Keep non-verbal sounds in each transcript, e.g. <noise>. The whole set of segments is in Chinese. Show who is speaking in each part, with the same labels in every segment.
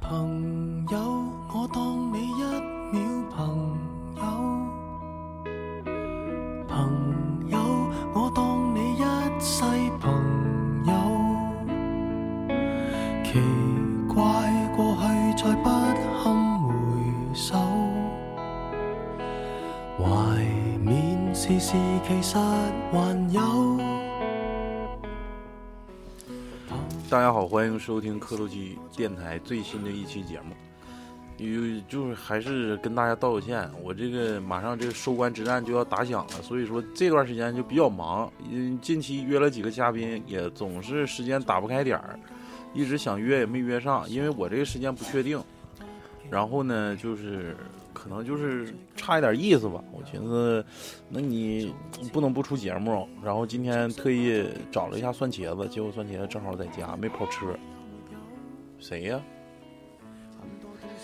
Speaker 1: 朋友，我当你一秒朋友，朋友，我当你一世朋友。奇怪，过去再不堪回首，怀缅事事其实还有。
Speaker 2: 大家好，欢迎收听科罗基电台最新的一期节目。与就是还是跟大家道个歉，我这个马上这个收官之战就要打响了，所以说这段时间就比较忙。嗯，近期约了几个嘉宾，也总是时间打不开点儿，一直想约也没约上，因为我这个时间不确定。然后呢，就是可能就是差一点意思吧。我寻思，那你不能不出节目。然后今天特意找了一下蒜茄子，结果蒜茄子正好在家，没跑车。谁呀、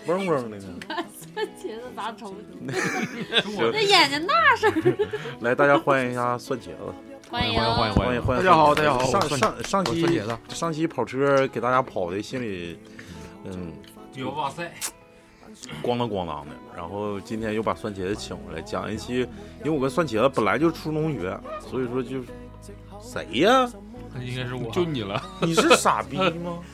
Speaker 2: 嗡嗡的呢。
Speaker 3: <laughs> 茄子咋瞅你？
Speaker 2: 行
Speaker 3: 那眼睛那
Speaker 2: 来，大家欢迎一下蒜茄子，
Speaker 3: 欢迎哦
Speaker 4: 欢迎
Speaker 2: 欢迎欢迎！
Speaker 4: 大家好大家好
Speaker 2: 上
Speaker 4: 我是蒜
Speaker 2: 上上
Speaker 4: 我是蒜
Speaker 2: 期
Speaker 4: 茄子
Speaker 2: 上期跑车给大家跑的心里，嗯，
Speaker 5: 有哇塞，
Speaker 2: 咣当咣当的。然后今天又把蒜茄子请回来，讲一期，因为我跟蒜茄子本来就是初中同学，所以说就是谁呀？
Speaker 5: <laughs> 应该是我，
Speaker 4: 就你了，
Speaker 2: <laughs> 你是傻逼吗？ <laughs>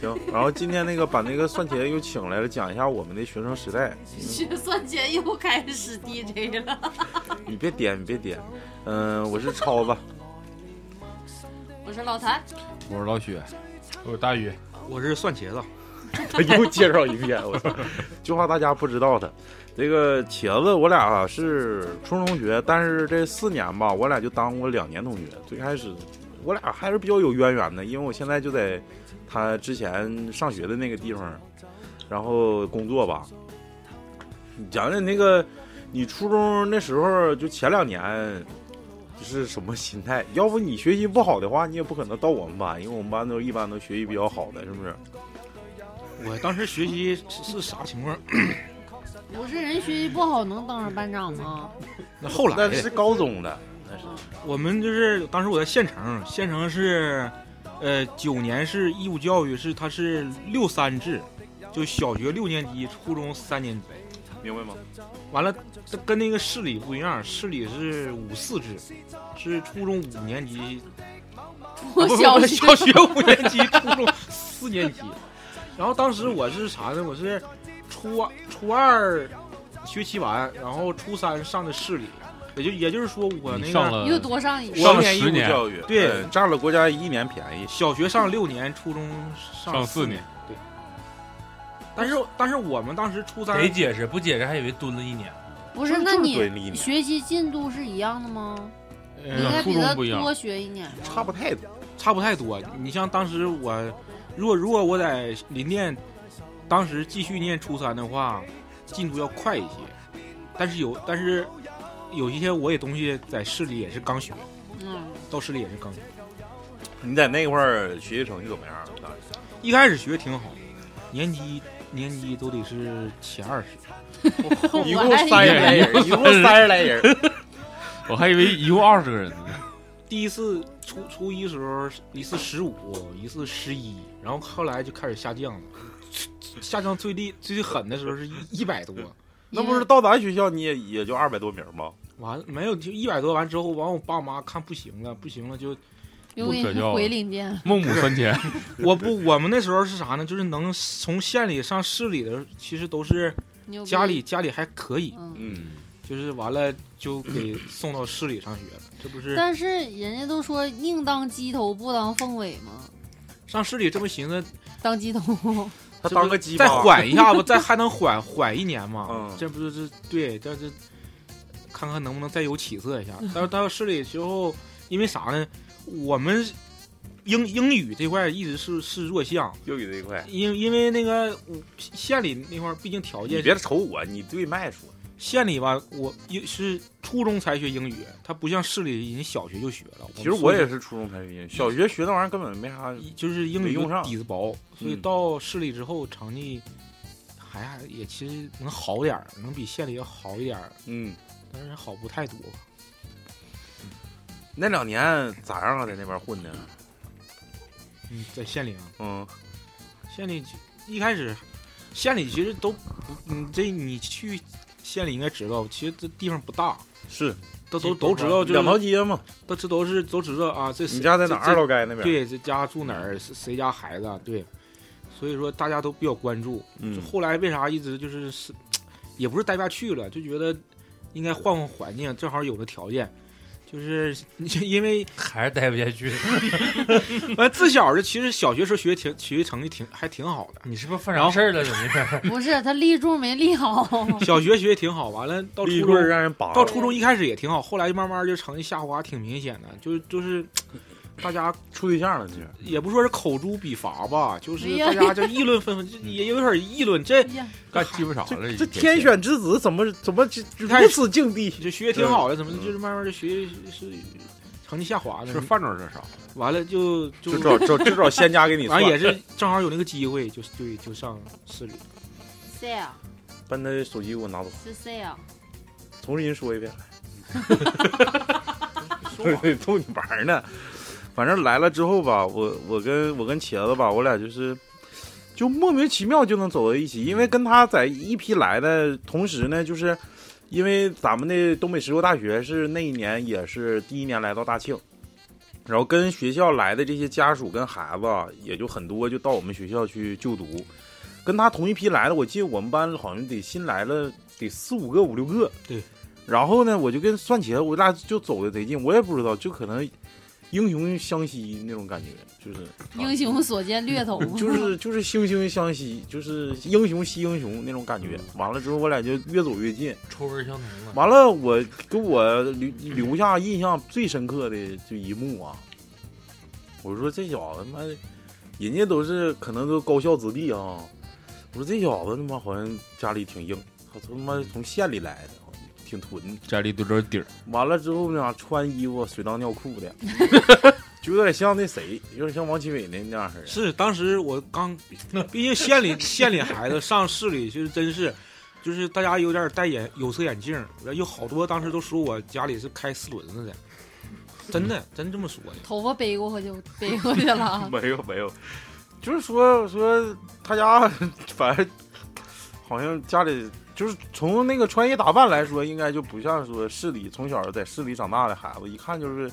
Speaker 2: 行，然后今天那个把那个蒜茄子又请来了，讲一下我们的学生时代。
Speaker 3: 学算钱又开始 DJ 了。
Speaker 2: 你别点，你别点，嗯、我是超子，
Speaker 3: <laughs> 我是老谭，
Speaker 4: 我是老许，
Speaker 5: <laughs> 我大宇，
Speaker 4: 我是蒜茄子，
Speaker 2: 他 <laughs> 又介绍一遍，我
Speaker 4: <laughs>
Speaker 2: 操！就怕大家不知道他。这个茄子，我俩是初中同学，但是这四年吧，我俩就当过两年同学。最开始，我俩还是比较有渊源的，因为我现在就在他之前上学的那个地方，然后工作吧。你讲讲那个，你初中那时候就前两年是什么心态？要不你学习不好的话，你也不可能到我们班，因为我们班都一般都学习比较好的，是不是？
Speaker 4: 我当时学习是是啥情况？
Speaker 3: 我是人学习不好能当上班长吗？
Speaker 4: 那后来
Speaker 2: 那是高中的，那是
Speaker 4: 我们就是当时我在县城，县城是，呃，九年是义务教育，是它是六三制，就小学六年级，初中三年级。
Speaker 2: 明白吗？
Speaker 4: 完了，这跟那个市里不一样，市里是五四制，是初中五年级，
Speaker 3: <laughs>
Speaker 5: <laughs>
Speaker 3: 我
Speaker 4: 啊不不
Speaker 3: 小
Speaker 4: 不
Speaker 3: 学
Speaker 4: 小学五年级，初中四年级。然后当时我是啥呢？我是初二初二学期完，然后初三上的市里，也就也就是说我那
Speaker 5: 你上
Speaker 4: 个
Speaker 5: 了
Speaker 3: 又多上一 <laughs>
Speaker 4: 我
Speaker 5: 上
Speaker 2: 年
Speaker 3: 年。
Speaker 5: 了
Speaker 2: 义务
Speaker 5: 十年
Speaker 2: 教育，
Speaker 4: 对
Speaker 2: 呃占了国家一年便宜。
Speaker 4: 小学上六年，初中上
Speaker 5: 上四
Speaker 4: 年
Speaker 5: 年。
Speaker 4: 对。但是但是我们当时初三
Speaker 5: 得解释，不解释还以为蹲了一年。
Speaker 3: 不是，
Speaker 2: 就是
Speaker 3: 那
Speaker 2: 就是蹲了一
Speaker 3: 你
Speaker 2: 年
Speaker 3: 学习进度是一样的吗？你应
Speaker 4: 呃
Speaker 3: 该
Speaker 5: 初
Speaker 3: 比
Speaker 5: 中
Speaker 3: 他
Speaker 5: 不一样
Speaker 3: 多学一年。
Speaker 2: 差不太多，
Speaker 4: 差不太多。你像当时我，如果如果我在林甸，当时继续念初三的话，进度要快一些。但是有但是有一些我也东西在市里也是刚学，
Speaker 3: 嗯，
Speaker 4: 到市里也是刚学。
Speaker 2: 你在那块儿学习成绩怎么
Speaker 3: <laughs>
Speaker 2: 样？当时
Speaker 4: 一开始学挺好，年级年级都得是前二十。
Speaker 2: 一
Speaker 3: 我
Speaker 2: 共
Speaker 3: 还
Speaker 2: 三十来
Speaker 4: <laughs>
Speaker 2: 人，一共三十来人。
Speaker 3: <laughs>
Speaker 5: 我还以为一共二十个人呢。
Speaker 4: 第一次初初一时候一次十五，一次十一，然后后来就开始下降了， <laughs> 下降最厉最狠的时候是一一百多，
Speaker 2: 那不是到咱学校你也也就二百多名吗？
Speaker 4: 完了没有就一百多完之后，完我爸妈看不行了，不行了就
Speaker 3: 因为
Speaker 5: 不可
Speaker 3: 因为
Speaker 5: 教
Speaker 3: 回林甸，
Speaker 5: 孟母三迁，
Speaker 4: 我不我们那时候是啥呢？就是能从县里上市里的，其实都是
Speaker 3: 牛逼
Speaker 4: 家里家里还可以，
Speaker 3: 嗯，
Speaker 2: 嗯，
Speaker 4: 就是完了就给送到市里上学了，这不是
Speaker 3: 但是人家都说宁当鸡头不当凤尾嘛，
Speaker 4: 上市里这不寻思
Speaker 3: 当鸡头 <laughs>
Speaker 2: 他当个鸡巴
Speaker 4: 再，缓一下吧，再还能缓缓一年嘛？
Speaker 2: 啊嗯
Speaker 4: 这不是这对，这这看看能不能再有起色一下。但是到市里之后，因为啥呢？我们英英语这块一直是是弱项，
Speaker 2: 英语这一块，
Speaker 4: 因因为那个县里那块儿毕竟条
Speaker 2: 你
Speaker 4: 件
Speaker 2: 别瞅我，你对麦说。
Speaker 4: 县里吧，我英是初中才学英语，它不像市里人小学就学了。
Speaker 2: 其实我也是初中才学英语，小学学那玩意儿根本没啥。
Speaker 4: 就是英
Speaker 2: 没
Speaker 4: 语
Speaker 2: 用上
Speaker 4: 底子薄，所以
Speaker 2: 嗯
Speaker 4: 到市里之后成绩还还也其实能好点儿，能比县里要好一点儿，
Speaker 2: 嗯，
Speaker 4: 但是好不太多。
Speaker 2: 那两年咋样啊？在那边混的？
Speaker 4: 嗯，在县里啊，
Speaker 2: 嗯，
Speaker 4: 县里就一开始县里其实都不，你这你去县里应该知道，其实这地方不大，
Speaker 2: 是
Speaker 4: 都都都知道，就
Speaker 2: 两条
Speaker 4: 是
Speaker 2: 街嘛。
Speaker 4: 都这都是都知道啊。这谁
Speaker 2: 你家在哪儿？
Speaker 4: 这
Speaker 2: 二道街那边。
Speaker 4: 对，这家住哪儿？谁谁家孩子啊？对，所以说大家都比较关注。就
Speaker 2: 嗯，
Speaker 4: 后来为啥一直就是是，也不是待不下去了，就觉得应该换换环境，正好有那条件。就是因为
Speaker 5: <laughs> 还是待不下去。
Speaker 4: 呃自小就其实小学时候学挺学习成绩挺还挺好的，
Speaker 5: 你是不是犯啥事儿了？怎么的？
Speaker 3: 不是他立柱没立好， <laughs>
Speaker 4: 小学学习挺好，完了到初
Speaker 2: 立棍儿
Speaker 4: 中
Speaker 2: 让人拔
Speaker 4: 到
Speaker 2: 了。
Speaker 4: 初中一开始也挺好，后来就慢慢就成绩下滑挺明显的，就就是大家
Speaker 2: 处对象了，这
Speaker 4: 也不说是口诛笔伐吧，就是
Speaker 3: 哎呀
Speaker 4: 大家就议论纷纷，就也有点议论这
Speaker 3: 哎呀
Speaker 5: <laughs> 干鸡巴啥了？
Speaker 6: 这天选之子怎么怎么就就
Speaker 4: 太
Speaker 6: 如此境地？
Speaker 4: 就学挺好的，怎么就是慢慢的学是成绩下滑呢？
Speaker 5: 是犯着这 <laughs> 啥？
Speaker 4: 完了就
Speaker 2: <laughs>
Speaker 4: 就
Speaker 2: 就哎找找就找仙家给 <laughs> 你
Speaker 4: 完
Speaker 2: 算
Speaker 4: 了，也是正好有那个机会，就对就上市里。
Speaker 3: 谁呀？
Speaker 2: 把你的手机给我拿走，
Speaker 3: 是谁呀？
Speaker 2: 重新说一 <laughs> 遍。
Speaker 4: 说吧
Speaker 2: 逗你玩儿呢。反正来了之后吧，我我跟我跟茄子吧，我俩就是就莫名其妙就能走到一起，因为跟他在一批来的同时呢，就是因为咱们的东北石油大学是那一年也是第一年来到大庆，然后跟学校来的这些家属跟孩子啊也就很多就到我们学校去就读，跟他同一批来的，我记得我们班好像得新来了得四五个五六个，
Speaker 4: 对。
Speaker 2: 然后呢，我就跟蒜茄，我俩就走的贼近，我也不知道，就可能英雄相惜那种感觉，就是啊
Speaker 3: 英雄所见略同。 <laughs>
Speaker 2: 就是就是惺惺相惜，就是英雄惜英雄那种感觉。完了之后，我俩就越走越近。
Speaker 5: 臭味相同了。
Speaker 2: 完了，我给我留留下印象最深刻的就一幕啊，我说这小子他妈，人家都是可能都高校子弟啊，我说这小子他妈好像家里挺硬，他他妈从县里来的，挺屯。
Speaker 5: 家里都着底儿，
Speaker 2: 完了之后呢，穿衣服水当尿裤的，就有点像那谁，有点像王奇伟那那样式的。，
Speaker 4: 是当时我 <laughs> 刚，毕竟县里县里孩子上市里就是真是，就是大家有点戴眼有色眼镜儿，有好多当时都说我家里是开四轮子的，真的真这么说的。
Speaker 3: 头发背过去就背过去了
Speaker 2: <laughs>
Speaker 3: 啊
Speaker 2: 没有没有，就是说说他家 <laughs> 反正好像家里就是从那个穿衣打扮来说，应该就不像说市里从小在市里长大的孩子，一看就是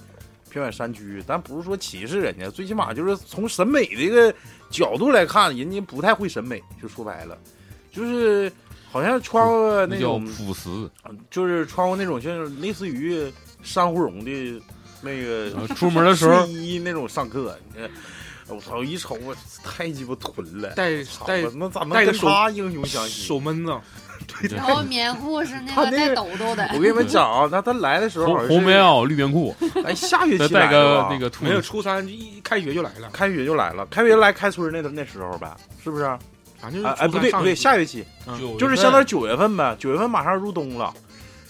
Speaker 2: 偏远山区。咱不是说歧视人家，最起码就是从审美这个角度来看，人家不太会审美。就说白了，就是好像穿过那
Speaker 5: 叫 <laughs>
Speaker 2: 种
Speaker 5: 朴实。
Speaker 2: 就是穿过那种就是类似于珊瑚绒
Speaker 5: <laughs>
Speaker 2: 的那个
Speaker 5: 然后出门的时候
Speaker 2: 睡衣那种上课，你看哎我操！一瞅我太鸡巴囤了，
Speaker 4: 戴
Speaker 2: 操
Speaker 4: 戴
Speaker 2: 我那咱们
Speaker 4: 戴个
Speaker 2: 跟
Speaker 4: 手
Speaker 2: 他英雄相惜。
Speaker 4: 手闷子，
Speaker 3: 然后棉裤是那
Speaker 2: 他
Speaker 3: 个
Speaker 2: 那个
Speaker 3: 带斗兜的
Speaker 2: 我，跟你们讲啊，他他来的时候好像
Speaker 5: 红红棉
Speaker 2: 是
Speaker 5: 袄、绿棉裤，
Speaker 2: 哎下学
Speaker 5: 再
Speaker 2: 期
Speaker 5: 带
Speaker 2: 来的
Speaker 5: 个
Speaker 2: 吧
Speaker 5: 那个兔
Speaker 4: 没有
Speaker 5: 子，
Speaker 4: 初三一一开学就来了，
Speaker 2: 开学就来了，开学来开春那那时候呗，是不是？哎
Speaker 4: 反正
Speaker 2: 哎不对不对，下学期
Speaker 5: 嗯
Speaker 2: 就是相当于九月份呗，九月份马上入冬了，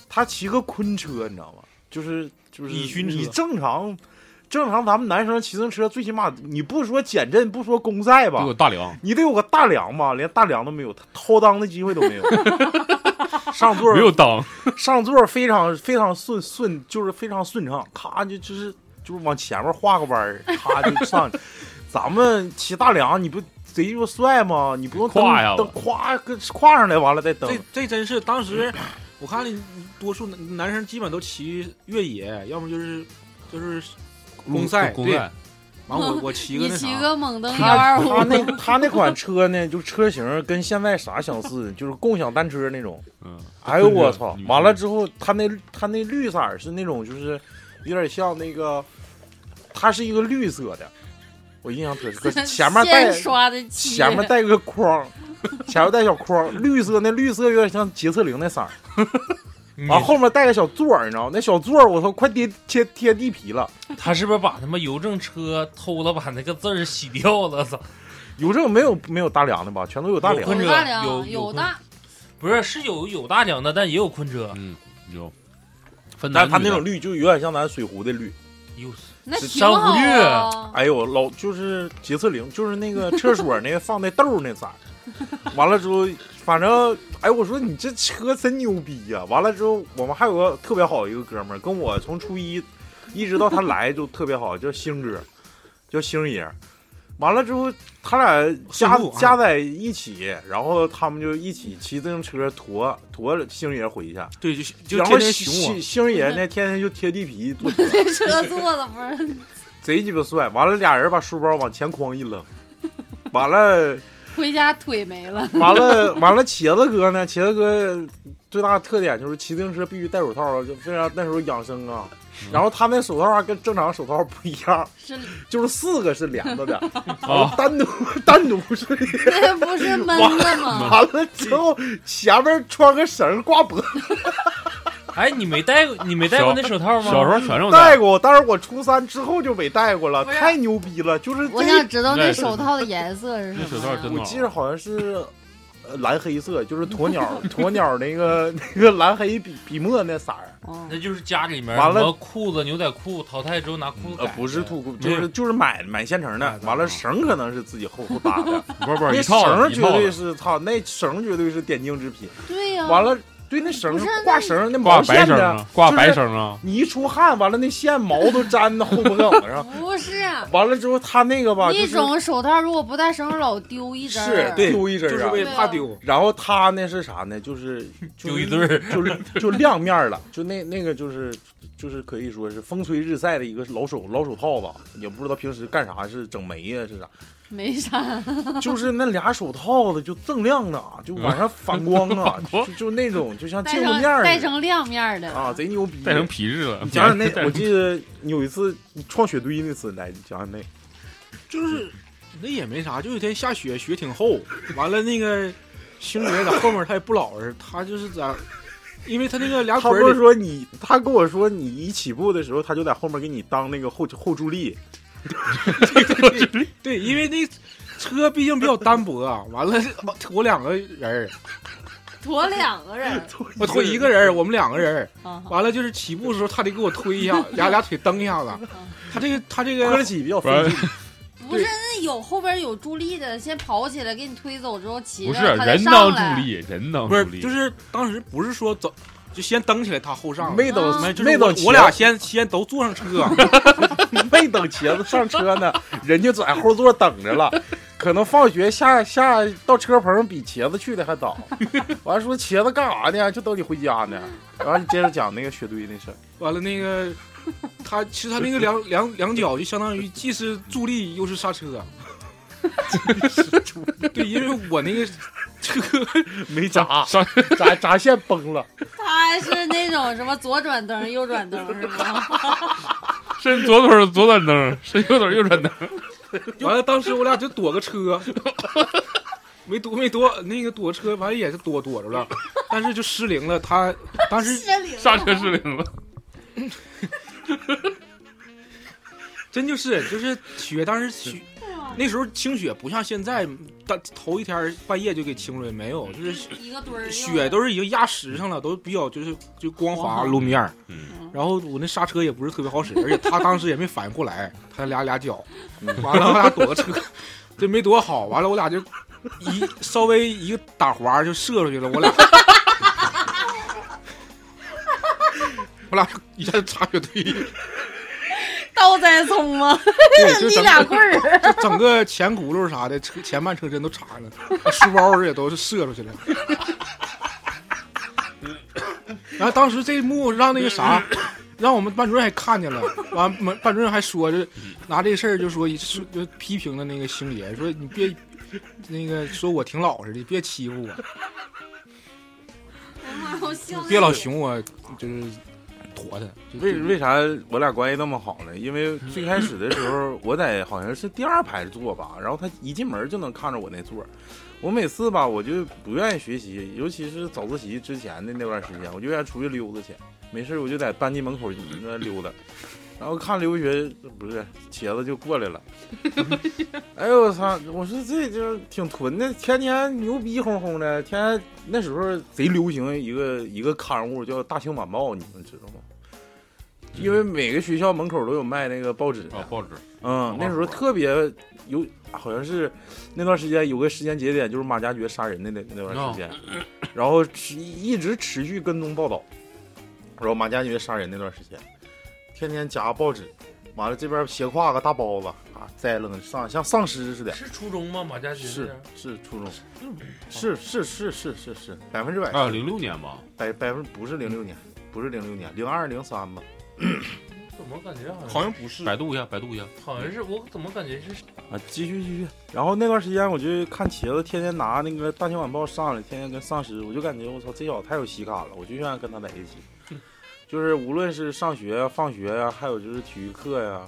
Speaker 2: 他骑个昆车，你知道吗？就是就是
Speaker 4: 乙熏车
Speaker 2: 你正常正常咱们男生骑自行车，最起码你不说减震，不说公赛吧
Speaker 5: 都，有大梁，
Speaker 2: 你得有个大梁吧，连大梁都没有，他掏裆的机会都
Speaker 5: <laughs>
Speaker 2: 没有。上座
Speaker 5: 没有裆，
Speaker 2: 上座非常非常顺顺，就是非常顺畅，咔就就是就是往前面画个弯儿，咔就上
Speaker 5: <laughs>
Speaker 2: 去。咱们骑大梁，你不贼就帅吗？你不用蹬
Speaker 5: 跨呀
Speaker 2: 蹬跨跟跨上来，完了再蹬
Speaker 4: 这。这真是当时我看那多数男男生基本都骑越野，要么就是就是公赛，
Speaker 5: 公
Speaker 4: 对，
Speaker 5: 赛，
Speaker 4: 完我我骑个
Speaker 3: 你
Speaker 4: 那
Speaker 3: 骑
Speaker 4: 啥，
Speaker 3: 个猛蹬幺
Speaker 2: 他
Speaker 3: 二
Speaker 2: 他
Speaker 3: 五，
Speaker 2: 那他那款车呢，就车型跟现在啥相似，就是共享单车那种。
Speaker 5: 嗯，
Speaker 2: 哎呦我操
Speaker 5: 女！生
Speaker 2: 完了之后，它那它那绿色儿是那种就是有点像那个，它是一个绿色的，我印象特深
Speaker 3: <laughs>
Speaker 2: 刻。前面带
Speaker 3: 现刷的漆
Speaker 2: 前面带个框，前面带小框，绿色那绿色有点像洁厕灵那色儿，完后面带个小座儿，你知道吗？那小座儿我操，快贴贴贴地皮了。
Speaker 5: 他是不是把他妈邮政车偷了，把那个字儿洗掉了？操，
Speaker 2: 有这种没有没有大梁的吧？全都有大梁
Speaker 5: 有。
Speaker 3: 有大
Speaker 5: 有
Speaker 3: 梁，
Speaker 5: 有
Speaker 3: 啊有大，
Speaker 5: 不是，是有有大梁的，但也有昆车，
Speaker 6: 嗯，
Speaker 5: 有分
Speaker 2: 但
Speaker 5: 男
Speaker 2: 是它
Speaker 5: 女
Speaker 2: 那
Speaker 5: 的
Speaker 2: 种绿就有点像咱水壶的绿。
Speaker 5: 有
Speaker 3: 那挺
Speaker 5: 珊瑚
Speaker 3: 好
Speaker 5: 绿
Speaker 3: 啊。
Speaker 2: 哎呦，老就是洁厕灵，就是那个厕所那放那豆儿那色儿。完了之后，反正哎，我说你这车真牛逼呀、完了之后，我们还有个特别好一个哥们儿，跟我从初一一直到他来就特别好，叫星哥，叫星爷。完了之后，他俩加
Speaker 4: 顺路啊
Speaker 2: 加在一起，然后他们就一起骑自行车驮驮星爷回去，
Speaker 4: 对，就就
Speaker 2: 然
Speaker 4: 天
Speaker 2: 后
Speaker 4: 天熊
Speaker 2: 星星爷呢，天天就贴地皮坐车，
Speaker 3: 这车坐的不是
Speaker 2: 贼鸡巴帅。完了，俩人把书包往前筐一扔，完了，
Speaker 3: 回家腿没了，
Speaker 2: 完了，完了，茄子哥呢？茄子哥最大的特点就是骑自行车必须戴手套，啊就非常那时候养生啊。然后他那手套还啊跟正常手套不一样，
Speaker 3: <laughs> 是
Speaker 2: 就是四个是连着的，
Speaker 5: 啊，
Speaker 2: 单独单独是
Speaker 3: 那不是闷的
Speaker 2: <laughs>
Speaker 3: 吗？
Speaker 2: 完了之后前面穿个绳挂脖子
Speaker 5: 哎，你没戴过你没戴过那手套吗？
Speaker 1: 小时候全是我
Speaker 2: 戴
Speaker 1: 戴，
Speaker 2: 过，但是我初三之后就没戴过了，
Speaker 3: 不是
Speaker 2: 太牛逼了，就是
Speaker 3: 我
Speaker 2: 这
Speaker 3: 想知道那手套的颜色是什
Speaker 1: 那
Speaker 3: 么呀。
Speaker 1: 手套真
Speaker 2: 我
Speaker 1: 的
Speaker 2: 记得好像是。呃蓝黑色就是鸵鸟，鸵鸟那个那个蓝黑笔笔墨那色儿，
Speaker 3: 哦
Speaker 5: 那就是家里面
Speaker 2: 完了
Speaker 5: 什么裤子、牛仔裤淘汰之后拿裤子
Speaker 2: 呃
Speaker 5: 改，
Speaker 2: 不是吐骨，就
Speaker 5: 没有
Speaker 2: 是就是买买现成的，啊完了绳可能是自己后后搭的，
Speaker 1: 不是不是
Speaker 2: 那
Speaker 1: 一套
Speaker 2: 绳
Speaker 1: 的
Speaker 2: 儿
Speaker 1: 一
Speaker 2: 绝
Speaker 1: 套
Speaker 2: 对
Speaker 1: 的，
Speaker 2: 是操，那绳儿绝对是点睛之品。
Speaker 3: 对呀，
Speaker 2: 完了，对那绳
Speaker 3: 嗯不是
Speaker 2: 儿
Speaker 3: 那
Speaker 2: 挂绳儿那
Speaker 1: 挂
Speaker 2: 毛
Speaker 1: 白
Speaker 2: 线
Speaker 1: 绳
Speaker 2: 的
Speaker 1: 啊，，挂
Speaker 2: 就是
Speaker 1: 白绳啊，
Speaker 2: 你一出汗，完了那线毛都粘到后脖梗上，
Speaker 3: 不是啊
Speaker 2: 完了之后他那个吧，就
Speaker 3: 那
Speaker 2: 是
Speaker 3: 种手套，如果不戴绳儿老丢一针
Speaker 2: 是
Speaker 3: 儿。
Speaker 4: 对
Speaker 2: 丢一针
Speaker 4: 就是
Speaker 2: 儿
Speaker 4: 为
Speaker 2: 啊。
Speaker 4: 了怕丢。
Speaker 2: 然后他那是啥呢？就是就
Speaker 5: 丢一对儿
Speaker 2: 就 <laughs> 就亮面儿了，就那那个就是就是可以说是风吹日晒的一个老手老手套吧，也不知道平时干啥是整没呀、 <laughs> 是啥，
Speaker 3: <laughs> 没
Speaker 2: 啊
Speaker 3: 啥，
Speaker 2: 就是那俩手套子就锃亮的，就往上 <laughs> 反光啊，就就那种就像
Speaker 3: 戴
Speaker 2: 镜子
Speaker 3: 成
Speaker 2: 面儿
Speaker 3: 戴
Speaker 2: 似的
Speaker 3: 成亮面儿的
Speaker 2: 啊，贼牛逼。
Speaker 1: 戴成皮质了。
Speaker 2: 你
Speaker 5: <laughs>
Speaker 2: 讲讲那，
Speaker 1: 戴成
Speaker 2: <laughs> 我记得你有一次你撞雪堆那次，来你讲讲那，
Speaker 4: 就是那也没啥，就有一天下雪，雪挺厚，完了那个星爷在后面他也不老实，他就是在，因为他那个俩
Speaker 2: 他
Speaker 4: 腿儿
Speaker 2: 不是
Speaker 4: 得
Speaker 2: 说你，他跟我说你一起步的时候，他就在后面给你当那个后后助力， <laughs>
Speaker 4: 对，因为那车毕竟比较单薄啊，完
Speaker 2: <laughs>
Speaker 4: 了驮两个人儿，
Speaker 3: <laughs> 驮两个人
Speaker 4: 我驮一个人儿，我们两个人儿，
Speaker 3: 啊，
Speaker 4: 完了就是起步的时候他得给我推一下，俩俩腿蹬一下子，他这个他这
Speaker 2: 磕
Speaker 4: 个
Speaker 2: 得起比较
Speaker 1: 不是
Speaker 2: 费劲。
Speaker 3: 不是那有后边有助力的，先跑起来给你推走之后骑
Speaker 1: 不
Speaker 3: 着，
Speaker 1: 是
Speaker 3: 他再
Speaker 1: 人
Speaker 3: 上
Speaker 1: 当助
Speaker 3: 来。
Speaker 1: 力，人当助
Speaker 4: 不是
Speaker 1: 力，
Speaker 4: 就是当时不是说走。就先蹬起来，他后上。
Speaker 2: 没等
Speaker 3: 啊
Speaker 4: 没，就是
Speaker 2: 没
Speaker 4: 我
Speaker 2: 等
Speaker 4: 我俩
Speaker 2: 茄
Speaker 4: 先先都坐上车，啊
Speaker 2: 子 <laughs> 没等茄子上车呢，人家在后座等着了。可能放学下下到车棚比茄子去的还早，完了说茄子干啥呢？就等你回家呢。然后你接着讲那个雪堆那事儿，
Speaker 4: <laughs> 完了那个，他其实他那个两两两脚就相当于既是助力又是刹车。啊 <laughs> 对，因为我那个车
Speaker 2: 没扎
Speaker 1: 上
Speaker 2: 扎扎线崩了，
Speaker 3: 他是那种什么左转灯右转灯是
Speaker 2: <laughs>
Speaker 3: 吗？
Speaker 1: 伸左腿儿左转灯，伸右腿儿右转灯，
Speaker 4: 完了，当时我俩就躲个车，没躲没躲那个躲车，完了也是躲躲着了，但是就失灵了。他当时
Speaker 3: 失灵
Speaker 1: 刹车失灵了。
Speaker 4: 真就是就是雪，当时雪那时候清雪不像现在，但头一天半夜就给清了，没有，就是
Speaker 3: 一个堆儿
Speaker 4: 雪都是已经压实上了，都比较就是就光滑路面儿。
Speaker 1: 嗯
Speaker 4: 然后我那刹车也不是特别好使，而且 <laughs> 他当时也没反应过来，他俩俩脚，完了我俩躲个车，这没躲好，完了我俩就一稍微一个打滑就射出去了，我 <laughs> 俩，我俩就一下就插雪堆，
Speaker 3: 倒栽葱吗？ <laughs>
Speaker 4: 对，就
Speaker 3: 你
Speaker 4: 整
Speaker 3: 俩
Speaker 4: 个
Speaker 3: 棍
Speaker 4: <laughs>
Speaker 3: 儿，
Speaker 4: 就整个前轱辘啥的，车前半车身都插上了，书包也都是射出去了。然后当时这一幕让那个啥，让我们班主任还看见了，完班班主任还说这拿这事儿就说就就批评了那个星爷，说你别那个说我挺老实的，别欺负我，
Speaker 3: 我笑死
Speaker 4: 别老熊我，就是驮他。就
Speaker 2: 为为啥我俩关系那么好呢？因为最开始的时候，我在好像是第二排座吧，然后他一进门就能看着我那座儿。我每次吧，我就不愿意学习，尤其是早自习之前的那段时间，我就愿意出去溜达去。没事儿我就在班级门口那溜达，然后看刘学不是茄子就过来了。哎呦我操！我说这就是挺囤的，天天牛逼哄哄的，天天那时候贼流行一个一个刊物叫《大清晚报》，你们知道吗？因为每个学校门口都有卖那个报纸的，
Speaker 1: 啊，报纸
Speaker 2: 嗯，那时候特别有，好像是那段时间有个时间节点，就是马加爵杀人的那那段时间，然后持一直持续跟踪报道，然后马加爵杀人那段时间，天天夹报纸，完了这边斜挎个大包子啊，栽了呢，上像丧尸似的。
Speaker 5: 是初中吗？马家军嗯
Speaker 2: 是是初中，是是是是是是百分之百
Speaker 1: <laughs> 啊，零六年吧，
Speaker 2: 百百分不是零六年，不是零六年，零二零三吧。
Speaker 5: 怎么感觉好像
Speaker 4: 好像不是，
Speaker 1: 百度一下，百度一下。
Speaker 5: 好像是我怎么感觉是
Speaker 2: 啊，继续继续。然后那段时间我就看茄子天天拿那个《大清晚报》上来，天天跟丧尸，我就感觉我操，这小子太有喜感了，我就愿意跟他在一起。就是无论是上学啊、放学呀、还有就是体育课呀、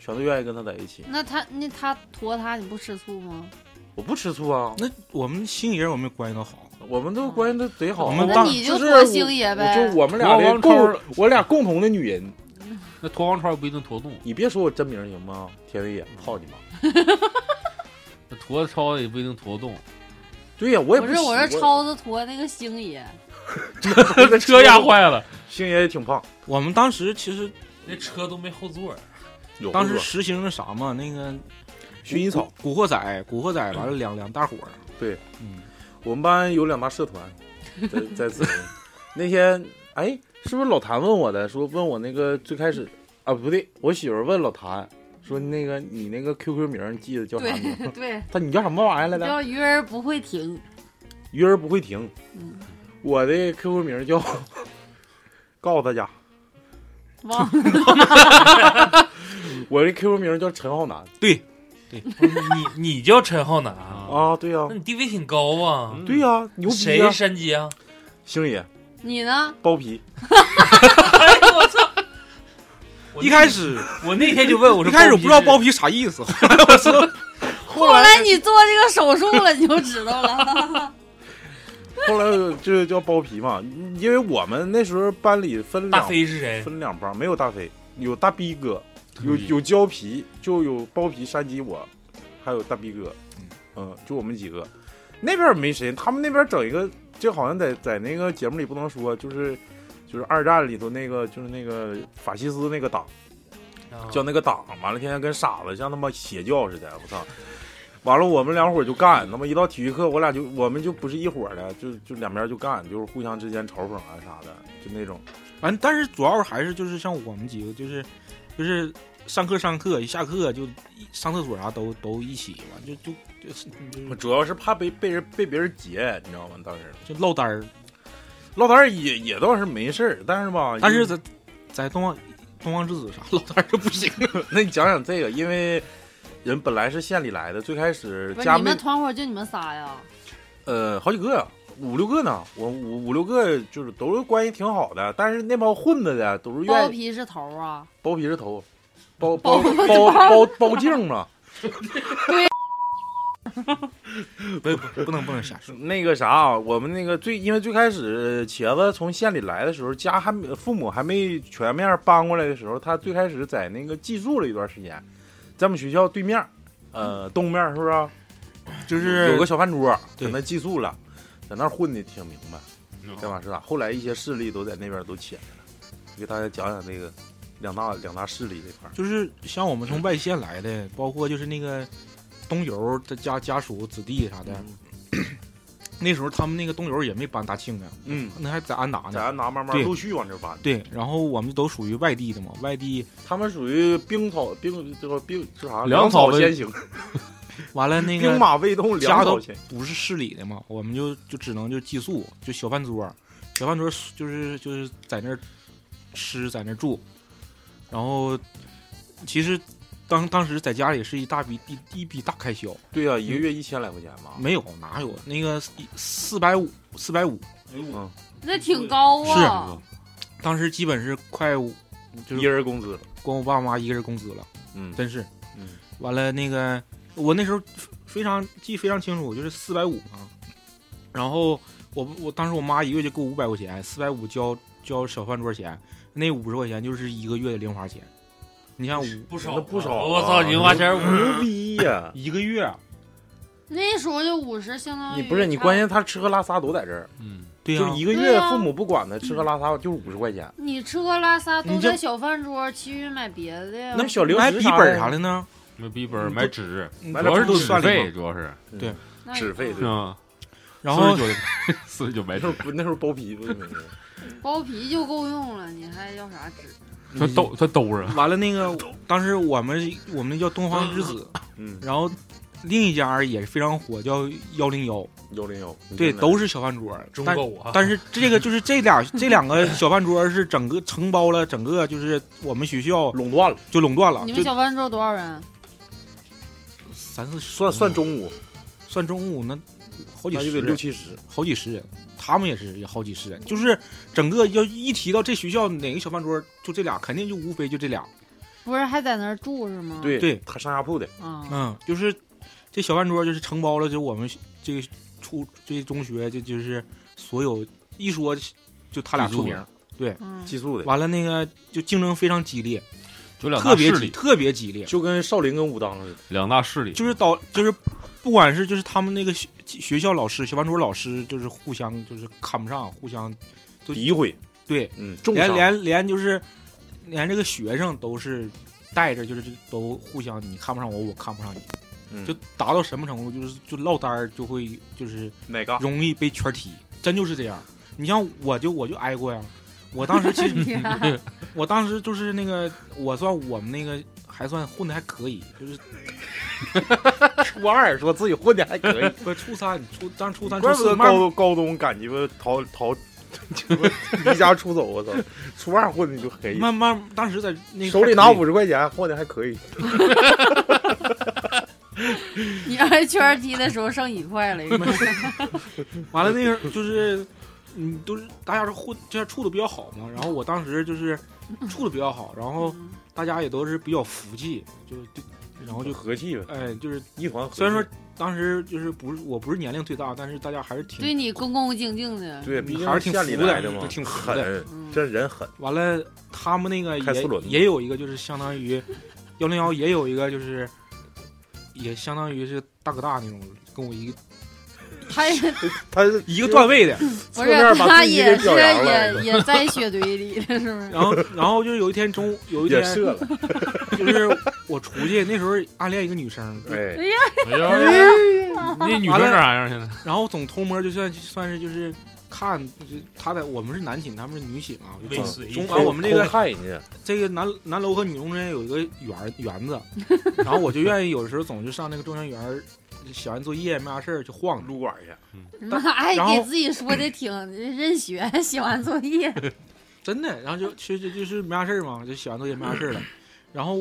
Speaker 2: 全都愿意跟他在一起。
Speaker 3: 那他那他驮他，你不吃醋吗？
Speaker 2: 我不吃醋啊，
Speaker 4: 那我们星爷我们关系都好，
Speaker 2: 我们都关系都贼好。啊
Speaker 4: 我们
Speaker 3: 那
Speaker 4: 当
Speaker 3: 你就
Speaker 7: 就是
Speaker 3: 驮星爷
Speaker 7: 我就
Speaker 3: 呗。
Speaker 7: 我们俩
Speaker 1: 国
Speaker 7: 的
Speaker 1: 王
Speaker 7: 共
Speaker 1: 超，
Speaker 7: 我俩共同的女人，
Speaker 1: 那脱王超不一定脱肚，
Speaker 2: 你别说我真名行吗？田伟野，操你妈！
Speaker 1: 那脱超也不一定脱洞。
Speaker 2: 对呀，我也
Speaker 3: 不
Speaker 2: 不
Speaker 3: 是，我
Speaker 2: <laughs>
Speaker 3: 是
Speaker 2: 喜
Speaker 3: 超子驮那个星爷，
Speaker 1: 车压坏了，
Speaker 2: 星爷也挺胖，
Speaker 4: 我们当时其实
Speaker 5: 那车都没后座儿，
Speaker 2: 有
Speaker 4: 当时实行的啥嘛，那个
Speaker 7: 薰衣草，
Speaker 4: 古惑仔，古惑仔完了两两大伙儿，
Speaker 2: 我们班有两大社团，
Speaker 5: <laughs>
Speaker 2: 在在此那天，哎，是不是老谭问我的？说问我那个最开始啊，不对，我媳妇儿问老谭说那个你那个 QQ 名儿你记得叫啥名？
Speaker 3: 对对，
Speaker 2: 他你叫什么玩意儿来着？
Speaker 3: 叫鱼儿不会停，
Speaker 2: 鱼儿不会停。
Speaker 3: 嗯
Speaker 2: 我的 QQ 名儿叫， <laughs> 告诉大家，
Speaker 3: 忘了
Speaker 2: 我的 QQ 名儿叫陈浩南
Speaker 5: 不是你你叫陈浩南啊？
Speaker 2: 啊，对呀、
Speaker 5: 那你地位挺高啊。
Speaker 2: 对呀、牛逼
Speaker 5: 谁
Speaker 2: 呀、
Speaker 5: 山鸡啊？
Speaker 2: 星爷
Speaker 3: <laughs> 你呢？
Speaker 2: 包皮，
Speaker 5: 哎呦我操！我
Speaker 4: 一开始
Speaker 5: 我那天就问 <laughs> 我
Speaker 4: <laughs>
Speaker 5: 说，
Speaker 4: 一开始我不知道包皮啥意思，后来我说
Speaker 3: <laughs> 后来你做这个手术了，你就知道了。
Speaker 2: 后来就叫包皮嘛，因为我们那时候班里分
Speaker 5: 大
Speaker 2: 两
Speaker 5: 飞
Speaker 2: <laughs>
Speaker 5: 是谁？
Speaker 2: 分两帮，没有大飞，有大逼哥，有有胶皮，就有包皮、山鸡我，还有大逼哥，嗯，就我们几个。那边没谁，他们那边整一个，这好像在在那个节目里不能说，就是就是二战里头那个就是那个法西斯那个党，
Speaker 5: 啊
Speaker 2: 叫那个党，完了天天跟傻子像他妈邪教似的，我操！完了，我们两伙儿就干，他妈一到体育课，我俩就我们就不是一伙儿的，就就两边就干，就是互相之间嘲讽啊啥的，就那种。
Speaker 4: 完，但是主要还是就是像我们几个，就是就是上课上课，一下课就一上厕所啥、都都一起完，就就就是
Speaker 2: 我
Speaker 4: 就
Speaker 2: 主要是怕被被人被别人截，你知道吗？当时
Speaker 4: 就落单儿。
Speaker 2: 落单儿也也倒是没事儿，但是吧，
Speaker 4: 但是
Speaker 2: 因
Speaker 4: 在在东方东方之子啥落单儿就不行，
Speaker 2: 那你讲讲这个，因为人本来是县里来的，最开始
Speaker 3: <laughs> 不是
Speaker 2: 加
Speaker 3: 你
Speaker 2: 没
Speaker 3: 们团伙就你们仨呀？
Speaker 2: 呃好几个，五六个呢，我五五六个就是都是关系挺好的，但是那帮混子的都是
Speaker 3: 包
Speaker 2: 愿意
Speaker 3: 皮是头啊？
Speaker 2: 包皮是头，包包包包包镜嘛，
Speaker 4: 不不不能不能瞎说。
Speaker 2: 那个啥，啊我们那个最因为最开始茄子从县里来的时候，家还没父母还没全面搬过来的时候，他最开始在那个寄宿了一段时间，在我们学校对面，呃，东面是不是啊？
Speaker 4: 就是
Speaker 2: 有个小饭桌，
Speaker 4: 对
Speaker 2: 在那寄宿了，在那儿混的挺明白，
Speaker 1: 嗯
Speaker 2: 在马师大。后来一些势力都在那边都起来了，给大家讲讲那个两大两大势力这块儿。
Speaker 4: 就是像我们从外县来的，包括就是那个东游的家家属子弟啥的， <clears throat> 那时候他们那个东游也没搬大庆呢，啊
Speaker 2: 嗯，
Speaker 4: 那还在安达
Speaker 2: 在
Speaker 4: 呢。
Speaker 2: 安达慢慢
Speaker 4: 对
Speaker 2: 陆续往这搬，
Speaker 4: 对，然后我们都属于外地的嘛，外地
Speaker 2: 他们属于兵草兵这个兵是啥？
Speaker 1: 粮
Speaker 2: 草
Speaker 1: 草
Speaker 2: 先行，
Speaker 4: 完了那
Speaker 2: 兵
Speaker 4: 个
Speaker 2: 马未动，粮
Speaker 4: 家
Speaker 2: 草
Speaker 4: 都
Speaker 2: 先行。
Speaker 4: 不是市里的嘛，我们就就只能就寄宿，就小饭桌，小饭桌就是就是在那儿吃，在那儿住，然后其实当当时在家里是一大笔一一笔大开销，
Speaker 2: 对啊呀、一个月一千来块钱吧。
Speaker 4: 没有哪有那个四百五四百五，
Speaker 2: 嗯，
Speaker 3: 那挺高啊，
Speaker 4: 当时基本是快五就
Speaker 2: 一
Speaker 4: 是
Speaker 2: 人工资了。
Speaker 4: 光我爸妈一个人工资了，
Speaker 2: 嗯，
Speaker 4: 真是，
Speaker 2: 嗯，
Speaker 4: 完了那个我那时候非常记非常清楚，就是四百五嘛，然后我我当时我妈一个月就给我五百块钱，四百五交交小饭桌钱，那五十块钱就是一个月的零花钱，你像五
Speaker 5: 不少
Speaker 2: 那不少啊
Speaker 5: 我操，零花钱儿
Speaker 2: 牛
Speaker 5: 五，
Speaker 2: 逼呀！
Speaker 4: 一个月，啊
Speaker 3: 那时候就五十，相当
Speaker 2: <laughs>
Speaker 3: 于
Speaker 2: 你不是你，关键他吃喝拉撒都在这儿，
Speaker 1: 嗯，
Speaker 4: 哎对呀、
Speaker 2: 就是一个
Speaker 3: 对
Speaker 2: 月
Speaker 3: 呀
Speaker 2: 父母不管他，吃喝拉撒就五十块钱。
Speaker 3: 你吃喝拉撒都
Speaker 4: 你这
Speaker 3: 在小饭桌，其余买别的呀。
Speaker 2: 那小零
Speaker 4: 买
Speaker 2: 食
Speaker 4: 笔
Speaker 2: 啥
Speaker 4: 本啥
Speaker 2: 的，
Speaker 4: 的呢？
Speaker 1: 买笔记本
Speaker 4: 嗯
Speaker 1: 买纸，
Speaker 2: 买
Speaker 4: 哎
Speaker 1: 主
Speaker 2: 点
Speaker 1: 要是
Speaker 2: 东
Speaker 1: 纸
Speaker 2: 西
Speaker 1: 费，主要是
Speaker 3: 那
Speaker 2: 纸费对
Speaker 1: 是
Speaker 5: 嗯
Speaker 1: 吧？
Speaker 4: 然后
Speaker 1: 四十九买
Speaker 2: 那时
Speaker 1: 纸
Speaker 2: 候，不那时候包皮不是没有
Speaker 3: 包皮就够用了，你还要啥纸？
Speaker 8: 他
Speaker 4: 嗯
Speaker 8: 兜他兜着，
Speaker 4: 完了那个，当时我们我们叫东方之子，
Speaker 2: 嗯，
Speaker 4: 然后另一家也是非常火，叫幺零幺，
Speaker 2: 幺零幺，
Speaker 4: 对，都
Speaker 2: 是
Speaker 4: 是小饭桌儿，
Speaker 9: 中
Speaker 4: 但
Speaker 9: 狗啊，
Speaker 4: <laughs> 但是这个就是这俩这两个小饭桌儿是整个承包了整个就是我们学校
Speaker 10: 垄断了，
Speaker 4: 就垄断了，
Speaker 3: 你
Speaker 4: 就
Speaker 3: 们小饭桌多少人？
Speaker 4: 三四十
Speaker 2: 算算中午，
Speaker 4: 算中午那好几
Speaker 2: 那就
Speaker 4: 十嗯
Speaker 2: 得六
Speaker 4: 人，
Speaker 2: 七十，
Speaker 4: 好几十人，他们也是也好几十人，就是整个要一提到这学校哪个小饭桌儿，就这俩，肯定就无非就这俩，
Speaker 3: 不是还在那儿住是吗？
Speaker 2: 对
Speaker 4: 对
Speaker 2: 他上下铺的，
Speaker 3: 啊，
Speaker 4: 嗯，就是这小饭桌就是承包了，就我们这个初这中学这就是所有一说就他俩出名儿，
Speaker 3: 嗯， <laughs>
Speaker 2: 寄宿的，
Speaker 4: 完了那个就竞争非常激烈，
Speaker 5: 就两
Speaker 4: 特
Speaker 5: 大
Speaker 4: 别
Speaker 5: 势
Speaker 4: 激
Speaker 5: 力，
Speaker 4: 特别激烈，
Speaker 10: 就跟少林跟武当似的。
Speaker 5: 两大势力，
Speaker 4: 就是导就是不管是就是他们那个学学校老师小饭桌老师就是互相就是看不上，互相
Speaker 2: 诋毁，
Speaker 4: 对
Speaker 2: 嗯，重
Speaker 4: 连
Speaker 2: 伤
Speaker 4: 连连就是连这个学生都是带着就是都互相你看不上我，我看不上你。
Speaker 2: 嗯
Speaker 4: 就达到什么程度，就是就落单儿就会就是
Speaker 2: 哪
Speaker 4: <laughs>
Speaker 2: 个？
Speaker 4: 容易被圈踢，真就是这样。你像我就我就挨过呀，我当时其实 <laughs> 我当时就是那个我算我们那个还算混的还可以，就是
Speaker 2: 初二说自己混的还可以，
Speaker 4: 不是初三初当初三初
Speaker 2: 怪不
Speaker 4: 四
Speaker 2: 得
Speaker 4: 慢慢
Speaker 2: 高高中赶鸡巴逃逃，离家出走，我操！初二混的就黑，
Speaker 4: 慢慢当时在那个
Speaker 2: 手里拿
Speaker 4: 还可以
Speaker 2: 五十块钱混的还可以，
Speaker 3: 你挨圈儿踢的时候剩一
Speaker 2: <laughs>
Speaker 3: 块了，
Speaker 4: 完了那个就是，嗯，都是大家是互就是处的比较好嘛。然后我当时就是处的比较好，然后
Speaker 3: 嗯
Speaker 4: 大家也都是比较服气，就就然后就
Speaker 2: 和气呗，
Speaker 4: 哎就是
Speaker 2: 一团和气。
Speaker 4: 虽然说当时就是不是我不是年龄最大，但是大家还是挺
Speaker 3: 对你恭恭敬敬的。
Speaker 2: 对，毕竟
Speaker 4: 还是挺
Speaker 2: 县里
Speaker 4: 服的
Speaker 2: 来的嘛，
Speaker 4: 挺服的
Speaker 2: 狠，
Speaker 3: 嗯
Speaker 2: 这人
Speaker 4: <laughs>
Speaker 2: 狠。
Speaker 4: 完了，他们那个
Speaker 2: 开四轮子
Speaker 4: 也也有一个就是相当于幺零幺也有一个就是也相当于是大哥大那种，跟我一个
Speaker 3: 他也
Speaker 2: 他是
Speaker 4: 一个段位的。
Speaker 3: 不
Speaker 2: 侧
Speaker 3: 是
Speaker 2: 面把
Speaker 3: 他
Speaker 2: 自己
Speaker 3: 也
Speaker 2: 给
Speaker 3: 是
Speaker 2: 表扬了，
Speaker 3: 也也在雪堆里了，是不是？
Speaker 4: 然后然后就是有一天中午有一
Speaker 2: 也
Speaker 4: 天
Speaker 2: 射了，
Speaker 4: 就是 <laughs> 我出去那时候暗恋一个女生，
Speaker 2: 哎，
Speaker 8: 哎呀，
Speaker 4: <laughs>
Speaker 5: 那女生啥样现在？
Speaker 4: 然后总偷摸就算算是就是看，就是他在我们是男寝，他们是女寝
Speaker 2: 嗯
Speaker 4: 啊。
Speaker 3: <laughs>
Speaker 9: 未遂
Speaker 4: 中
Speaker 2: 偷
Speaker 4: 完我们这个
Speaker 2: 偷看人家，
Speaker 4: 这个南南楼和女中之间有一个园园子，然后我就愿意有时候总去上那个中央园儿，写完作业没啥事儿就晃着。
Speaker 2: 撸管去，
Speaker 3: 妈，哎，
Speaker 4: 然后
Speaker 3: 给自己说的挺认学，写完作业，
Speaker 4: 真的，然后就其实就是没啥事儿嘛，就写完作业没啥事儿了。然后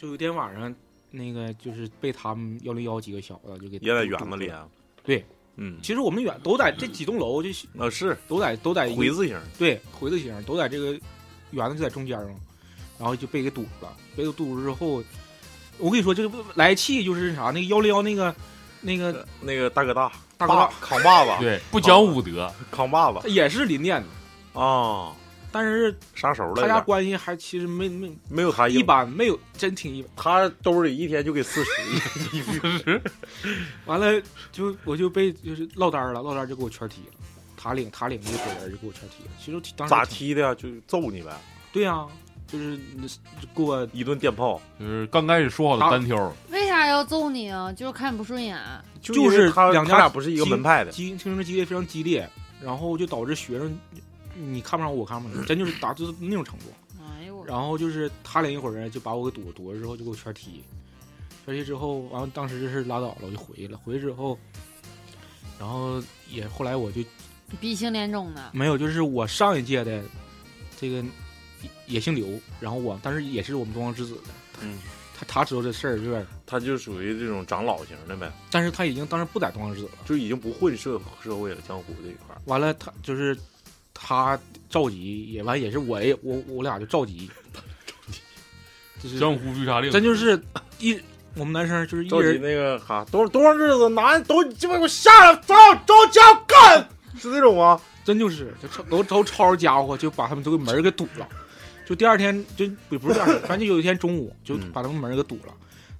Speaker 4: 就有一天晚上，那个就是被他们幺零幺几个小子就给
Speaker 2: 也在园子里
Speaker 4: 堵住了。
Speaker 2: 啊。
Speaker 4: <laughs> 对，
Speaker 2: 嗯，
Speaker 4: 其实我们园都在这几栋楼，这
Speaker 2: 啊是
Speaker 4: 都在都哎在一个
Speaker 2: 回字形，
Speaker 4: 对回字形，都在这个园子就在中间嘛，然后就被给堵住了。被堵住之后，我跟你说，这个呃来气就是啥，那个幺零幺那个那个
Speaker 2: 那个大哥大，
Speaker 4: 大哥大
Speaker 2: 呃爸扛把子，
Speaker 5: 对，不讲武德，
Speaker 2: 扛把子
Speaker 4: 他也是林甸的，
Speaker 2: 啊，
Speaker 4: 但是
Speaker 2: 杀熟了有
Speaker 4: 他
Speaker 2: 点，
Speaker 4: 家关系还其实没没
Speaker 2: 没有他
Speaker 4: 一
Speaker 2: 把，
Speaker 4: 般，没有真挺一般。
Speaker 2: 他兜里一天就给四十，
Speaker 4: 完了就我就被就是落单了，落单就给我圈踢了。塔领塔领这个人就给我圈踢了，其实当时
Speaker 2: 咋
Speaker 4: 挺？
Speaker 2: 踢的呀？就揍你呗，
Speaker 4: 对啊，就是你就给我
Speaker 2: 一顿电炮，
Speaker 5: 就是刚开始说好的单挑，
Speaker 3: 为啥要揍你啊？就是看不顺眼，
Speaker 4: 就
Speaker 2: 因为
Speaker 4: 是
Speaker 2: 他
Speaker 4: 两
Speaker 2: 他
Speaker 4: 家
Speaker 2: 俩不是一个
Speaker 4: 激
Speaker 2: 门派的，
Speaker 4: 激竞争激烈非常激烈，然后就导致学生嗯你看不上我，我看不上你，真就是打就是那种程度。
Speaker 3: 哎呦我，
Speaker 4: 然后就是他领一会儿就把我给堵堵了之后就给我圈踢，圈踢之后完了当时这事儿拉倒了，我就回去了。回去之后，然后也后来我就
Speaker 3: 鼻青脸肿的，
Speaker 4: 没有，就是我上一届的这个也也姓刘，然后我但是也是我们东方之子的，
Speaker 2: 嗯，
Speaker 4: 他他知道这事儿就是，
Speaker 2: 他就属于这种长老型的呗，
Speaker 4: 但是他已经当时不在东方之子了。
Speaker 2: 就已经不混社社会了，江湖这一块儿。
Speaker 4: 完了，他就是他召集也完也是我也我我俩就
Speaker 2: <laughs>
Speaker 4: 召集，就是
Speaker 5: 江湖追杀令，
Speaker 4: 真就是一我们男生就是一
Speaker 2: 着急
Speaker 4: 人
Speaker 2: 那个哈，多多长日子拿都鸡巴给我下来，走周家干，是这种吗？
Speaker 4: 真就是就抄都都抄着家伙就把他们都给门儿给堵了，就第二天就不不是第二天，反正就有一天中午就
Speaker 2: 嗯
Speaker 4: 把他们门儿给堵了，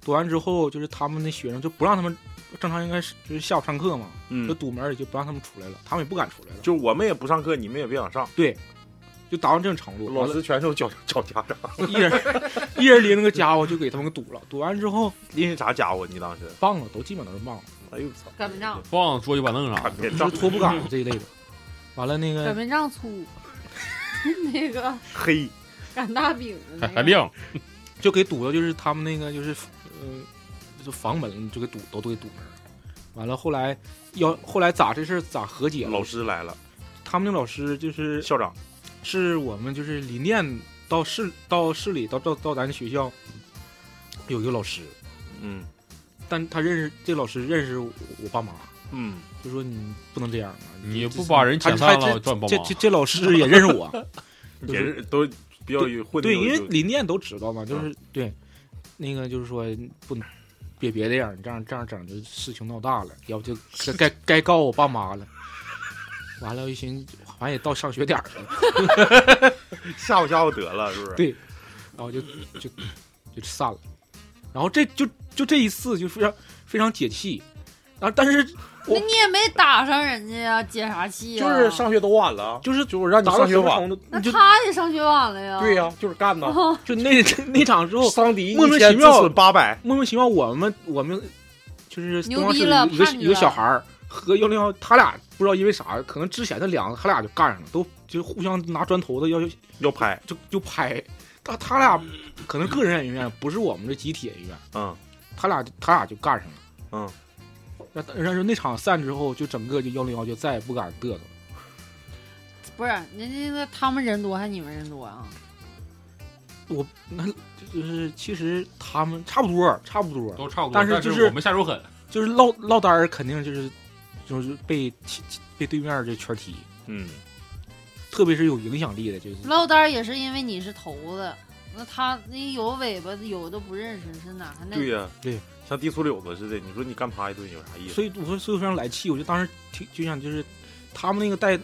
Speaker 4: 堵完之后就是他们那学生就不让他们正常应该是就是下午上课嘛，就
Speaker 2: 嗯，
Speaker 4: 堵门儿也就不让他们出来了，他们也不敢出来了，
Speaker 2: 就我们也不上课，你们也别想上，
Speaker 4: 就达到这种程度，
Speaker 2: 老
Speaker 4: 完了
Speaker 2: 师全都找找家长，
Speaker 4: 一人 <laughs> 一人拎着个家伙就给他们给堵了，堵完之后
Speaker 2: 拎是啥家伙？你当时，
Speaker 4: 棒子都基本都是棒子，
Speaker 2: 哎呦我操，
Speaker 3: 擀面杖，
Speaker 5: 放桌椅板凳 <laughs> 啥
Speaker 2: 看
Speaker 5: 的，
Speaker 2: 别
Speaker 4: 就
Speaker 2: 仗
Speaker 4: 是拖布杆嗯
Speaker 3: 嗯
Speaker 4: 子这一类的，完了那
Speaker 3: 擀 <laughs>
Speaker 4: 个
Speaker 3: 面杖粗，那个
Speaker 2: 黑，
Speaker 3: 擀大饼的
Speaker 5: <laughs>
Speaker 3: 那
Speaker 11: 还
Speaker 3: 个
Speaker 11: 还
Speaker 5: 哎
Speaker 11: 亮，
Speaker 4: 就给堵的，就是他们那个就是，呃，就是房门就给堵，都都给堵上了。完了后来要后来咋这事儿咋和解了？
Speaker 2: 老师来了，
Speaker 4: 他们那老师就是
Speaker 2: 校长
Speaker 4: 是我们就是林甸到市到市里到到到咱学校有一个老师，
Speaker 2: 嗯
Speaker 4: 但他认识这老师认识我我爸妈，
Speaker 2: 嗯，
Speaker 4: 就说你不能这样啊，
Speaker 5: 你
Speaker 4: 这
Speaker 5: 不把人遣散
Speaker 4: 他
Speaker 5: 了，赚宝
Speaker 4: 这
Speaker 5: 马
Speaker 4: 这这老师也认识
Speaker 5: <laughs>
Speaker 4: 我， <laughs> 就是
Speaker 2: 也是都比较有混的
Speaker 4: 对，
Speaker 2: 有
Speaker 4: 因为
Speaker 2: 有
Speaker 4: 林甸都知道嘛，就是、对，那个就是说不能别别这样，你这样这样整就事情闹大了，要不就该该该告我爸妈了。完了，我一寻，反正也到上学点儿了，
Speaker 2: 吓唬吓唬得了，是不是？
Speaker 4: 对，然后就就就散了。然后这就就这一次就非常非常解气，然后但是
Speaker 3: 那你也没打上人家呀，解啥气呀？
Speaker 12: 就是上学都晚了，
Speaker 4: 就是
Speaker 12: 就是让你
Speaker 4: 达
Speaker 12: 上
Speaker 4: 到
Speaker 12: 学
Speaker 4: 什么
Speaker 12: 晚。哦
Speaker 4: 程度，
Speaker 3: 那
Speaker 4: 就
Speaker 3: 他也上学晚了呀。
Speaker 12: 对呀、就是干呐。
Speaker 4: 就那那场之后，
Speaker 12: 桑迪一
Speaker 4: 莫名
Speaker 12: 天
Speaker 4: 其妙
Speaker 12: 自损八百，
Speaker 4: 莫名其妙，我们我们就是
Speaker 3: 牛
Speaker 4: 东方
Speaker 3: 逼
Speaker 4: 市
Speaker 3: 了
Speaker 4: 一个
Speaker 3: 叛逆
Speaker 4: 一个
Speaker 3: 了
Speaker 4: 小孩儿和幺零幺，他俩不知道因为啥，可能之前的两个他俩就干上了，都就互相拿砖头子要就
Speaker 2: 要拍，
Speaker 4: 就拍。他他俩可能个人恩怨不是我们这集体恩怨，
Speaker 2: 嗯，
Speaker 4: 他俩他俩就干上了，
Speaker 2: 嗯。
Speaker 4: 那但是那场散之后，就整个就幺零幺就再也不敢嘚瑟了。
Speaker 3: 不是人家那他们人多还你们人多啊？
Speaker 4: 我那就是其实他们差不多，差不多，
Speaker 5: 都差不多。
Speaker 4: 但
Speaker 5: 但
Speaker 4: 是就是
Speaker 5: 我们下手狠，
Speaker 4: 就是落落单儿肯定就是就是被踢被对面儿这全踢，
Speaker 2: 嗯，
Speaker 4: 特别是有影响力的，就是
Speaker 3: 落单儿也是因为你是头子，那他那有尾巴有的不认识是哪儿那
Speaker 2: 对呀、
Speaker 4: 对，
Speaker 2: 像地粗柳子似的，你说你干趴一顿有啥意思？
Speaker 4: 所以我说所以非常来气，我就当时挺就想就是他们那个带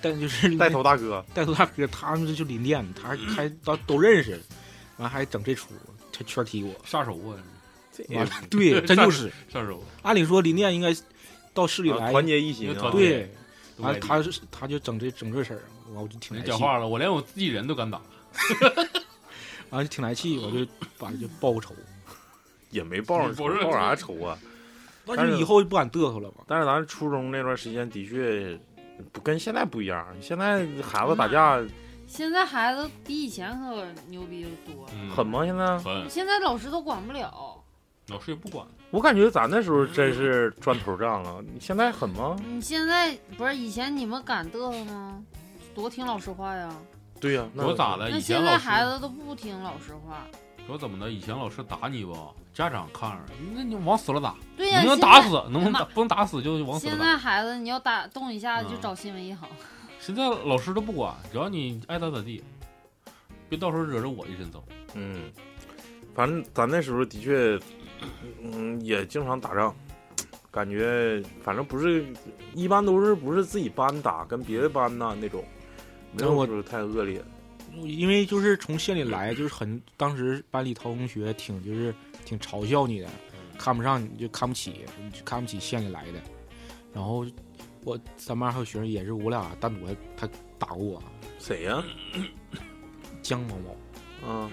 Speaker 4: 带就是
Speaker 2: <laughs> 带头大哥，
Speaker 4: 带头大哥，他们这就林甸，他还还都都认识，完还整这出，他圈踢我，
Speaker 5: 下手啊，
Speaker 4: 完了对，真就是，
Speaker 5: 下手。
Speaker 4: 按理说林甸应该到市里
Speaker 2: 啊
Speaker 4: 来，
Speaker 2: 团结一心
Speaker 5: 因为
Speaker 2: 啊
Speaker 5: 团！结
Speaker 4: 对，完了啊他是他就整这整这事儿，完我就挺
Speaker 5: 你
Speaker 4: 来
Speaker 5: 讲
Speaker 4: 气，
Speaker 5: 话了，我连我自己人都敢打，
Speaker 4: 完就挺来气，我就把就报个仇，
Speaker 2: 也没抱上
Speaker 5: 不是
Speaker 2: 报啥仇啊。
Speaker 4: 但是以后就不敢嘚瑟了嘛。
Speaker 2: 但是咱初中那段时间的确不跟现在不一样，现在孩子打架
Speaker 3: 现在孩子比以前可牛逼多了，
Speaker 5: 嗯
Speaker 2: 狠？吗？现在
Speaker 5: 狠，
Speaker 3: 现在老师都管不了。
Speaker 5: 老师也不管。
Speaker 2: 我感觉咱那时候真是砖头仗啊，你现在狠吗？
Speaker 3: 你现在不是以前你们敢嘚瑟吗？多听老师话呀！
Speaker 2: 对呀、那
Speaker 5: 我咋的？
Speaker 3: 那
Speaker 5: 啊以前
Speaker 3: 现在
Speaker 5: 老师
Speaker 3: 孩子都不听老师话。
Speaker 5: 说怎么的？以前老师打你吧，家长看着，那你往死了打，
Speaker 3: 对呀、
Speaker 5: 能不能
Speaker 3: 现
Speaker 5: 打
Speaker 3: 在
Speaker 5: 死？能不能打？不能打死就往死
Speaker 3: 现
Speaker 5: 了打。
Speaker 3: 在孩子你要打动一下
Speaker 5: 嗯
Speaker 3: 就找新闻一行，
Speaker 5: 现在老师都不管，只要你爱咋咋地，别到时候惹着我一身揍。
Speaker 2: 嗯，反正咱那时候的确，嗯，也经常打仗，感觉反正不是，一般都是不是自己班打，跟别的班呐那种，没
Speaker 4: 那
Speaker 2: 有
Speaker 4: 我
Speaker 2: 说太恶劣。
Speaker 4: 因为就是从县里来，就是很当时班里陶同学挺就是挺嘲笑你的，看不上你就看不起，你就看不起县里来的。然后我咱班还有学生也是我俩单独还他打过我，
Speaker 2: 谁呀、
Speaker 4: 江某某，
Speaker 2: 嗯，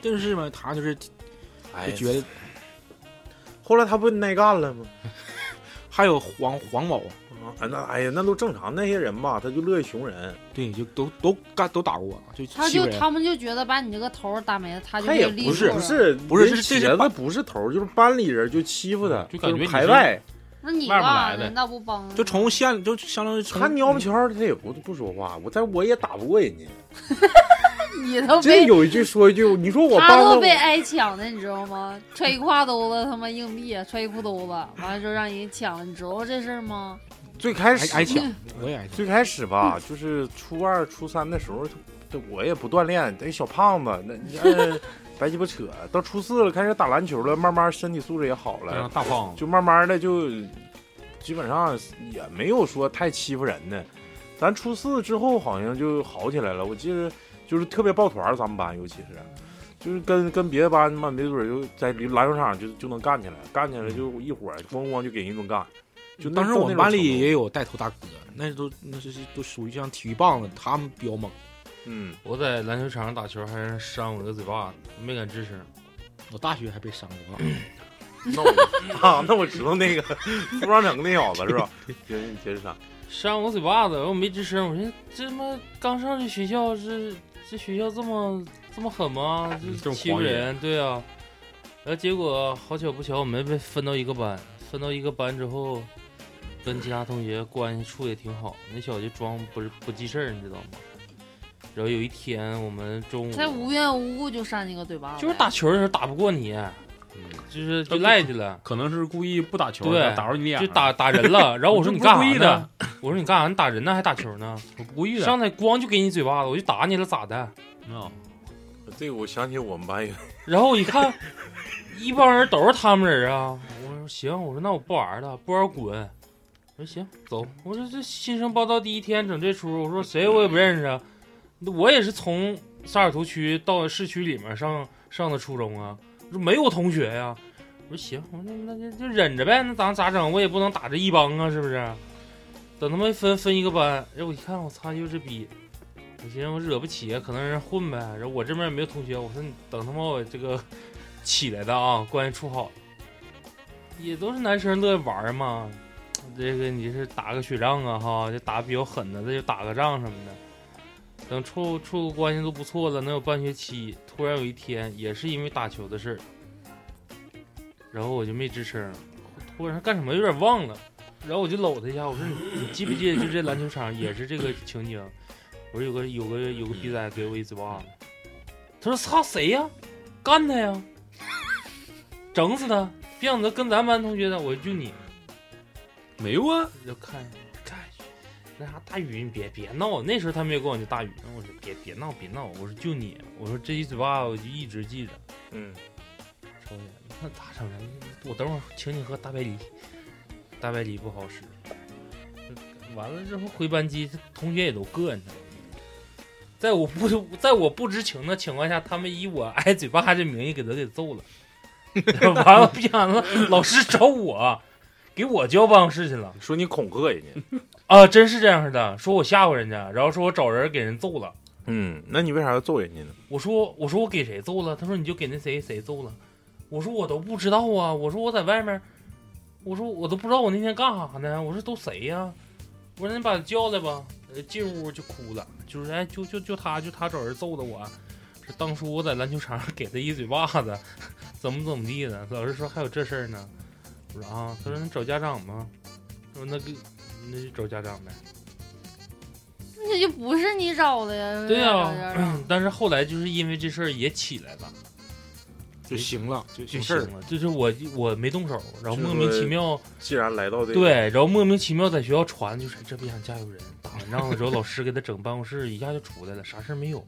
Speaker 4: 真是嘛，他就是就
Speaker 2: 哎，
Speaker 4: 觉得
Speaker 2: 后来他不耐干了吗？
Speaker 4: 还有黄黄某，
Speaker 2: 啊，那哎呀，那都正常，那些人吧，他就乐意熊人，
Speaker 4: 对，就都都干都打过我，就
Speaker 3: 他
Speaker 4: 欺负
Speaker 3: 就
Speaker 4: 人。
Speaker 3: 他们就觉得把你这个头儿打没了，他就
Speaker 2: 他也
Speaker 3: 没利
Speaker 2: 不是
Speaker 3: 索
Speaker 2: 不
Speaker 3: 了
Speaker 2: 是
Speaker 4: 不是
Speaker 2: 人
Speaker 4: 是这是
Speaker 2: 茄子
Speaker 4: 班
Speaker 2: 不是头儿，就是班里人就欺负他，
Speaker 5: 就感觉
Speaker 2: 是
Speaker 5: 你
Speaker 2: 排
Speaker 5: 是
Speaker 2: 外。
Speaker 3: 那你
Speaker 5: 外面
Speaker 3: 吧，
Speaker 5: 来的
Speaker 3: 人那不帮
Speaker 4: 就从县里就相当于从
Speaker 2: 他鸟不悄他也不不说话，我在我也打不过人家。
Speaker 3: 你都
Speaker 2: 这
Speaker 3: 被
Speaker 2: 有一句说一句，你说我
Speaker 3: 他
Speaker 2: 帮了
Speaker 3: 都
Speaker 2: 我
Speaker 3: 被挨抢的，你知道吗？揣一挎兜子他妈硬币，揣一裤兜子，完了之后让人抢了，你知道这事儿吗？
Speaker 2: 最开
Speaker 4: 挨
Speaker 2: 始
Speaker 4: 挨抢，我也挨抢。
Speaker 2: 最开始吧，
Speaker 4: 嗯
Speaker 2: 就是初二、初三的时候，就我也不锻炼，这小胖子那你
Speaker 4: <laughs>
Speaker 2: 按白鸡巴扯。到初四了，开始打篮球了，慢慢身体素质也好
Speaker 5: 加上
Speaker 4: 嗯
Speaker 2: 了，
Speaker 5: 大胖子，
Speaker 2: 就慢慢的就基本上也没有说太欺负人的。咱初四之后好像就好起来了，我记得就是特别抱团儿，咱们班尤其是。就是跟跟别的班嘛，没准儿就在篮球场就就能干起来，干起来就一伙儿咣咣就给人一顿干。就那
Speaker 4: 嗯当时
Speaker 2: 到
Speaker 4: 我
Speaker 2: 那
Speaker 4: 们
Speaker 2: 种
Speaker 4: 班
Speaker 2: 程
Speaker 4: 里
Speaker 2: 度
Speaker 4: 也有带头大哥，那都那是都属于像体育棒子，他们比较猛。
Speaker 2: 嗯，
Speaker 13: 我在篮球场上打球，还让人扇我一个嘴巴子，没敢吱声。
Speaker 4: 我大学还被伤过，
Speaker 5: <clears throat>
Speaker 2: 那我 <laughs> 啊，那我知道那个服装整那小子是 <laughs> 吧？接着接着啥？
Speaker 13: 扇我嘴巴子，我没吱声。我说这他妈刚上这学校，这
Speaker 5: 这学校这么这么狠吗？
Speaker 4: 嗯这
Speaker 5: 就
Speaker 4: 么
Speaker 5: 欺负
Speaker 4: 狂野
Speaker 5: 人，对啊。然后结果好巧不巧，我们被分到一个班，分到一个班之后，跟其他同学关系处也挺好。那小子就装不是不记事儿，你知道吗？然后有一天我们中午
Speaker 3: 才无缘无故就扇你个嘴巴子，
Speaker 5: 嗯就是打球的时候打不过你，
Speaker 4: 嗯
Speaker 5: 就是就赖去了。
Speaker 4: 可能是故意不打球，
Speaker 5: 对
Speaker 4: 打着你脸
Speaker 5: 就
Speaker 4: 上
Speaker 5: 打打人了。然后我
Speaker 4: <laughs>
Speaker 5: 说你干
Speaker 4: 不是
Speaker 5: 啥
Speaker 4: 故意的
Speaker 5: 呢？我说你干啥？你打人呢还打球呢？
Speaker 4: 我不故意的。
Speaker 5: 上来咣就给你嘴巴子，我就打你了咋的？
Speaker 4: 啊，
Speaker 2: 这个我想起我们班有
Speaker 5: 然后我一看，一帮人都是他们人啊。我说行，我说那我不玩了，不玩滚。我说行，走。我说这新生报到第一天整这出，我说谁我也不认识啊。我也是从沙尔图区到市区里面上上的初中啊，我说没有同学呀、我说行，我说那那就就忍着呗，那咱咋整？我也不能打这一帮啊，是不是？等他们分分一个班，哎然后我一看，我操，又这逼！我寻思我惹不起，可能是混呗。然后我这边也没有同学，我说你等他妈我这个起来的啊，关系处好，也都是男生乐意玩嘛。这个你是打个雪仗啊，哈，就打比较狠的，那就打个仗什么的。等处处关系都不错了，能有半学期，突然有一天也是因为打球的事儿，然后我就没吱声，突然干什么有点忘了，然后我就搂他一下，我说你你记不记得就这篮球场也是这个情景，我说有个有个有个逼崽给我一嘴巴子，他说操谁呀、干他呀，整死他，别让他跟咱班同学的，我就你，
Speaker 4: 没有啊，
Speaker 5: 我就看看那啥大宇，你别别闹，那时候他没有管我叫大宇，我说别别闹别闹，我说就你，我说这一嘴巴我就一直记着。
Speaker 2: 嗯，
Speaker 5: 抽烟，那咋整呢？我等会儿请你喝大白梨，大白梨不好使。完了之后回班级，同学也都膈应他。在我不在我不知情的情况下，他们以我挨嘴巴这名义给他给揍了。 <laughs> 完了，不想了，老师找我，给我交办公室去了。
Speaker 2: <laughs> 说你恐吓人 <laughs> 家，
Speaker 5: 啊，真是这样式的，说我吓唬人家，然后说我找人给人揍了。
Speaker 2: 嗯，那你为啥要揍人家呢？
Speaker 5: 我说我说我给谁揍了？他说你就给那谁谁揍了。我说我都不知道啊。我说我在外面，我说我都不知道我那天干啥呢。我说都谁呀、我说你把他叫来吧。呃进屋就哭了，就是哎，就就就他就他找人揍的我。是当初我在篮球场上 <laughs> 给他一嘴巴子，怎么怎么地的。老师说还有这事儿呢。我说啊，他说你找家长吗？我说那个那就找家长呗。
Speaker 3: 那就不是你找的呀。
Speaker 5: 对呀、
Speaker 3: 这
Speaker 5: <clears throat>
Speaker 3: 样啊
Speaker 5: 但是后来就是因为这事儿也起来了。
Speaker 14: 就行了，就
Speaker 5: 就
Speaker 14: 就事儿
Speaker 5: 行了，就是我我没动手，然后莫名其妙
Speaker 2: 既然来到这个，
Speaker 5: 对，然后莫名其妙在学校传就是这不想家有人打完仗了之后，老师给他整办公室一下就出来了，啥事儿没有。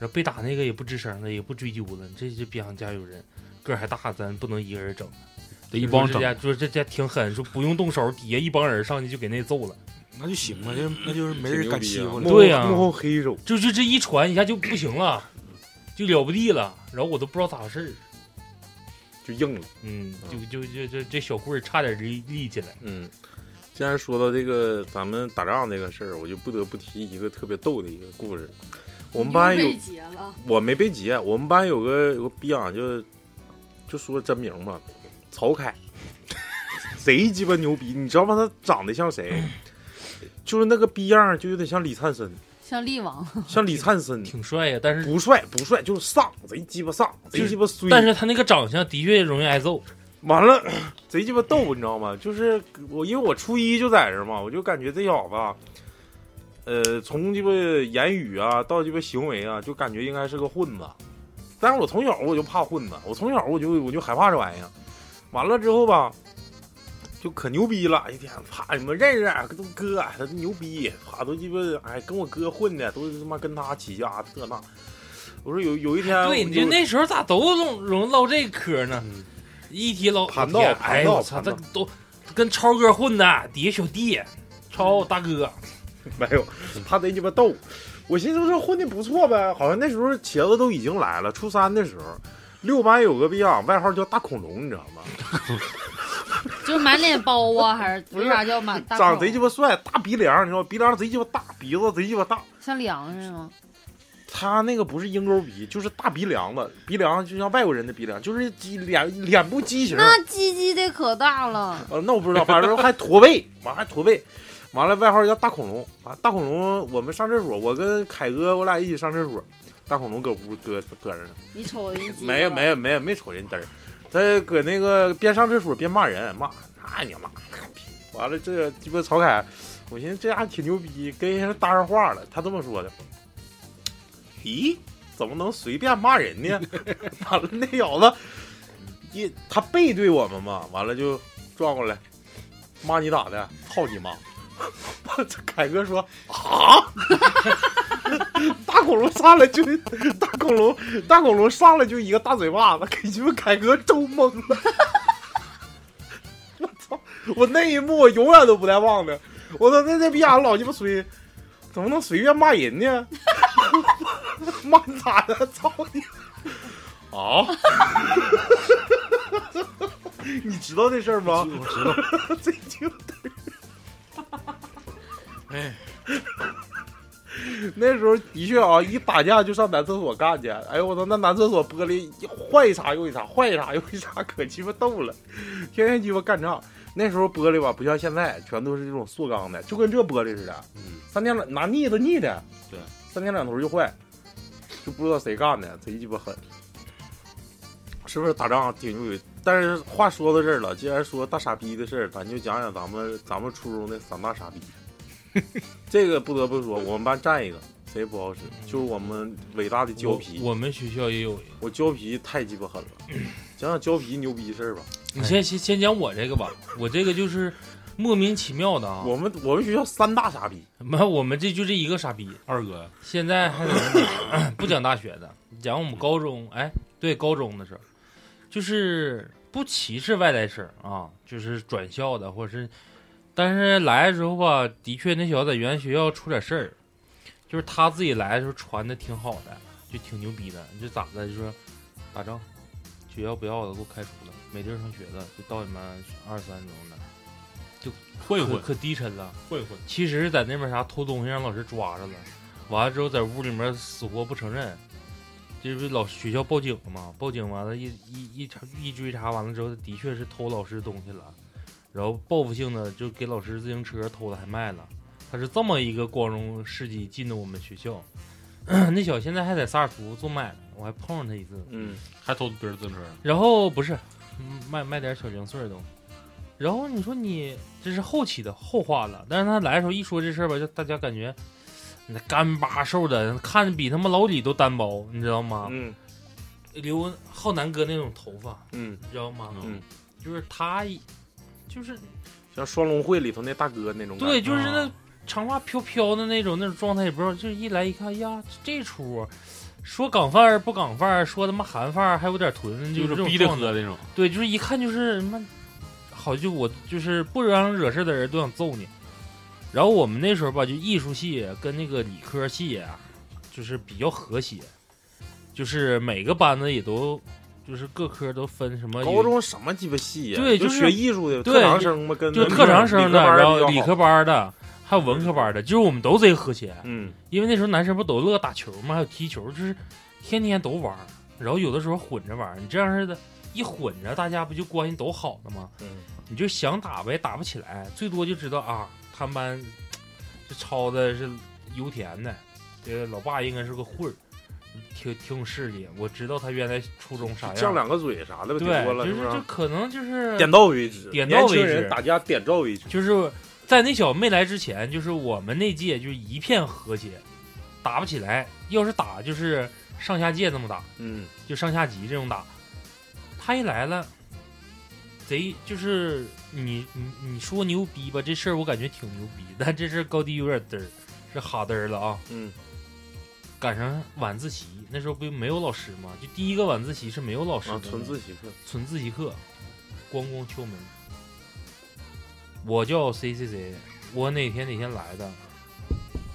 Speaker 5: 然后被打那个也不吱声了，也不追究了，这就别想家有人，个儿还大，咱不能一个人整。
Speaker 4: 得一帮
Speaker 5: 说这
Speaker 4: 整，
Speaker 5: 家说这家挺狠，说不用动手，底下一帮人上去就给那揍了。
Speaker 14: 那就行了，就那就是没人敢欺负了
Speaker 2: 挺牛逼啊。
Speaker 5: 对呀
Speaker 1: 幕后黑手，
Speaker 5: 就就这一传一下就不行了，就了不地了。然后我都不知道咋回事儿，
Speaker 1: 就硬了。
Speaker 5: 嗯，就就就这这小棍儿差点立立起来。
Speaker 2: 嗯，既然说到这个咱们打仗这个事儿，我就不得不提一个特别逗的一个故事。我们班
Speaker 3: 又
Speaker 2: 有
Speaker 3: 被劫了，
Speaker 2: 我没被劫，我们班有个有个逼样，就就说真名吧，曹 <laughs> 凯，贼鸡巴牛逼，你知道吗？他长得像 <laughs> 谁？就是那个逼样儿，就有点像李灿森，
Speaker 3: 像力王，
Speaker 2: 像李灿森，
Speaker 5: 挺帅呀，但是
Speaker 2: 不帅不帅，就是丧，贼鸡巴丧，贼鸡巴衰。
Speaker 5: 但是他那个长相的确容易挨揍。
Speaker 2: 完了， <coughs> 贼鸡巴逗，你知道吗？就是我，因为我初一就在这儿嘛，我就感觉这小子啊，呃，从鸡巴言语啊到鸡巴行为啊，就感觉应该是个混子。但是我从小我就怕混子，我从小我就我就害怕这玩意儿。完了之后吧，就可牛逼了，哎一天啪你们认识啊都哥，他牛逼，啪都鸡巴哎跟我哥混的，都他妈跟他起家这那。我说有有一天，
Speaker 5: 对，你就那时候咋都容容易唠这嗑呢？一提唠，
Speaker 2: 盘道
Speaker 5: 我天
Speaker 2: 盘
Speaker 5: 哎呦
Speaker 2: 道
Speaker 5: 我操，
Speaker 2: 盘
Speaker 5: 他
Speaker 2: 道
Speaker 5: 都跟超哥混的，底下小弟，
Speaker 2: 嗯
Speaker 5: 超大哥，
Speaker 2: <laughs> 没有，他贼鸡巴逗。我寻思说混的不错呗，好像那时候茄子都已经来了，初三的时候，六班有个逼样，外号叫大恐龙，你知道吗？
Speaker 3: 就是满脸包啊，还是为啥叫满大口？
Speaker 2: 长贼鸡巴帅，大鼻梁，你知道吗？鼻梁贼鸡巴大，鼻子贼鸡巴大。
Speaker 3: 像梁是吗？
Speaker 2: 他那个不是鹰钩鼻，就是大鼻梁子，鼻梁就像外国人的鼻梁，就是鸡脸脸部畸形。
Speaker 3: 那鸡鸡的可大了，
Speaker 2: 呃，那我不知道，反正还驼背，完还驼背。完了外号叫大恐龙，啊大恐龙，我们上厕所，我跟凯哥我俩一起上厕所，大恐龙搁屋搁搁那儿呢。
Speaker 3: <laughs> 你瞅人急
Speaker 2: 没有没
Speaker 3: 有，
Speaker 2: 有没有没瞅人嘚儿，他搁那个边上厕所边骂人，骂那你妈个逼！完了这鸡巴曹凯，我寻思这家挺牛逼，跟人搭上话了。他这么说的，咦，怎么能随便骂人呢？ <laughs> 完了那小子一他背对我们嘛，完了就转过来，骂你咋的？操你妈！ <laughs> 凯哥说啊。 <laughs> 大恐龙上来就大恐龙大恐龙上来就一个大嘴巴子， <laughs> 给你们凯哥揍懵了。 <laughs> 我操！我那一幕我永远都不带忘的。我操，那那逼俺老鸡巴衰，怎么能随便骂人呢？ <laughs> 骂你咋的？操你！啊！ <laughs> 你知道这事儿吗？
Speaker 15: 我知道，
Speaker 2: <laughs> 这就
Speaker 15: 哎，
Speaker 2: 那时候的确啊，一打架就上男厕所干去。哎呦我操，那男厕所玻璃坏一茬又一茬，坏一茬又一茬，可鸡巴逗了，天天鸡巴干仗。那时候玻璃吧，不像现在，全都是这种塑钢的，就跟这玻璃似的，
Speaker 4: 嗯
Speaker 2: 三天两拿腻子腻的，
Speaker 4: 对，
Speaker 2: 三天两头就坏，就不知道谁干的，贼鸡巴狠。是不是打仗挺牛逼？但是话说到这儿了，既然说大傻逼的事儿，咱就讲讲咱们咱们初中的三大傻逼。这个不得不说，我们班占一个，谁也不好使，就是我们伟大的胶皮。
Speaker 5: 我我们学校也有一个。
Speaker 2: 我胶皮太鸡巴狠了，讲讲胶皮牛逼的事儿吧。
Speaker 5: 你先先先讲我这个吧，我这个就是莫名其妙的啊。
Speaker 2: 我们我们学校三大傻逼，
Speaker 5: 妈，我们这就这一个傻逼，
Speaker 4: 二哥，
Speaker 5: 现在还得讲 <coughs> 不讲大学的，讲我们高中。哎，对，高中的时候，就是不歧视外来生啊，就是转校的，或者是，但是来的时候吧，的确那小子在原来学校出点事儿，就是他自己来的时候传的挺好的，就挺牛逼的，就咋的，就说打仗，学校不要了，给我开除了，没地儿上学了，就到你们二三中的，
Speaker 4: 混一
Speaker 5: 可
Speaker 4: 混，
Speaker 5: 可低沉了。
Speaker 4: 混一混，
Speaker 5: 其实在那边啥偷东西让老师抓着了，完了之后在屋里面死活不承认，这不老师学校报警了吗？报警完了一，一一查一追查完了之后，的确是偷老师东西了，然后报复性的就给老师自行车偷了还卖了，他是这么一个光荣事迹进的我们学校。 <clears throat> 那小子现在还在萨尔图做买卖，我还碰上他一次。
Speaker 2: 嗯，
Speaker 4: 还偷别人自行车，
Speaker 5: 然后不是嗯卖卖点小零碎儿的东西。然后你说你这是后期的后话了，但是他来的时候一说这事儿吧，就大家感觉那干巴瘦的，看着比他妈老李都单薄，你知道吗？
Speaker 2: 嗯
Speaker 5: 刘浩南哥那种头发，
Speaker 2: 嗯，
Speaker 5: 你知道吗？
Speaker 2: 嗯，
Speaker 5: 就是他一，就是
Speaker 2: 像双龙会里头那大哥那种感觉。
Speaker 5: 对，就是那长发飘飘的那种那种状态，也不知道，就是一来一看，哎呀，这出说港范儿不港范儿，说他妈韩范儿，还有点屯，就
Speaker 4: 就
Speaker 5: 这
Speaker 4: 是
Speaker 5: 种
Speaker 4: 逼的
Speaker 5: 状态
Speaker 4: 喝那种，
Speaker 5: 对，就是一看就是妈，好就我就是不让惹事的人都想揍你。然后我们那时候吧，就艺术系跟那个理科系啊，就是比较和谐，就是每个班子也都就是各科都分什么
Speaker 2: 高中什么鸡巴戏呀、
Speaker 5: 对
Speaker 2: 就
Speaker 5: 就是
Speaker 2: 学艺术的
Speaker 5: 对
Speaker 2: 特长生嘛，跟
Speaker 5: 就
Speaker 2: 文
Speaker 5: 特
Speaker 2: 科
Speaker 5: 长生的，
Speaker 2: 理科班儿
Speaker 5: 然后
Speaker 2: 比较
Speaker 5: 理
Speaker 2: 好
Speaker 5: 科班的，还有文科班的，就是我们都贼和谐。
Speaker 2: 嗯
Speaker 5: 因为那时候男生不都乐打球嘛，还有踢球，就是天天都玩儿，然后有的时候混着玩儿。你这样似的，一混着，大家不就关系都好了吗？
Speaker 2: 嗯，
Speaker 5: 你就想打呗，打不起来，最多就知道啊，他们班这抄的是油田的，这个老爸应该是个混儿，挺挺有势力。我知道他原来初中啥
Speaker 2: 犟
Speaker 5: 样，
Speaker 2: 两个嘴啥的吧，顶
Speaker 5: 哎
Speaker 2: 多，
Speaker 5: 对
Speaker 2: 了
Speaker 5: 就是是
Speaker 2: 不？
Speaker 5: 就是可能就是
Speaker 2: 点到为止，
Speaker 5: 点到为止
Speaker 2: 年轻人打架点到为止。
Speaker 5: 就是在那小子没来之前，就是我们那届就是一片和谐，打不起来。要是打，就是上下届这么打，
Speaker 2: 嗯，
Speaker 5: 就上下级这种打。他一来了，贼就是你你你说牛逼吧，这事儿我感觉挺牛逼，但这事儿高低有点嘚儿，是哈嘚儿了啊。
Speaker 2: 嗯，
Speaker 5: 赶上晚自习，那时候不没有老师吗？就第一个晚自习是没有老师的
Speaker 2: 啊，
Speaker 5: 那种，
Speaker 2: 纯自习课，
Speaker 5: 纯自习课，光光敲门。我叫谁谁谁，我哪天哪天来的，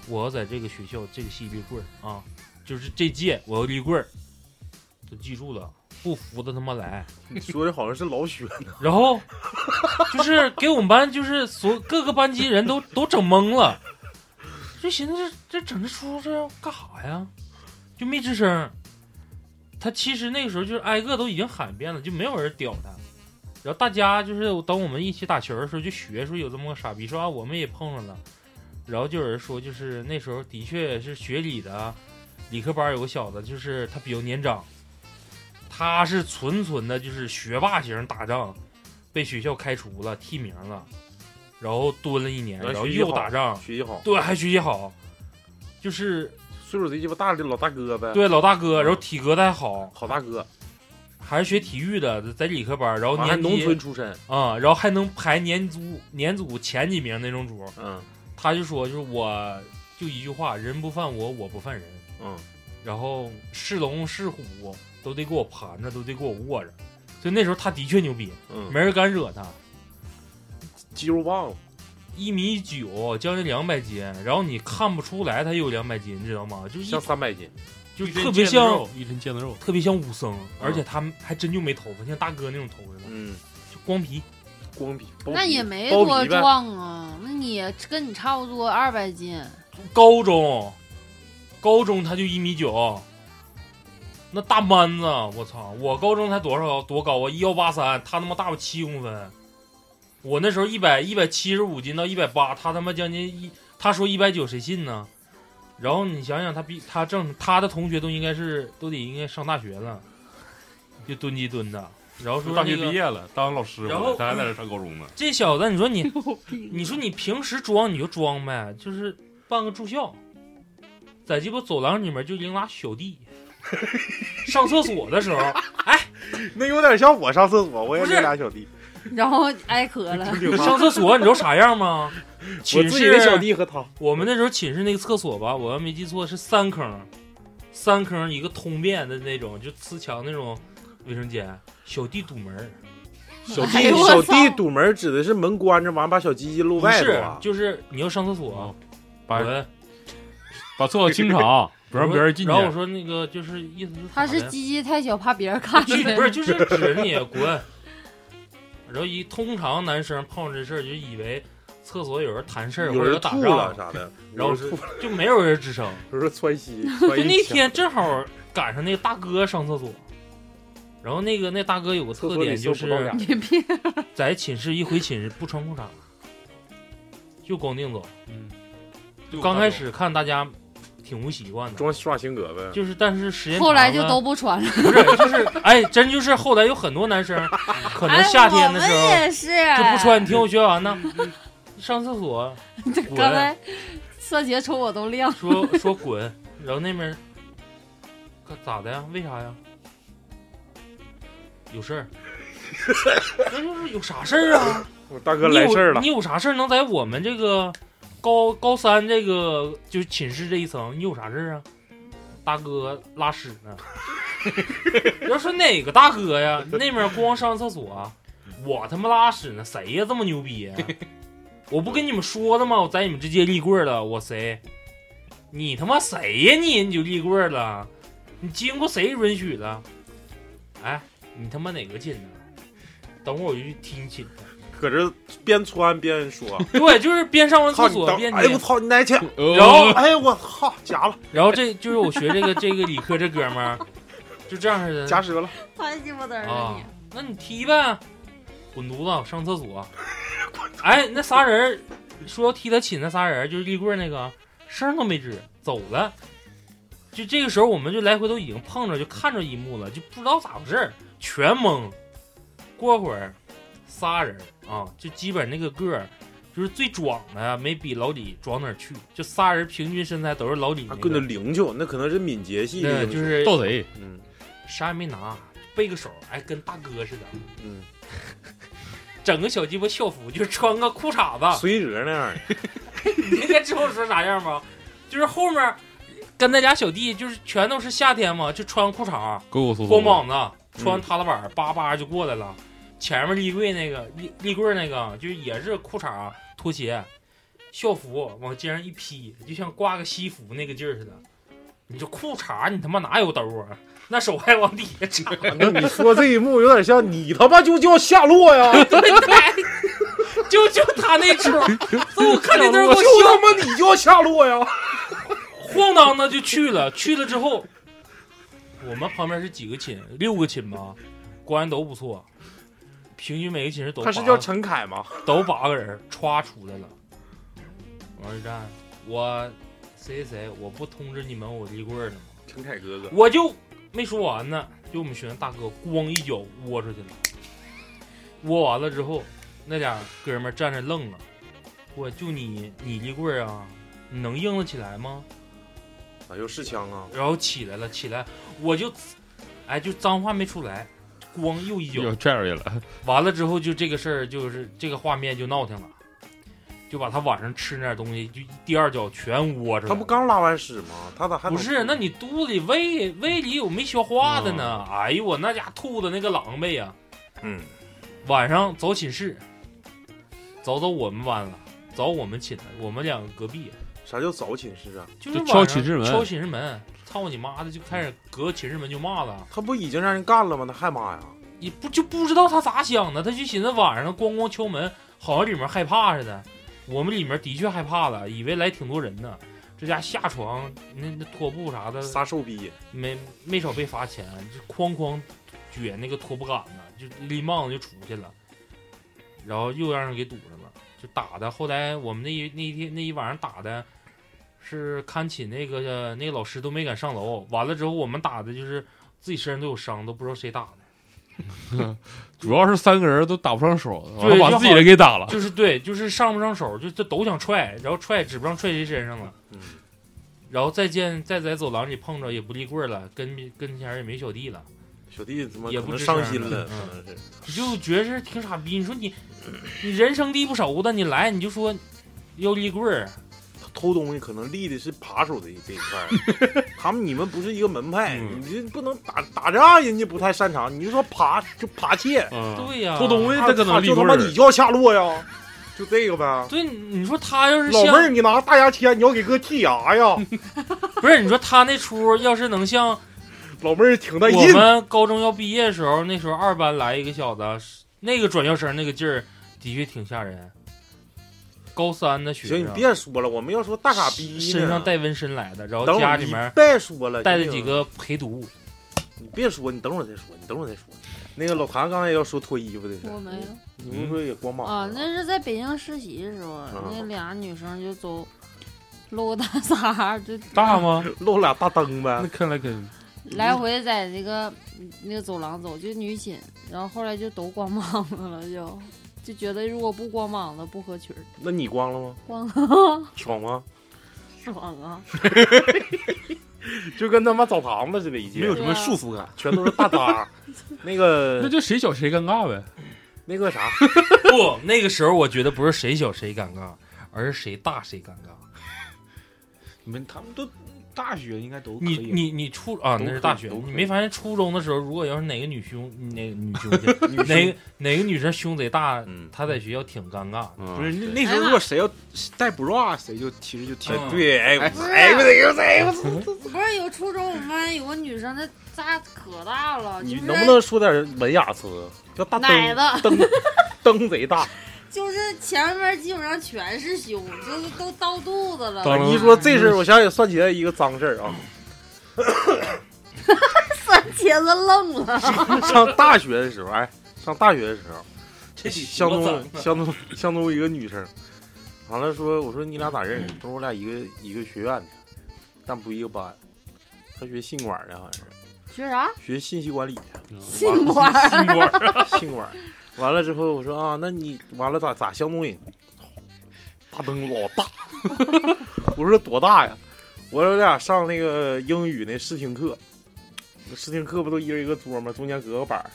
Speaker 5: 我要在这个学校这个系立棍儿啊，就是这届我要立棍儿，都记住了，不服的他妈来。
Speaker 2: 你说的好像是老
Speaker 5: <laughs>
Speaker 2: 雪，
Speaker 5: 然后就是给我们班就是所各个班级人都都整懵了，就寻思这这整这出这要干啥呀？就没吱声儿。他其实那个时候就是挨个都已经喊遍了，就没有人屌他。然后大家就是等我们一起打球的时候，就学说有这么个傻逼，说啊我们也碰上了。然后就有人说，就是那时候的确是学理的，啊理科班有个小子，就是他比较年长，他是纯纯的就是学霸型打仗，被学校开除了，替名了，然后蹲了一年，
Speaker 16: 那
Speaker 5: 然后
Speaker 16: 学习
Speaker 5: 又
Speaker 16: 好
Speaker 5: 打仗，
Speaker 16: 学习好，
Speaker 5: 对，还学习好，就是
Speaker 16: 岁数贼鸡巴大的老大哥呗，，
Speaker 5: 对老大哥，然后体格子还好，
Speaker 16: 好大哥，
Speaker 5: 还是学体育的，在理科班，然后
Speaker 16: 完还
Speaker 5: 年级
Speaker 16: 农村出身，
Speaker 5: 啊、然后还能排年组年组前几名那种组。
Speaker 16: 嗯
Speaker 5: 他就说，就是我就一句话，人不犯我，我不犯人。
Speaker 16: 嗯，
Speaker 5: 然后是龙是虎都得给我盘着，都得给我握着。所以那时候他的确牛逼，
Speaker 16: 嗯，
Speaker 5: 没人敢惹他。
Speaker 16: 肌肉棒子，
Speaker 5: 一米九，将近两百斤，然后你看不出来他有两百斤，你知道吗？就是一
Speaker 16: 像三百斤，
Speaker 5: 就是特别像
Speaker 17: 一身腱子肉，嗯
Speaker 5: 特别像武僧，而且他还真就没头发，像大哥那种头发，
Speaker 16: 嗯，
Speaker 5: 就光皮。
Speaker 16: 光皮，包
Speaker 3: 那
Speaker 16: 皮
Speaker 3: 也没
Speaker 16: 包
Speaker 3: 多
Speaker 16: 皮呗
Speaker 3: 壮啊，那你跟你差不多二百斤，
Speaker 5: 高中，高中他就一米九，那大蛮子，我操！我高中才多少多高啊？一幺八三，他他妈大我七公分。我那时候一百一百七十五斤到一百八，他他妈将近一，他说一百九，谁信呢？然后你想想，他比他正他的同学都应该是都得应该上大学了，就蹲鸡蹲的。然后说、
Speaker 17: 大
Speaker 5: 那
Speaker 17: 学
Speaker 5: 个、
Speaker 17: 毕业了，当老师
Speaker 5: 然后
Speaker 17: 了，他还在这上高中呢。
Speaker 5: 这小子，
Speaker 3: <laughs>
Speaker 5: 你说你，
Speaker 3: 啊
Speaker 5: 你说你平时装你就装呗，就是办个住校，在鸡巴走廊里面就领俩小弟，上厕所的时候，
Speaker 2: <laughs> 那有点像我上厕所，我也
Speaker 5: 不是哎
Speaker 2: 这俩小弟，
Speaker 3: <laughs> 然后挨咳了。
Speaker 5: 上厕所你知道啥样吗？
Speaker 2: 我
Speaker 5: 寝
Speaker 2: 自己的小
Speaker 5: 室，
Speaker 2: 弟和他，
Speaker 5: 我们那时候寝室那个厕所吧，我要没记错是三坑，三坑一个通便的那种，就呲墙那种卫生间，小弟堵门儿，
Speaker 16: 小
Speaker 3: 哎
Speaker 16: 弟
Speaker 3: 呦我
Speaker 16: 小
Speaker 3: 操
Speaker 16: 弟堵门指的是门关着，完把小鸡鸡露
Speaker 5: 不
Speaker 16: 外头
Speaker 5: 是
Speaker 16: 啊，，
Speaker 5: 就是你要上厕所
Speaker 17: 哦，把
Speaker 5: 我
Speaker 17: 把厕所清
Speaker 4: 啊
Speaker 17: 场，不让别人进去
Speaker 5: 然。后我说那个就是意思是
Speaker 3: 他是
Speaker 5: 咋的
Speaker 3: 鸡鸡太小，怕别人看
Speaker 5: 就
Speaker 3: 见。
Speaker 5: 不 <laughs> 是，就是指着你滚。然后一通常男生碰上这事儿就以为厕所有人谈事儿
Speaker 16: 有
Speaker 5: 或者
Speaker 16: 人
Speaker 5: 打
Speaker 16: 吐了啥
Speaker 5: 仗，
Speaker 16: 的，
Speaker 5: 然后
Speaker 16: 有人
Speaker 5: 是
Speaker 16: 吐了
Speaker 5: 就没有人吱声。
Speaker 16: 有人窜
Speaker 5: <laughs>
Speaker 16: 稀，
Speaker 5: 就
Speaker 16: 窜
Speaker 5: 那
Speaker 16: 一
Speaker 5: 天正好赶上那个大哥上厕所，然后那个那大哥有个
Speaker 16: 厕
Speaker 5: 特
Speaker 16: 所里
Speaker 5: 点就
Speaker 16: 搜不到
Speaker 5: 是
Speaker 16: 俩
Speaker 3: 你别
Speaker 5: 在寝室一回寝室不穿裤衩，就光腚走。
Speaker 17: 嗯，
Speaker 5: 刚开始看大家挺不习惯的，
Speaker 16: 装耍性格呗，
Speaker 5: 就是但是时间
Speaker 3: 后来
Speaker 5: 长
Speaker 3: 就
Speaker 5: 了
Speaker 3: 都不穿了。
Speaker 5: 不是就是哎，真就是后来有很多
Speaker 3: <laughs>
Speaker 5: 男生可能
Speaker 3: 哎
Speaker 5: 夏天的时候
Speaker 3: 我。们也是
Speaker 5: 就不 <laughs> 穿，你。听我学完呢。上厕所滚
Speaker 3: 刚才色鞋瞅我都亮，
Speaker 5: 说说滚，然后那边儿可咋的呀？为啥呀？有事儿？ <laughs> 那就是有啥事儿啊？
Speaker 16: 我大哥
Speaker 5: 你
Speaker 16: 来
Speaker 5: 有
Speaker 16: 事儿了
Speaker 5: 你，有啥事儿能在我们这个高高三这个就是寝室这一层，你有啥事儿啊？大哥拉屎呢。 <laughs> 要说哪个大哥呀？那面光上厕所、我他妈拉屎呢，谁呀这么牛逼、我不跟你们说了吗？我在你们这街立棍儿了，我谁？你他妈谁呀你？你就立棍儿了？你经过谁允许了？哎，你他妈哪个亲的？等会儿我就去踢你亲去。
Speaker 16: 搁这边窜边说，
Speaker 5: <laughs> 对，就是边上完
Speaker 16: 操
Speaker 5: 厕
Speaker 16: 你
Speaker 5: 所边
Speaker 16: 等，哎呦我
Speaker 5: 念呃
Speaker 16: 操你奶去，
Speaker 5: 然后
Speaker 16: 哎我操夹了
Speaker 5: 然后这就是我学这个这个理科这哥们儿，就这样式
Speaker 16: 夹
Speaker 5: 的
Speaker 16: 折了，
Speaker 3: 太鸡巴嘚儿
Speaker 5: 啊
Speaker 3: 了。
Speaker 5: 那你踢呗，滚犊子，上厕所。哎，那仨人儿说要踢他寝那仨人儿就是立棍儿那个，声儿都没吱，走了。就这个时候，我们就来回都已经碰着，就看着一幕了，就不知道咋回事儿，全懵。过会儿，仨人儿啊，就基本那个个儿，就是最壮的呀，没比老李壮哪儿去。就仨人平均身材都是老李那
Speaker 16: 啊
Speaker 5: 个
Speaker 16: 棍子灵巧，那可能是敏捷系的
Speaker 5: 嗯对，
Speaker 16: 英雄，
Speaker 5: 就是
Speaker 17: 盗贼，
Speaker 16: 嗯
Speaker 5: 啥也没拿，背个手，哎，跟大哥似的，
Speaker 16: 嗯，
Speaker 5: 整个小鸡巴校服，就穿个裤衩子。
Speaker 16: 随折那样的，
Speaker 5: 你应该知道我说啥样吧？就是后面跟那俩小弟，就是全都是夏天嘛，就穿裤衩、
Speaker 17: 勾勾搜搜。
Speaker 5: 光膀子，穿踏拉板，叭叭就过来了。前面立柜那个立立柜那个，就是也是裤衩、拖鞋、校服往肩上一披，就像挂个西服那个劲儿似的。你这裤衩，你他妈哪有兜啊？那手还往底下插。
Speaker 2: <laughs> 那你说这一幕有点像你他妈就叫夏洛呀，
Speaker 5: <laughs> 就就他那出，所以我看那阵儿
Speaker 2: 就
Speaker 5: 给我
Speaker 2: 他妈你叫夏洛 <laughs> 呀，
Speaker 5: 晃荡的就去了，去了之后，我们旁边是几个寝，六个寝吧，关系都不错。平均每个寝室都
Speaker 18: 他是
Speaker 5: 八
Speaker 18: 叫
Speaker 5: 个
Speaker 18: 陈凯吗？
Speaker 5: 都八个人歘出来了。王二战，我谁谁谁，我不通知你们我立棍儿了吗？
Speaker 2: <laughs> 陈凯哥哥，
Speaker 5: 我就没说完呢，就我们学生大哥咣一脚窝出去了，窝完了之后，那俩哥们儿站那愣了。我就你你立棍儿啊，你能硬得起来吗？
Speaker 2: 咋又试枪啊？
Speaker 5: 然后起来了，起来我就，哎，就脏话没出来，咣又一脚
Speaker 1: 又拽出去了，
Speaker 5: 完了之后，就这个事儿，就是这个画面就闹腾了，就把他晚上吃那点东西，就第二脚全窝着了。
Speaker 2: 他不刚拉完屎吗？他咋还
Speaker 5: 不
Speaker 2: 能
Speaker 5: 是，那你肚子里胃胃里有没消化的呢？
Speaker 1: 嗯
Speaker 5: 哎呦我那家吐的那个狼狈呀、
Speaker 2: 嗯，
Speaker 5: 晚上走寝室，走走我们班了，走我们寝，我们两个隔壁，
Speaker 2: 啥叫早寝室啊？
Speaker 5: 就是
Speaker 1: 就
Speaker 5: 晚上
Speaker 1: 敲寝室门
Speaker 5: 敲寝室门，操你妈的就开始隔寝室门就骂了。
Speaker 2: 他不已经让人干了吗？他还骂呀？
Speaker 5: 也不就不知道他咋想的，他就寻思晚上咣咣敲门，好像里面害怕似的。我们里面的确害怕了，以为来挺多人呢。这家下床那那拖布啥的，
Speaker 2: 仨臭逼，
Speaker 5: 没没少被罚钱，就哐哐撅那个拖布杆子，就拎棒子就出去了，然后又让人给堵上了，就打的。后来我们那一那一天那一晚上打的，是看寝那个那个老师都没敢上楼。完了之后，我们打的就是自己身上都有伤，都不知道谁打的。
Speaker 1: 主要是三个人都打不上手，
Speaker 5: 对
Speaker 1: 完了把自己人给打了。
Speaker 5: 就是对，就是上不上手，就这都想踹，然后踹指不上踹谁身上了，
Speaker 2: 嗯，
Speaker 5: 然后再见再在走廊里碰着也不立棍儿了，跟跟前儿也没小弟了，
Speaker 2: 小弟他妈
Speaker 5: 也
Speaker 2: 可
Speaker 5: 不
Speaker 2: 能
Speaker 5: 吱
Speaker 2: 伤
Speaker 5: 声
Speaker 2: 心
Speaker 5: 了
Speaker 2: 了，可
Speaker 5: 嗯
Speaker 2: 能是
Speaker 5: 你就觉着挺傻逼。你说你你人生地不熟的，你来你就说要立棍儿，
Speaker 2: 他偷东西，可能立的是扒手的这一块儿。他们你们不是一个门派，
Speaker 1: 嗯
Speaker 2: 你这不能打打仗，人家不太擅长。你就说扒就扒窃，
Speaker 1: 嗯，
Speaker 5: 对呀、
Speaker 1: 偷东西他可能立
Speaker 2: 就他
Speaker 1: 棍
Speaker 2: 妈
Speaker 1: 儿，
Speaker 2: 你叫夏洛呀，就这个呗。
Speaker 5: 对，你说他要是
Speaker 2: 老妹儿，
Speaker 5: 像
Speaker 2: 你拿大牙签，你要给哥剔牙呀！
Speaker 5: <laughs> 不是你说他那出要是能像
Speaker 2: 老妹儿挺带
Speaker 5: 我
Speaker 2: 劲，
Speaker 5: 们高中要毕业的时候，那时候二班来一个小子，那个转校生那个劲儿的确挺吓人。高三的学生，
Speaker 2: 行，你别说了，我们要说大傻逼呢
Speaker 5: 身上带纹身来的，然
Speaker 2: 等
Speaker 5: 后
Speaker 2: 会
Speaker 5: 家
Speaker 2: 儿
Speaker 5: 里
Speaker 2: 你
Speaker 5: 面
Speaker 2: 别说了，
Speaker 5: 带着
Speaker 2: 这
Speaker 5: 几个陪读，
Speaker 2: 你别说，你等会儿再说，你等会儿再说。那个老谭刚才要说脱衣服的事，
Speaker 3: 我没有。
Speaker 2: 你不是说也光膀
Speaker 3: 啊，
Speaker 2: 子
Speaker 3: 那
Speaker 2: 吗
Speaker 3: 是在北京实习的时候，
Speaker 2: 嗯
Speaker 3: 那俩女生就走，露个大撒，
Speaker 2: 嗯
Speaker 3: 就
Speaker 1: 大
Speaker 5: <laughs>
Speaker 1: 吗？
Speaker 2: 露俩大灯呗
Speaker 1: 那，看来肯
Speaker 3: 来回在那个那个走廊走，就女寝，然后后来就都光膀子了， <laughs> 就就觉得如果不光膀子不合群儿，
Speaker 2: 那你光了吗？
Speaker 3: 光
Speaker 2: <laughs> 爽吗？
Speaker 3: 爽啊！
Speaker 18: 就跟他妈澡堂子似的，一
Speaker 2: 没
Speaker 18: 届
Speaker 2: 有什么
Speaker 5: 啊
Speaker 2: 束缚感，全都是大
Speaker 5: <laughs>
Speaker 2: 搭。那
Speaker 1: 那
Speaker 2: 个
Speaker 1: 就谁小谁尴尬呗。
Speaker 2: 那个啥，
Speaker 5: 不，那个时候我觉得不是谁小谁尴尬，而是谁大谁尴尬。
Speaker 4: 你们他们都大学应该都可
Speaker 5: 你
Speaker 4: 以。
Speaker 5: 你你初啊，
Speaker 2: 都
Speaker 5: 那是
Speaker 2: 可以
Speaker 5: 大学，
Speaker 2: 都可
Speaker 5: 你
Speaker 2: 以
Speaker 5: 没发现初中的时候，如果要是哪个女兄哪个女兄
Speaker 2: <laughs>
Speaker 5: 弟哪个哪个女生胸贼大，
Speaker 2: 嗯，
Speaker 5: 她在学校挺尴尬
Speaker 2: 啊
Speaker 5: 的。
Speaker 4: 不是
Speaker 1: 嗯，
Speaker 4: 那那时候，如果谁要带 bra，谁啊就其实就挺
Speaker 5: 嗯
Speaker 2: 对，哎
Speaker 4: 哎
Speaker 2: 我哎我得哎我
Speaker 3: 不是有初中我们班有个女生，那扎可大了，
Speaker 2: 你
Speaker 3: 就是
Speaker 2: 能不能说点文雅词？叫大
Speaker 3: 奶
Speaker 2: 灯
Speaker 3: 子，
Speaker 2: 灯灯贼大。
Speaker 3: 就是前面基本上全是胸，就是都到肚子了。
Speaker 5: 嗯
Speaker 1: 当
Speaker 2: 你一说这事儿，我想起算起来一个脏事儿
Speaker 5: <laughs>
Speaker 2: 啊。
Speaker 3: 三茄子愣了，
Speaker 2: 上大学的时候，哎，上大学的时候，
Speaker 5: 这几
Speaker 2: <laughs> 相
Speaker 5: 多啊
Speaker 2: 中
Speaker 5: 脏
Speaker 2: 相中相中一个女生，完了说我说你俩咋认
Speaker 5: 嗯
Speaker 2: 识？说我俩一个一个学院的，但不一个班。她学信管的，好像是
Speaker 3: 学啥？
Speaker 2: 学信息管理的。
Speaker 3: 性管儿。
Speaker 2: 性管儿，性管儿。完了之后，我说啊，那你完了咋咋相中人？大灯老大，我说多大呀？我说俩上那个英语那视听课，视听课不都一人一个桌吗？中间隔个板儿，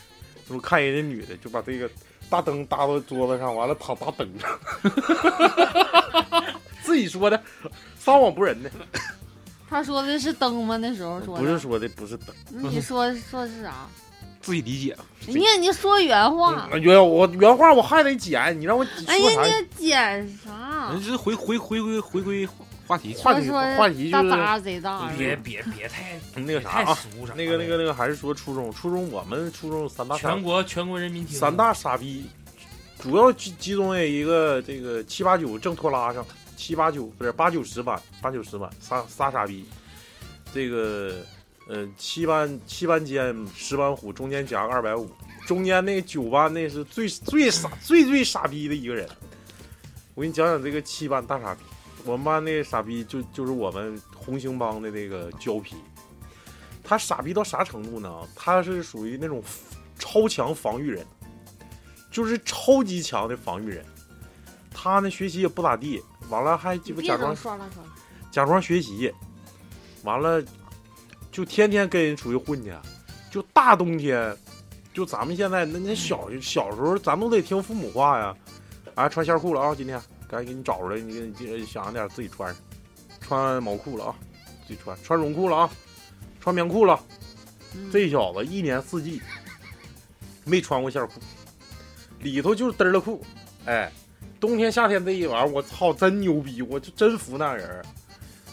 Speaker 2: 就是看人家女的，就把这个大灯搭到桌子上，完了躺大灯上，自己说的，撒谎不仁的，
Speaker 3: 他说的是灯吗？那时候说的
Speaker 2: 不是，说的不是灯。
Speaker 3: 那你说说是啥？
Speaker 4: 自己理解。
Speaker 3: 人家你说原话，
Speaker 2: 原我原话我还得剪，你让我
Speaker 3: 哎
Speaker 2: 说啥
Speaker 3: 呀，？你捡啥
Speaker 4: 人？这回回回归回归话题，
Speaker 2: 话题
Speaker 3: 说
Speaker 2: 话题就
Speaker 3: 大
Speaker 2: 是
Speaker 3: 杂贼大，
Speaker 5: 别别别太
Speaker 2: 那个啊啥
Speaker 5: 太
Speaker 2: 啊，
Speaker 5: 俗啥的
Speaker 2: 那个那个那个，还是说初中，初中我们初中三大傻
Speaker 5: 全国全国人民听
Speaker 2: 三大傻逼，主要集集中在一个这个七八九正拖拉上，七八九不是八九十班，八九十班仨仨傻逼，这个呃七班七班尖十班虎中间夹个二百五，中间那个九班那是最最傻最最傻逼的一个人。我给你讲讲这个七班大傻逼，我们班那个傻逼就就是我们红星帮的那个胶皮，他傻逼到啥程度呢？他是属于那种超强防御人，就是超级强的防御人。他呢学习也不咋地，完了还鸡巴
Speaker 3: 别
Speaker 2: 假
Speaker 3: 整
Speaker 2: 装
Speaker 3: 刷了刷了，
Speaker 2: 假装学习，完了就天天跟人出去混去，就大冬天，就咱们现在那那小小时候，咱们都得听父母话呀。啊，穿线裤了啊，今天赶紧给你找出来，你你你想着点自己穿上，穿毛裤了啊，自己穿，穿绒裤了啊，穿棉裤了。
Speaker 3: 嗯
Speaker 2: 这小子一年四季没穿过线裤，里头就是嘚儿了裤，哎，冬天夏天这一玩意儿，我操，真牛逼，我就真服那人儿。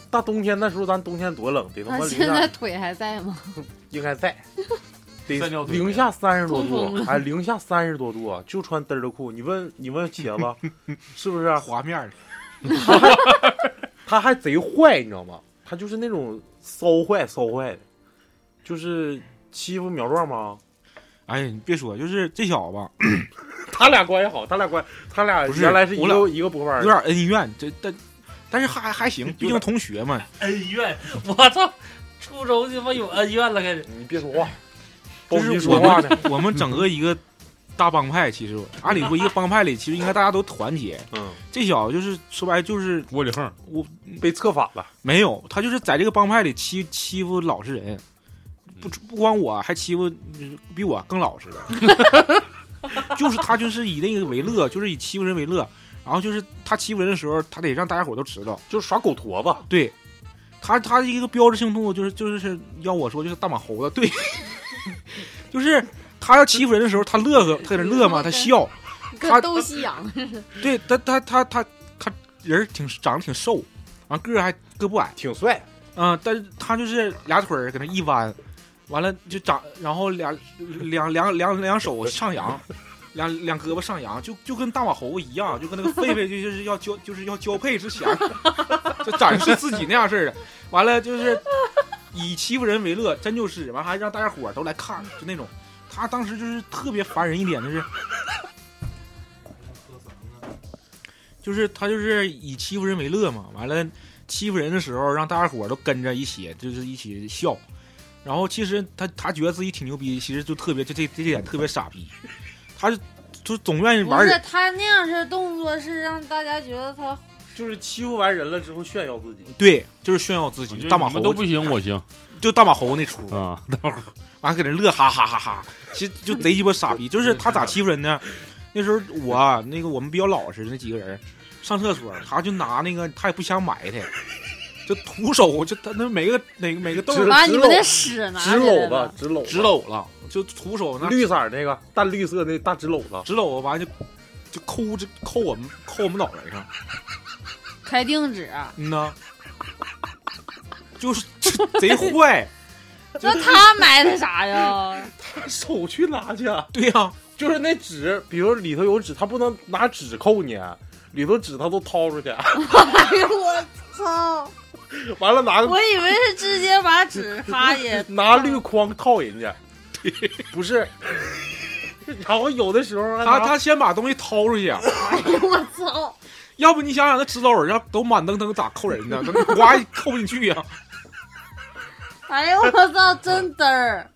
Speaker 2: 大冬天那时候，咱冬天多冷，得他妈
Speaker 3: 那
Speaker 2: 零
Speaker 3: 啊现在
Speaker 2: 下
Speaker 3: 腿还
Speaker 2: <laughs>
Speaker 3: 在吗？
Speaker 2: 应该在，得
Speaker 17: 三条腿
Speaker 2: 零下三十多
Speaker 3: 通
Speaker 2: 度，哎，零下三十多度啊，就穿嘚儿了裤。你问你问茄子，是不是啊？
Speaker 4: 滑面儿的，
Speaker 2: 他还贼坏，你知道吗？他就是那种骚坏骚坏的，就是欺负苗壮吗？ <laughs>
Speaker 4: 哎呀，你别说，就是这小子吧，
Speaker 2: 他俩关系好，他俩关，他俩
Speaker 4: 不是
Speaker 2: 原来是一
Speaker 4: 我
Speaker 2: 个一个播班
Speaker 4: 有
Speaker 2: 的，
Speaker 4: 点恩怨，这但但是还还行，毕竟同学嘛。
Speaker 5: 恩怨，我操，初中他妈有恩怨了，开始
Speaker 2: 你别说
Speaker 4: 哎
Speaker 2: 话，包
Speaker 4: 就是
Speaker 2: 你
Speaker 4: 我
Speaker 2: 说话呢
Speaker 4: 们， <laughs> 我们整个一个大帮派，其实按理说一个帮派里，其实应该大家都团结。
Speaker 2: 嗯，
Speaker 4: 这小子就是说白了就是
Speaker 17: 窝里横，
Speaker 4: 我
Speaker 2: 被策反了，
Speaker 4: 没有，他就是在这个帮派里欺欺负老实人，不不光我还欺负嗯比我更老实的，就是他就是以那个为乐，就是以欺负人为乐，然后就是他欺负人的时候，他得让大家伙都知道，
Speaker 2: 就是耍狗驼子，
Speaker 4: 对。他他一个标志性动作就是就是要我说就是大马猴子，对， <laughs> 就是他要欺负人的时候，他乐呵，他搁那乐嘛，他笑，他
Speaker 3: 跟斗
Speaker 2: <laughs>
Speaker 3: 西洋，
Speaker 4: 对他他他他他人儿挺长得挺瘦，完个儿还个不矮，
Speaker 2: 挺帅，
Speaker 4: 啊、但是他就是俩腿儿搁那一弯，完了就长，然后俩两两两两手上扬，两两胳膊上扬，就就跟大马猴一样，就跟那个狒狒就就是要交就是要交配之前， <laughs> 就展示自己那样似的。完了就是以欺负人为乐，真就是完还让大家伙儿都来看，就那种。他当时就是特别烦人一点，就是就是他就是以欺负人为乐嘛，完了欺负人的时候，让大家伙儿都跟着一起，就是一起笑。然后其实他他觉得自己挺牛逼，其实就特别就这这点特别傻逼，他就就总愿意
Speaker 3: 不
Speaker 4: 玩
Speaker 3: 是
Speaker 4: 人。
Speaker 3: 他那样式儿动作是让大家觉得他
Speaker 2: 就是欺负完人了之后炫耀自己，
Speaker 4: 对，就是炫耀自己，大马
Speaker 17: 你
Speaker 4: 猴
Speaker 17: 们都不行，我行
Speaker 4: 就大马猴那出，
Speaker 17: 啊！
Speaker 4: <laughs> 完搁那乐哈哈哈哈，其实就贼鸡巴傻逼。就是他咋欺负人呢？ <laughs> 那时候我啊那个我们比较老实那几个人，上厕所他就拿那个他也不想埋汰，就徒手就他那每个哪个每个洞
Speaker 2: 是
Speaker 3: 把
Speaker 2: 直
Speaker 3: 你们的
Speaker 2: 搂
Speaker 3: 屎拿
Speaker 2: 纸
Speaker 3: 起来
Speaker 2: 篓
Speaker 3: 了
Speaker 2: 子，，纸篓，
Speaker 4: 直，搂了，就徒手那
Speaker 2: 绿色儿那个淡绿色那大纸篓子，
Speaker 4: 直搂完就就抠这抠我们抠我们脑袋上，
Speaker 3: 开
Speaker 2: <laughs>
Speaker 3: 定指。
Speaker 4: 嗯呐，就是这贼坏，就
Speaker 3: 那他埋汰啥呀？
Speaker 2: <laughs> 手去拿去啊，
Speaker 4: 对呀、
Speaker 2: 就是那纸，比如里头有纸，他不能拿纸扣你，啊里头纸他都掏出去，啊
Speaker 3: 哎呦我操！
Speaker 2: 完了拿个
Speaker 3: 我以为是直接
Speaker 2: <laughs>
Speaker 3: 把纸哈也
Speaker 2: 拿绿筐套人 <laughs> 家，不 <laughs> 是。然后有的时候还
Speaker 4: 他
Speaker 2: 拿
Speaker 4: 他先把东西掏出去，啊
Speaker 3: 哎呦我操！
Speaker 4: 要不你想想那纸篓儿上都满登登咋扣人呢？那呱一扣进去呀、
Speaker 3: 哎呦我操！真嘚儿！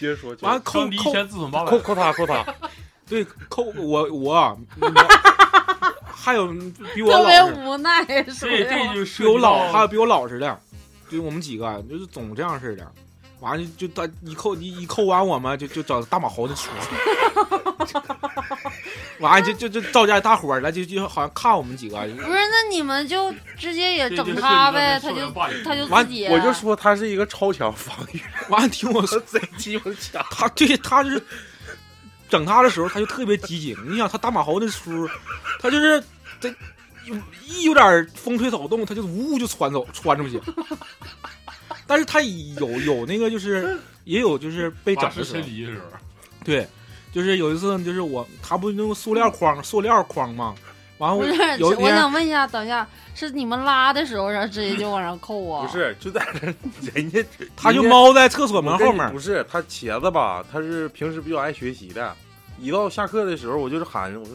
Speaker 2: 接着说，接着
Speaker 4: 完了扣
Speaker 17: 坑敌
Speaker 4: 扣
Speaker 17: 前自损八百
Speaker 2: 扣，扣他扣他，
Speaker 4: 对扣我我啊，还有比
Speaker 3: <laughs>
Speaker 4: 我
Speaker 3: 特
Speaker 4: 老
Speaker 3: 别
Speaker 4: 实。
Speaker 3: 无奈，属
Speaker 5: 这
Speaker 3: 于
Speaker 5: 这就涉
Speaker 4: 比我
Speaker 5: 及
Speaker 4: 老，还有
Speaker 5: 到
Speaker 4: 比我老实的，就是我们几个，就是总这样似的。完了就就他一扣一一扣完我们就就找大马猴子出，完了就就就赵家大伙儿来就就好像看我们几个，
Speaker 3: 不是？那你们就直接也
Speaker 5: <laughs> 这就
Speaker 3: 整
Speaker 5: 涉及
Speaker 3: 他
Speaker 5: 到
Speaker 3: 呗，
Speaker 5: 受
Speaker 3: 他就
Speaker 5: 人霸凌
Speaker 3: 他就
Speaker 4: 完
Speaker 3: 自己。
Speaker 2: 我就说他是一个超强防御，
Speaker 4: 完了听我说，
Speaker 2: 贼鸡巴强。
Speaker 4: 他对他就是整他的时候他就特别激进，你想他大马猴那出，他就是这一有点风吹草动，他就呜就窜走窜出去，但是他有有那个就是也有就是被整
Speaker 17: 八
Speaker 4: 的
Speaker 17: 十
Speaker 4: 时
Speaker 17: 身。
Speaker 4: 候
Speaker 17: 体的时候，
Speaker 4: 对，就是有一次，就是我他不用塑料筐、塑料筐吗？完
Speaker 3: 不
Speaker 4: 我
Speaker 3: 是，
Speaker 4: 有一
Speaker 3: 我
Speaker 4: 天
Speaker 3: 想问一下，等一下，是你们拉的时候，然后直接就往上 <laughs> 扣啊？
Speaker 2: 不，是就在那儿人家
Speaker 4: 他就
Speaker 2: 人家
Speaker 4: 猫在厕所门
Speaker 2: 我跟
Speaker 4: 后
Speaker 2: 你
Speaker 4: 面
Speaker 2: 不。是他茄子吧？他是平时比较爱学习的，一到下课的时候，我就是喊我说：“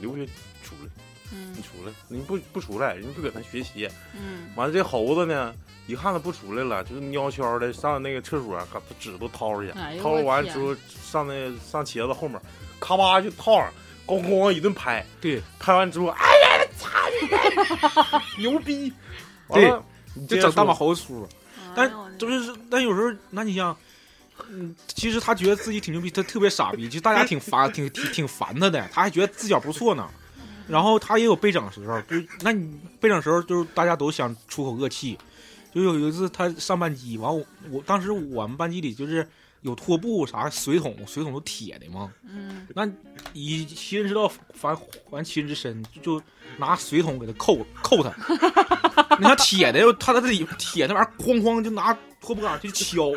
Speaker 2: 刘学出来，
Speaker 3: 嗯
Speaker 2: 你出来，你不不出来，人家不搁那学习。”
Speaker 3: 嗯，
Speaker 2: 完了，这猴子呢，一看他不出来了，就是悄悄的上那个厕所，把他纸都掏出去
Speaker 3: 哎，呦
Speaker 2: 掏完之后上那上茄子后面，咔吧就套上，咣咣一顿拍，
Speaker 4: 对，
Speaker 2: 拍完之后，哎呀，操你牛逼！完了，你
Speaker 4: 就
Speaker 2: 接着
Speaker 4: 整大
Speaker 2: 说
Speaker 4: 马猴粗。但
Speaker 3: 哎呦我的
Speaker 4: 就是，但有时候，那你想，嗯，其实他觉得自己挺牛逼，他特别傻逼，就大家挺烦，挺挺挺烦他的，他还觉得自己不错呢。然后他也有被整时候，就是那你被整时候，就是大家都想出口恶气。就有有一次他上班机，完我我当时我们班级里就是有拖布啥水桶，水桶都铁的嘛，
Speaker 3: 嗯 <laughs>
Speaker 4: 那以其人之道还还其人之身，就就拿水桶给他扣扣他。你看铁的，他在这里铁那玩意儿哐哐就拿拖布杆去敲，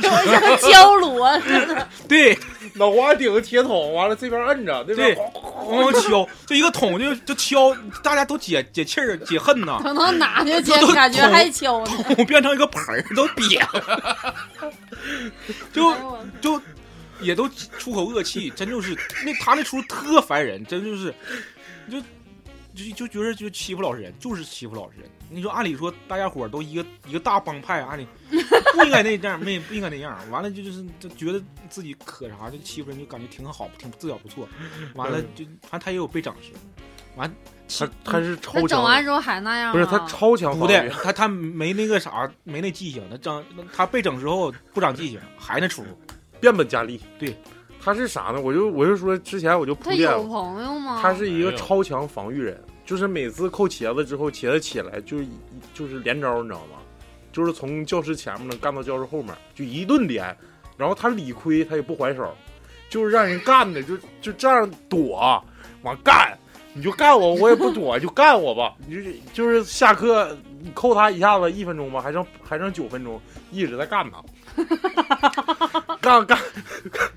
Speaker 3: 像敲锣似的，
Speaker 4: 对，
Speaker 2: 脑瓜顶个铁桶，完了这边摁着，那边
Speaker 4: 对哐哐敲，就一个桶就就敲，大家都解解气儿解恨呐， <laughs>
Speaker 3: 等到拿去
Speaker 2: <laughs>
Speaker 3: 接，感觉还敲呢。
Speaker 4: 桶变成一个盆儿都瘪了， <laughs> 就
Speaker 3: 哎呦我
Speaker 4: 就也都出口恶气，真就是那他那出特烦人，真就是，就就就觉得就欺负老实人，就是欺负老实人。你说按理说大家伙儿都一个一个大帮派，啊按理不应该那样，没不应该那样。完了就就是就觉得自己可啥就欺负人，就感觉挺好，挺自小不错。完了就反正他也有被掌声，完
Speaker 2: 嗯他他是超
Speaker 3: 那
Speaker 2: 强
Speaker 3: 整完之后还那样吗？啊
Speaker 2: 不是他超强
Speaker 4: 不
Speaker 2: 防御
Speaker 4: 对，，他他没那个啥，没那记性。他长他被整之后不长记性，还那
Speaker 2: 嗯
Speaker 4: 出。
Speaker 2: 变本加厉。
Speaker 4: 对，
Speaker 2: 他是啥呢？我就我就说之前我就铺
Speaker 3: 他
Speaker 2: 垫
Speaker 3: 有
Speaker 2: 了，
Speaker 3: 朋友吗？
Speaker 2: 他是一
Speaker 17: 哎
Speaker 2: 个
Speaker 17: 呦
Speaker 2: 超强防御人，就是每次扣茄子之后，茄子起来就是一就是连招，你知道吗？就是从教室前面能干到教室后面，就一顿连，然后他理亏他也不还手，就是让人干的，就就这样躲，往干，你就干我，我也不躲，就干我吧，你就就是下课你扣他一下子一分钟吧，还剩还剩九分钟，一直在干他，干干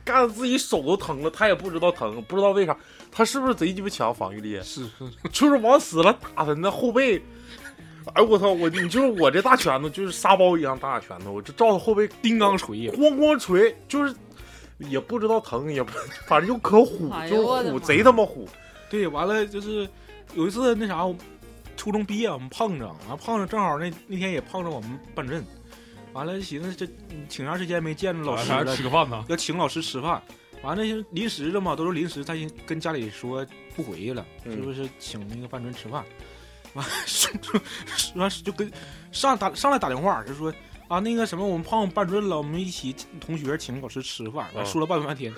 Speaker 2: 干的自己手都疼了，他也不知道疼，不知道为啥，他是不是贼鸡巴强防御力？
Speaker 4: 是是
Speaker 2: 就是往死了打他那后背。哎我操！我你就是我这大拳头就是沙包一样大拳头，我就照他后背
Speaker 4: 金刚锤呀，
Speaker 2: 咣咣锤，就是也不知道疼，也不反正就可虎，
Speaker 3: 哎呦
Speaker 2: 就
Speaker 3: 我的
Speaker 2: 虎
Speaker 3: 妈
Speaker 2: 贼他妈虎。
Speaker 4: 对，完了就是有一次那啥，我初中毕业我们碰着，完了碰着正好那那天也碰着我们班主任，完了寻思这挺长时间没见着
Speaker 5: 啊
Speaker 4: 老师
Speaker 17: 啥
Speaker 4: 了
Speaker 17: 吃，个饭呢？
Speaker 4: 要请老师吃饭。完了那些临时的嘛，都是临时，他先跟家里说不回去了，
Speaker 2: 嗯
Speaker 4: 是不是请那个班主任吃饭？ <laughs> 完了说说说完就跟上打上来打电话，就说啊那个什么，我们碰上班主任了，我们一起同学请老师吃饭。完
Speaker 2: 啊
Speaker 4: 说了半半天，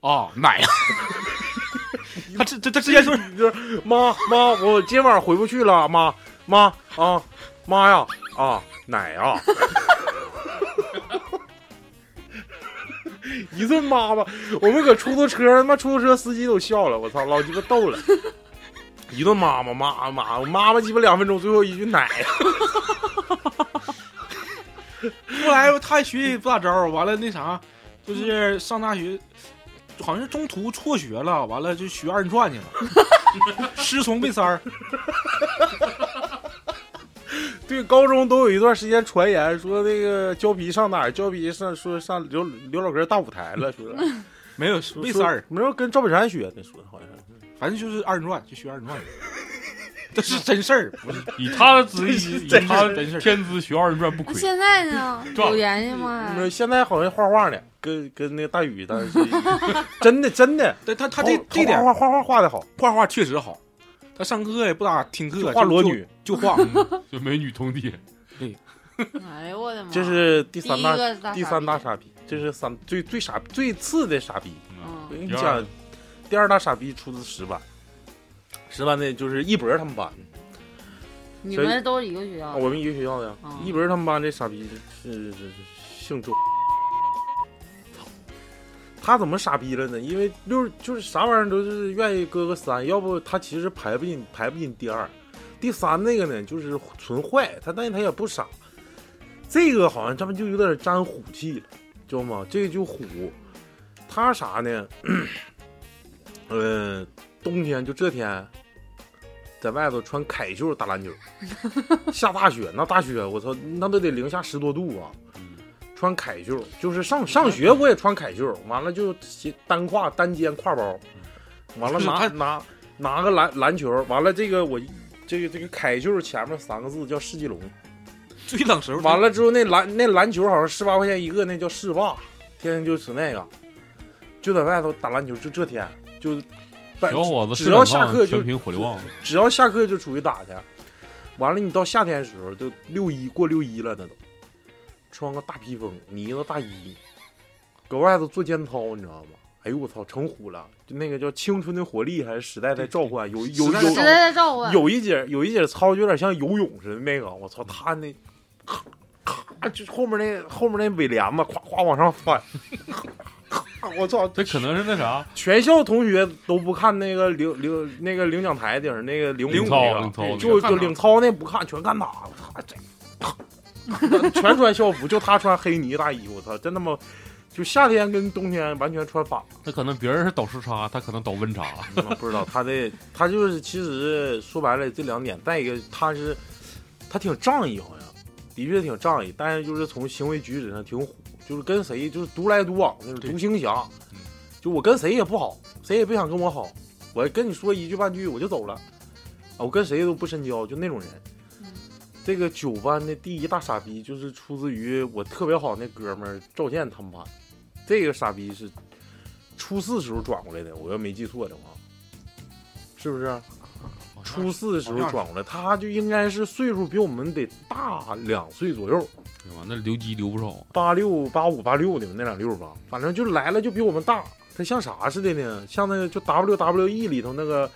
Speaker 4: 啊奶呀！他直这这直接说
Speaker 2: 就是妈妈，我今晚回不去了，妈妈啊，妈呀啊， <laughs> 奶呀，一顿妈妈，我们搁出租车，他妈出租车司机都笑了，我操，老鸡巴逗了。一顿妈妈妈妈妈妈鸡巴两分钟，最后一句奶呀！
Speaker 4: 后来他学习不咋招，完了那啥，就是上大学，好像是中途辍学了，完了就学二人转去了， <laughs> 师从被三儿。
Speaker 2: 对，高中都有一段时间传言说那个胶皮上哪儿，胶皮上说上刘刘老根大舞台了，说
Speaker 4: 没有
Speaker 2: 说
Speaker 4: <laughs> 没三儿，
Speaker 2: 没有跟赵本山学的，说好像是。
Speaker 4: 反正就是二人转，就学二
Speaker 2: <laughs>
Speaker 4: 人转。这是真事儿，不是
Speaker 17: 以他的资历，以
Speaker 4: 真
Speaker 17: 他
Speaker 4: 是真事
Speaker 17: 的
Speaker 4: 儿
Speaker 17: 天资，学二人转不
Speaker 3: 那
Speaker 17: 亏。
Speaker 3: 啊现在
Speaker 2: <laughs>
Speaker 3: 呢？有联系
Speaker 4: 嗯
Speaker 3: 吗？
Speaker 2: 没有，现在好像画画呢，跟跟那大宇，但是真的真的，
Speaker 4: 但 <laughs> 他他这
Speaker 2: 好
Speaker 4: 这点
Speaker 2: 画
Speaker 4: 啊
Speaker 2: 画画画画的好，
Speaker 4: 画画确实好，他上课也不咋听课，
Speaker 2: 画
Speaker 4: 就
Speaker 2: 裸女，<laughs>
Speaker 4: 就就画。
Speaker 17: 就美女通敌，
Speaker 3: 哎呦我的妈！
Speaker 2: 这是第
Speaker 3: 第
Speaker 2: 三
Speaker 3: 一
Speaker 2: 大
Speaker 3: 个大
Speaker 2: 第三大
Speaker 3: 傻
Speaker 2: 傻逼，这是三最最傻最次的傻逼。
Speaker 3: 逼，
Speaker 17: 嗯
Speaker 2: 我
Speaker 3: 嗯
Speaker 2: 跟你
Speaker 17: 第二
Speaker 2: 讲，第二大傻逼出自石板，石板的就是一博他们班，
Speaker 3: 你们都是一个学校的，
Speaker 2: 我们一个学校的呀
Speaker 3: 哦，
Speaker 2: 一博他们班这傻逼是是是是姓周。他怎么傻逼了呢？因为六就是啥玩意儿都是愿意搁个三，要不他其实排不进排不进第二，第三那个呢就是纯坏，他但是他也不傻，这个好像他们就有点沾虎气了，知道吗？这个就虎，他啥呢？嗯、呃，冬天就这天，在外头穿凯袖打篮球，下大雪那大雪，我操，那都得零下十多度啊！穿凯袖就是上上学我也穿凯袖，完了就斜单挎单肩挎包，完了拿拿拿个篮篮球，完了这个我这个这个凯袖前面三个字叫世纪龙，
Speaker 4: 最冷时候
Speaker 2: 完
Speaker 4: 了，
Speaker 2: 了之后那篮那篮球好像十八块钱一个，那叫世霸，天天就吃那个，就在外头打篮球，就这天就。
Speaker 17: 小伙子
Speaker 2: 只
Speaker 17: 是
Speaker 2: 要
Speaker 17: 冷
Speaker 2: 下
Speaker 17: 棒
Speaker 2: 课就
Speaker 17: 全凭火力旺，
Speaker 2: 只要下课就出去打去。完了，你到夏天的时候，就六一过六一了，那都穿个大披风、呢子大衣，搁外头做间操，你知道吗？哎呦我操，成虎了！就那个叫青春的活力还是时代在召唤，有有
Speaker 3: 实在
Speaker 2: 有
Speaker 3: 在照顾。
Speaker 2: 有一节有一节操就有点像游泳似的那个，我操，他那咔咔就是后面那后面那尾帘子夸夸往上翻，我操，
Speaker 17: 这可能是那啥
Speaker 2: 全校同学都不看那个领领那个领奖台顶儿那个领舞
Speaker 17: 领
Speaker 2: 那
Speaker 17: 操
Speaker 2: 个
Speaker 17: 领操，
Speaker 2: 就就
Speaker 4: 看他
Speaker 2: 领操那不看，全看他，我操，这全穿校服，就他穿黑呢大衣，我操，真他妈，就夏天跟冬天完全穿反了，
Speaker 17: 那可能别人是倒时差，他可能倒温差。
Speaker 2: 嗯不知道他的他就是其实说白了这两点，再一个他是他挺仗义，好像的确挺仗义，但是就是从行为举止上挺虎，就是跟谁就是独来独往那种独行侠，就我跟谁也不好，谁也别想跟我好，我跟你说一句半句我就走了，啊，我跟谁都不深交，就那种人。这个九班的第一大傻逼就是出自于我特别好那哥们儿赵健他们班，这个傻逼是初四时候转过来的，我要没记错的话，是不是？初四的时候转过来，他就应该是岁数比我们得大两岁左右，
Speaker 17: 哎呀妈，那留级留不少，
Speaker 2: 八六八五八六的那两六吧，反正就来了就比我们大。他像啥似的呢？像那个就 WWE 里头那个，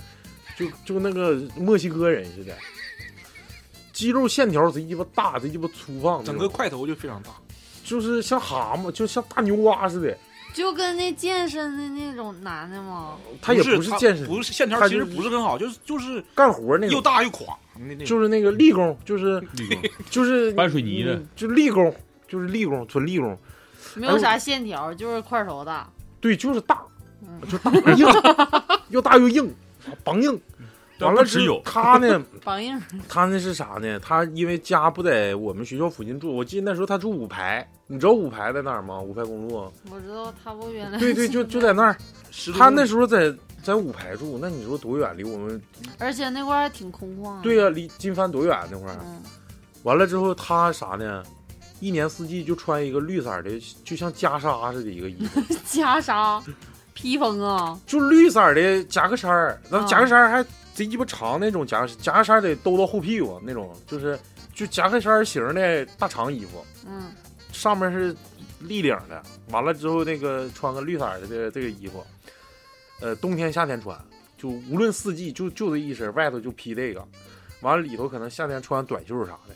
Speaker 2: 就就那个墨西哥人似的，肌肉线条贼鸡巴大，贼鸡巴粗放，
Speaker 4: 整个块头就非常大。
Speaker 2: 就是像蛤蟆，就像大牛蛙似的。
Speaker 3: 就跟那健身的那种男的嘛，
Speaker 2: 他也
Speaker 4: 不
Speaker 2: 是健身，
Speaker 4: 不是线条
Speaker 2: 他
Speaker 4: 其实
Speaker 2: 就是
Speaker 4: 不是很好，就是就是
Speaker 2: 干活那
Speaker 4: 又
Speaker 2: 种，
Speaker 4: 大又垮，那那
Speaker 2: 就是那个力工，就是就是
Speaker 17: 搬水泥的，
Speaker 2: 嗯就力工，就是力工，纯力工。哎
Speaker 3: 没有啥线条，就是块头大。
Speaker 2: 对，就是大，
Speaker 3: 嗯，
Speaker 2: 就大又硬，又大又硬，梆硬。完了之后，他呢，
Speaker 3: 绑印儿。
Speaker 2: 他那是啥呢？他因为家不在我们学校附近住，我记得那时候他住五排，你知道五排在哪儿吗？五排公路，
Speaker 3: 我知道他不原来
Speaker 2: 对对，就就在那儿。
Speaker 4: 十多
Speaker 2: 他那时候在在五排住，那你说多远？离我们
Speaker 3: 而且那块儿还挺空旷。
Speaker 2: 对，呀、离金帆多远那块儿？
Speaker 3: 嗯， <laughs>
Speaker 2: 完了之后，他啥呢？一年四季就穿一个绿色儿的，就像袈裟似的一个衣服，
Speaker 3: 袈裟、披风啊，
Speaker 2: 就绿色儿的夹克衫儿，那
Speaker 3: 啊
Speaker 2: 夹克衫儿还贼鸡巴长那种夹克夹克衫儿得兜到后屁股那种，就是就夹克衫儿型的大长衣服，
Speaker 3: 嗯，
Speaker 2: 上面是立领的，完了之后那个穿个绿色儿的这个这个衣服，呃，冬天夏天穿，就无论四季就就这一身，外头就披这个，完了里头可能夏天穿短袖啥的。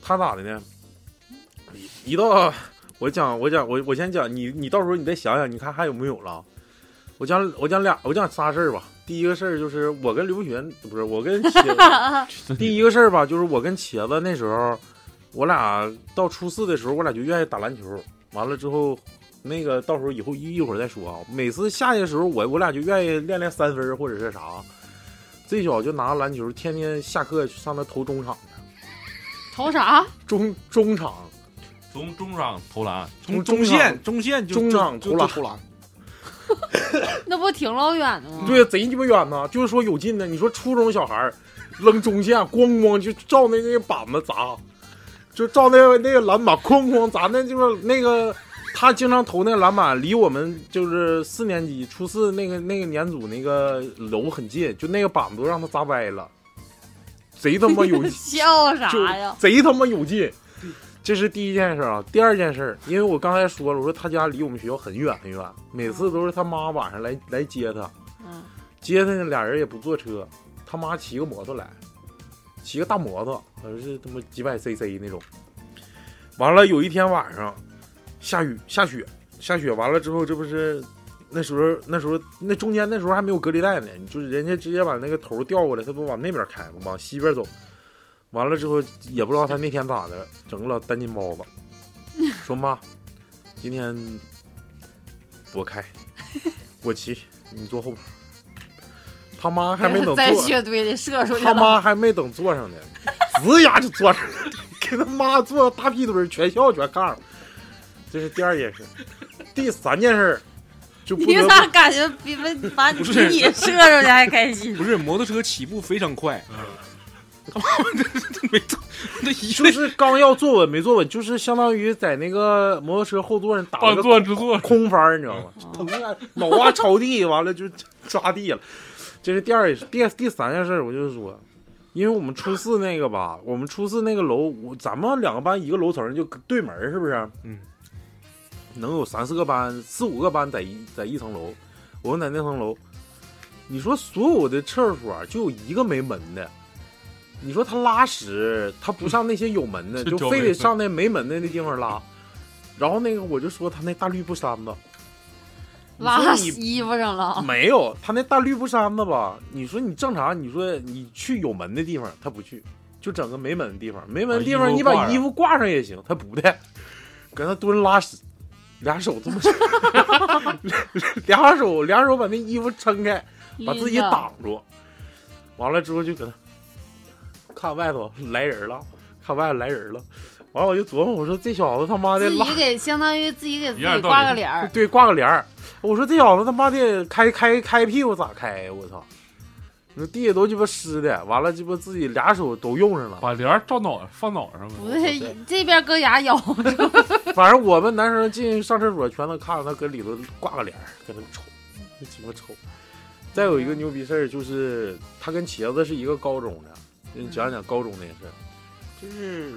Speaker 2: 他咋的呢？一一到我讲我讲我我先讲你你到时候你再想想，你看还有没有了？我讲我讲俩我讲仨事儿吧。第一个事儿就是我跟刘璇不是我跟茄第一个事儿吧，就是我跟茄子那时候，我俩到初四的时候，我俩就愿意打篮球。完了之后，那个到时候以后一一会儿再说啊。每次下去的时候，我我俩就愿意练练三分儿或者是啥。这小子就拿篮球，天天下课去上那投中场去，
Speaker 3: 投啥？
Speaker 2: 中中场
Speaker 17: 从中场投篮，
Speaker 4: 从
Speaker 2: 中
Speaker 4: 中线中线就
Speaker 2: 中场
Speaker 4: 就
Speaker 2: 投篮
Speaker 4: 就投篮，
Speaker 3: 那不挺老远的吗？，
Speaker 2: 对，贼鸡巴远呐！就是说有劲呢。你说初中小孩儿扔中线，咣咣就照那那个板子砸，就照那个那个篮板哐哐砸，那就是那个他经常投那个篮板，离我们就是四年级初四那个那个年组那个楼很近，就那个板子都让他砸歪了，贼他妈有劲。
Speaker 3: <laughs> 笑
Speaker 2: 就
Speaker 3: 啥呀？
Speaker 2: 贼他妈有劲。这是第一件事啊，第二件事，因为我刚才说了，我说他家离我们学校很远很远，每次都是他妈晚上来来接他，
Speaker 3: 嗯，
Speaker 2: 接他呢俩人也不坐车，他妈骑个摩托来，骑个大摩托，好像是他妈几百 CC 那种。完了有一天晚上，下雨下雪下雪，完了之后这不是那时候那时候那中间那时候还没有隔离带呢，就是人家直接把那个头调过来，他不往那边开吗，往西边走。完了之后也不知道他那天咋的了，整个老单筋包子，说妈，今天我开，我骑，你坐后边儿。他妈还没
Speaker 3: <laughs>
Speaker 2: 等
Speaker 3: 在
Speaker 2: 坐，
Speaker 3: 雪堆里射出去
Speaker 2: 他
Speaker 3: 了。
Speaker 2: 妈还没等坐上呢，呲牙就坐上了， <laughs> 给他妈坐大屁墩儿，全校全看了。这是第二件事，第三件事就不
Speaker 3: 你
Speaker 2: 得
Speaker 3: 咋
Speaker 2: 不
Speaker 3: 感觉比把比
Speaker 4: 不是
Speaker 3: 你射出去还开心？
Speaker 4: 不是摩托车起步非常快，
Speaker 2: 嗯
Speaker 4: <laughs> 没错，那一
Speaker 2: 就
Speaker 4: 瞬
Speaker 2: 是刚要坐稳没坐稳，就是相当于在那个摩托车后座上打了
Speaker 19: 半
Speaker 2: 个
Speaker 19: 坐之坐，
Speaker 2: 空翻儿，你知道吗？
Speaker 3: 哦
Speaker 2: 疼啊，脑瓜朝地，完了就抓地了。这是第二件事，第第三件事儿，我就说，因为我们初四那个吧，我们初四那个楼，我咱们两个班一个楼层就对门儿，是不是？
Speaker 4: 嗯，
Speaker 2: 能有三四个班，四五个班在一在一层楼，我们在那层楼。你说所有的厕所啊就有一个没门的，你说他拉屎，他不上那些有门 <laughs> 的，
Speaker 17: 是
Speaker 2: 就
Speaker 17: 周
Speaker 2: 非
Speaker 17: 围
Speaker 2: 得上那没门的那地方拉。然后那个我就说他那大绿布衫子，你说
Speaker 3: 拉
Speaker 2: 你
Speaker 3: 衣服上了，
Speaker 2: 没有，他那大绿布衫子吧？你说你正常，你说你去有门的地方，他不去，就整个没门的地方，没门的地
Speaker 17: 把
Speaker 2: 方
Speaker 17: 衣服
Speaker 2: 你
Speaker 17: 挂
Speaker 2: 把
Speaker 17: 上
Speaker 2: 衣服挂上也行，他不的，搁那蹲拉屎，俩手这么伸， <laughs> 俩手俩手把那衣服撑开，把自己
Speaker 3: 晕的
Speaker 2: 挡住，完了之后就搁那看外头来人了，看外头来人了，完了我就琢磨，我说这小子他妈的
Speaker 3: 自
Speaker 2: 拉
Speaker 3: 己给相当于自己给自
Speaker 17: 一样
Speaker 3: 己
Speaker 17: 的道理
Speaker 3: 挂个
Speaker 2: <laughs>
Speaker 3: 脸儿，
Speaker 2: 对，挂个帘儿。我说这小子他妈的开开开屁股咋开呀？我操！那地下都鸡巴湿的，完了鸡巴自己俩手都用上了。
Speaker 17: 把帘儿罩脑放脑上
Speaker 3: 不
Speaker 17: 呗。
Speaker 3: 是这边搁牙咬着，
Speaker 2: 反正我们男生进上厕所全能看着他搁里头挂个帘儿，搁那瞅，那鸡巴瞅。再有一个牛逼事儿就是他跟茄子是一个高中的，你讲讲高中那事儿。
Speaker 4: 就是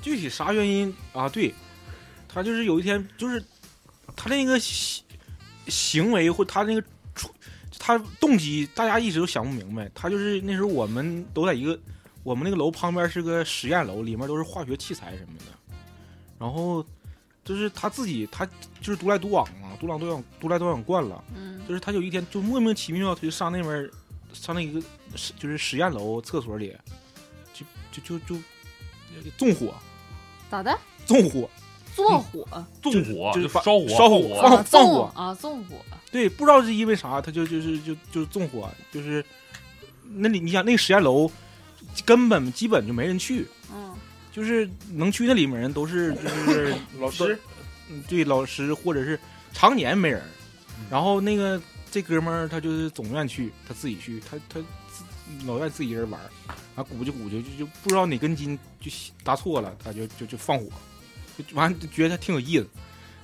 Speaker 4: 具体啥原因啊？对，他就是有一天，就是他那个行行为或他那个出他动机，大家一直都想不明白。他就是那时候我们都在一个我们那个楼旁边是个实验楼，里面都是化学器材什么的。然后就是他自己，他就是独来独往嘛，独来独往，独来独往惯了。
Speaker 3: 嗯
Speaker 4: 就是他有一天就莫名其妙他就上那边儿，上那一个实就是实验楼厕所里，就就就就纵火，
Speaker 3: 咋的？
Speaker 4: 纵火，
Speaker 3: 坐火，
Speaker 17: 纵火
Speaker 4: 就是把
Speaker 17: 烧火，
Speaker 4: 烧火
Speaker 17: 放
Speaker 3: 啊
Speaker 4: 嗯放放
Speaker 3: 纵
Speaker 4: 火
Speaker 3: 啊，纵火，
Speaker 4: 对，不知道是因为啥，他就就是就就纵火，就是那里你想那个实验楼根本基本就没人去，
Speaker 3: 嗯，
Speaker 4: 就是能去那里面人都 <laughs> 是就是老师，嗯对老师或者是常年没人儿，然后那个这哥们儿他就是总愿去，他自己去，他他自老愿自己一人玩儿，啊鼓就鼓就就就不知道哪根筋就搭错了，他就就就放火，就完了就觉得他挺有意思，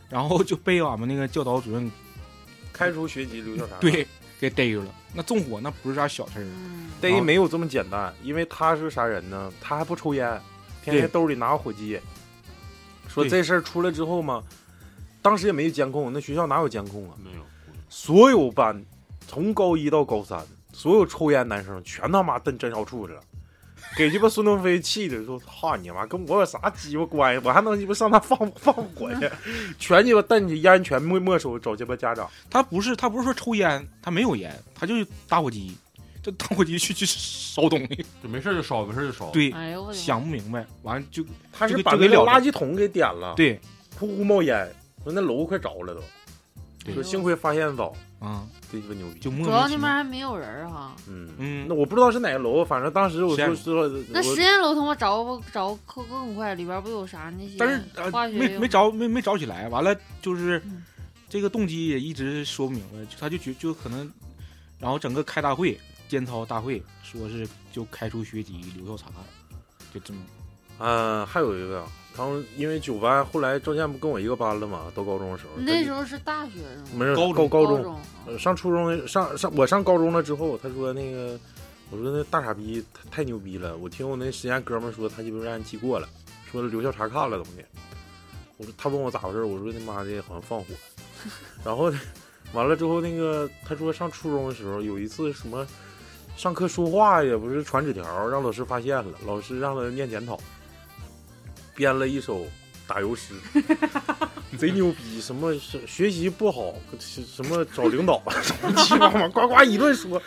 Speaker 4: 然后就被我们那个教导主任
Speaker 2: 开除学籍，留校察。，
Speaker 4: 对给逮住了。那纵火那不是啥小事儿啊，
Speaker 3: 嗯
Speaker 2: 逮没有这么简单，因为他是啥人呢？他还不抽烟，天天
Speaker 4: 对
Speaker 2: 兜里拿个火机。说
Speaker 4: 对
Speaker 2: 这事儿出来之后嘛，当时也没有监控，那学校哪有监控啊？
Speaker 17: 没有，
Speaker 2: 所有班从高一到高三，所有抽烟男生全他妈蹬真少处去了，给鸡巴孙腾飞气的说：“操你妈，跟我有啥鸡巴关系？我还能鸡巴上那放放火去？全鸡巴蹬起烟全没没收，找鸡巴家长。
Speaker 4: 他不是他不是说抽烟，他没有烟，他就是打火机，就打火机去去烧东西，
Speaker 17: 就没事儿就烧，没事儿就烧。
Speaker 4: 对，
Speaker 3: 哎呦我的妈，
Speaker 4: 想不明白，完了就
Speaker 2: 他
Speaker 4: 就是给
Speaker 2: 把
Speaker 4: 就
Speaker 2: 那
Speaker 4: 给
Speaker 2: 个
Speaker 4: 了
Speaker 2: 垃
Speaker 4: 了
Speaker 2: 圾桶给点了，
Speaker 4: 对
Speaker 2: 呼呼冒烟，说那楼快着了都，
Speaker 4: 对
Speaker 2: 说幸亏发现早，
Speaker 4: 啊、
Speaker 2: 这鸡巴牛逼。
Speaker 4: 就莫
Speaker 3: 主要那
Speaker 4: 名其
Speaker 3: 边
Speaker 4: 妙。
Speaker 3: 还没有人儿哈。
Speaker 2: 嗯，
Speaker 4: 嗯啊
Speaker 2: 那，我不知道是哪个楼，反正当时我
Speaker 4: 实验
Speaker 2: 就
Speaker 4: 楼
Speaker 2: 说，
Speaker 3: 那
Speaker 2: 我
Speaker 3: 实验楼他妈着不着更更快，里边不有啥那些
Speaker 4: 但是呃
Speaker 3: 化学
Speaker 4: 没没
Speaker 3: 用
Speaker 4: 着没没着起来，完了就是
Speaker 3: 嗯
Speaker 4: 这个动机也一直说不明白，就他就觉就可能，然后整个开大会监操大会，说是就开除学籍留校察，就这么
Speaker 2: 嗯，还有一个，他们因为九班后来郑健不跟我一个班了嘛，到高中的时候，
Speaker 3: 那时候是大学生，
Speaker 2: 没事
Speaker 4: 高
Speaker 2: 高
Speaker 4: 中
Speaker 2: 高
Speaker 3: 中
Speaker 2: 中，
Speaker 3: 啊
Speaker 2: 呃上初中上上我上高中了之后，他说那个，我说那大傻逼太太牛逼了，我听我那实验哥们儿说他鸡巴让人记过了，说留校察看了怎么的，我说他问我咋回事，我说他妈的好像放火， <laughs> 然后完了之后那个他说上初中的时候有一次什么。上课说话也不是传纸条，让老师发现了，老师让他念检讨，编了一首打油诗， <laughs> 贼牛逼，什么是学习不好，是什么找领导，什么鸡巴玩意儿呱呱一顿说，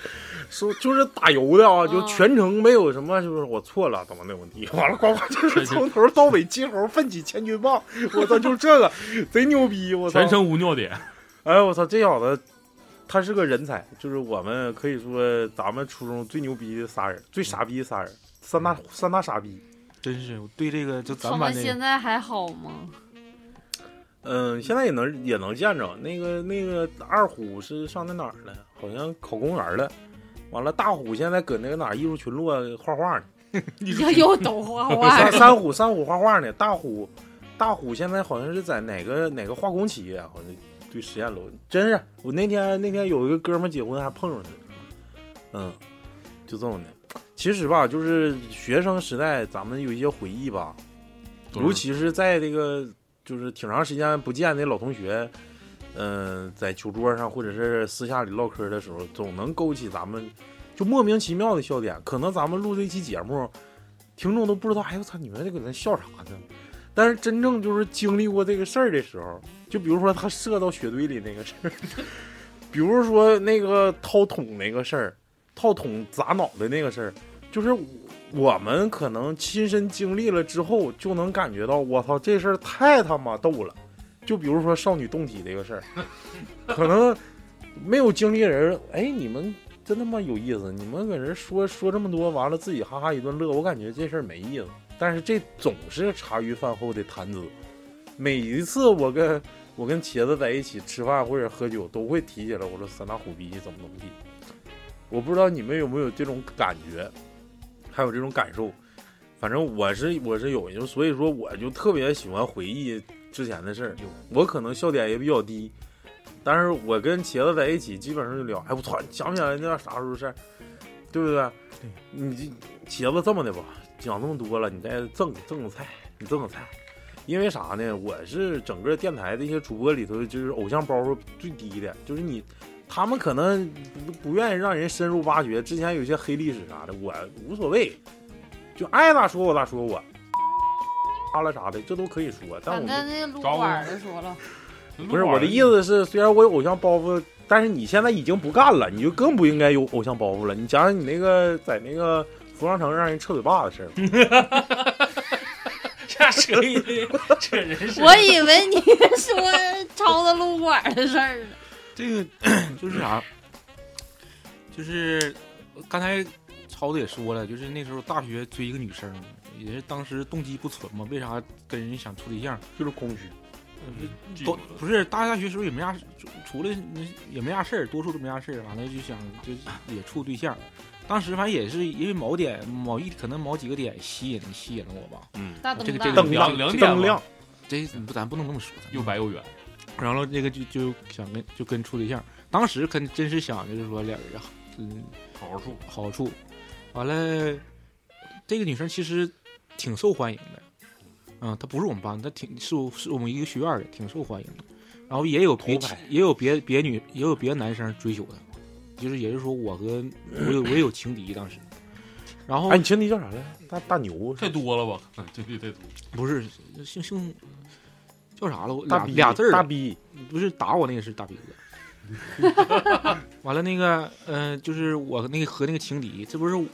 Speaker 2: 说就是打油的啊，
Speaker 3: 嗯
Speaker 2: 就全程没有什么，就是我错了怎么怎么地， <laughs> 完了
Speaker 17: <laughs>
Speaker 2: 呱呱就是从头到尾金猴奋起千钧棒，我操，就这个贼牛逼，我操，
Speaker 17: 全程无尿点，
Speaker 2: 哎我操，这小子他是个人才，就是我们可以说咱们初中最牛逼的仨人，最傻逼的仨人，三大三大傻逼。
Speaker 4: 真是我对这个就
Speaker 3: 他
Speaker 4: 咱们
Speaker 3: 们
Speaker 4: 班这
Speaker 3: 现
Speaker 4: 个，
Speaker 3: 在还好
Speaker 4: <laughs>
Speaker 3: 吗？
Speaker 2: 嗯，现在也能也能见着那个那个二虎是上那哪儿了？好像考公务员了。完了，大虎现在搁那个哪儿艺术群落画画呢？
Speaker 3: 要又懂
Speaker 4: <laughs>
Speaker 3: 画
Speaker 2: <laughs>
Speaker 3: 画
Speaker 2: 三，三虎三虎画画呢？大虎大虎现在好像是在哪个哪个化工企业啊，好像对实验楼。真是，我那天那天有一个哥们儿结婚还碰上他，嗯，就这么的。其实吧，就是学生时代咱们有一些回忆吧，尤其是在这个就是挺长时间不见的老同学，嗯、在酒桌上或者是私下里唠嗑的时候，总能勾起咱们就莫名其妙的笑点。可能咱们录这期节目，听众都不知道，哎呦我操，你们这搁那笑啥呢？但是真正就是经历过这个事儿的时候，就比如说他射到雪堆里那个事儿， <laughs> 比如说那个掏桶那个事儿，掏桶砸脑袋那个事儿，就是我们可能亲身经历了之后，就能感觉到，我操，这事儿太他妈逗了。就比如说少女动体这个事儿，可能没有经历的人，哎，你们真他妈有意思，你们搁这说说这么多，完了自己哈哈一顿乐，我感觉这事儿没意思。但是这总是茶余饭后的谈资，每一次我跟我跟茄子在一起吃饭或者喝酒，都会提起来，我说三大虎逼怎么怎么地。我不知道你们有没有这种感觉，还有这种感受。反正我是我是有，就所以说我就特别喜欢回忆之前的事儿。我可能笑点也比较低，但是我跟茄子在一起，基本上就聊，哎我操，你想不想起来那啥时候的事儿，对不对？对，你这茄子这么的吧，讲这么多了，你再赠赠个菜，你赠个菜。因为啥呢？我是整个电台的一些主播里头，就是偶像包袱最低的，就是你他们可能不不愿意让人深入挖掘。之前有一些黑历史啥的，我无所谓，就爱咋说我咋说我， <laughs> 啊了啥的，这都可以说。但
Speaker 3: 反
Speaker 2: 我
Speaker 3: 正
Speaker 2: 们
Speaker 3: 那撸管的说了，
Speaker 2: 不是我的意思是，虽然我有偶像包袱，但是你现在已经不干了，你就更不应该有偶像包袱了。你讲讲你那个在那个服装城让人撤嘴巴的事儿吧。
Speaker 5: 这 <laughs> 扯一堆，这人是
Speaker 3: 我以为你 <laughs> 说抄他撸管的事儿呢。
Speaker 4: 这个就是啥，就是刚才超子也说了，就是那时候大学追一个女生，也是当时动机不纯嘛，为啥跟人想处对象？
Speaker 2: 就是空虚。
Speaker 4: 都不是大大学时候也没啥，除除了那也没啥事儿，多数都没啥事儿。完了就想就也处对象，当时反正也是因为某点某一可能某几个点吸引吸引了我吧。
Speaker 17: 嗯，
Speaker 3: 大灯
Speaker 4: 啊这个
Speaker 3: 大
Speaker 4: 这个
Speaker 2: 灯
Speaker 17: 亮
Speaker 2: 亮
Speaker 17: 两点
Speaker 2: 灯亮，
Speaker 4: 这不咱不能那么说，咱
Speaker 17: 又白又圆，
Speaker 4: 然后这个就就想跟就跟处对象，当时跟真是想就是说俩人嗯
Speaker 17: 好好处。
Speaker 4: 好处，完了这个女生其实挺受欢迎的，嗯，她不是我们班，她挺是我是我们一个学院的，挺受欢迎的。然后也有别
Speaker 2: 头牌
Speaker 4: 也有别别女也有别的男生追求她，就是也是说我和我有我也有情敌当时，然后
Speaker 2: 哎，你情敌叫啥来？大大牛
Speaker 17: 太多了吧？
Speaker 5: <laughs>
Speaker 17: 这这太多。
Speaker 4: 不是姓姓叫啥了？我
Speaker 2: 大
Speaker 4: 俩
Speaker 2: 逼
Speaker 4: 俩字儿啊
Speaker 2: 大
Speaker 4: 的
Speaker 2: 逼，
Speaker 4: 不是打我那个是大鼻子。完了那个，呃，就是我那个和那个情敌，这不是我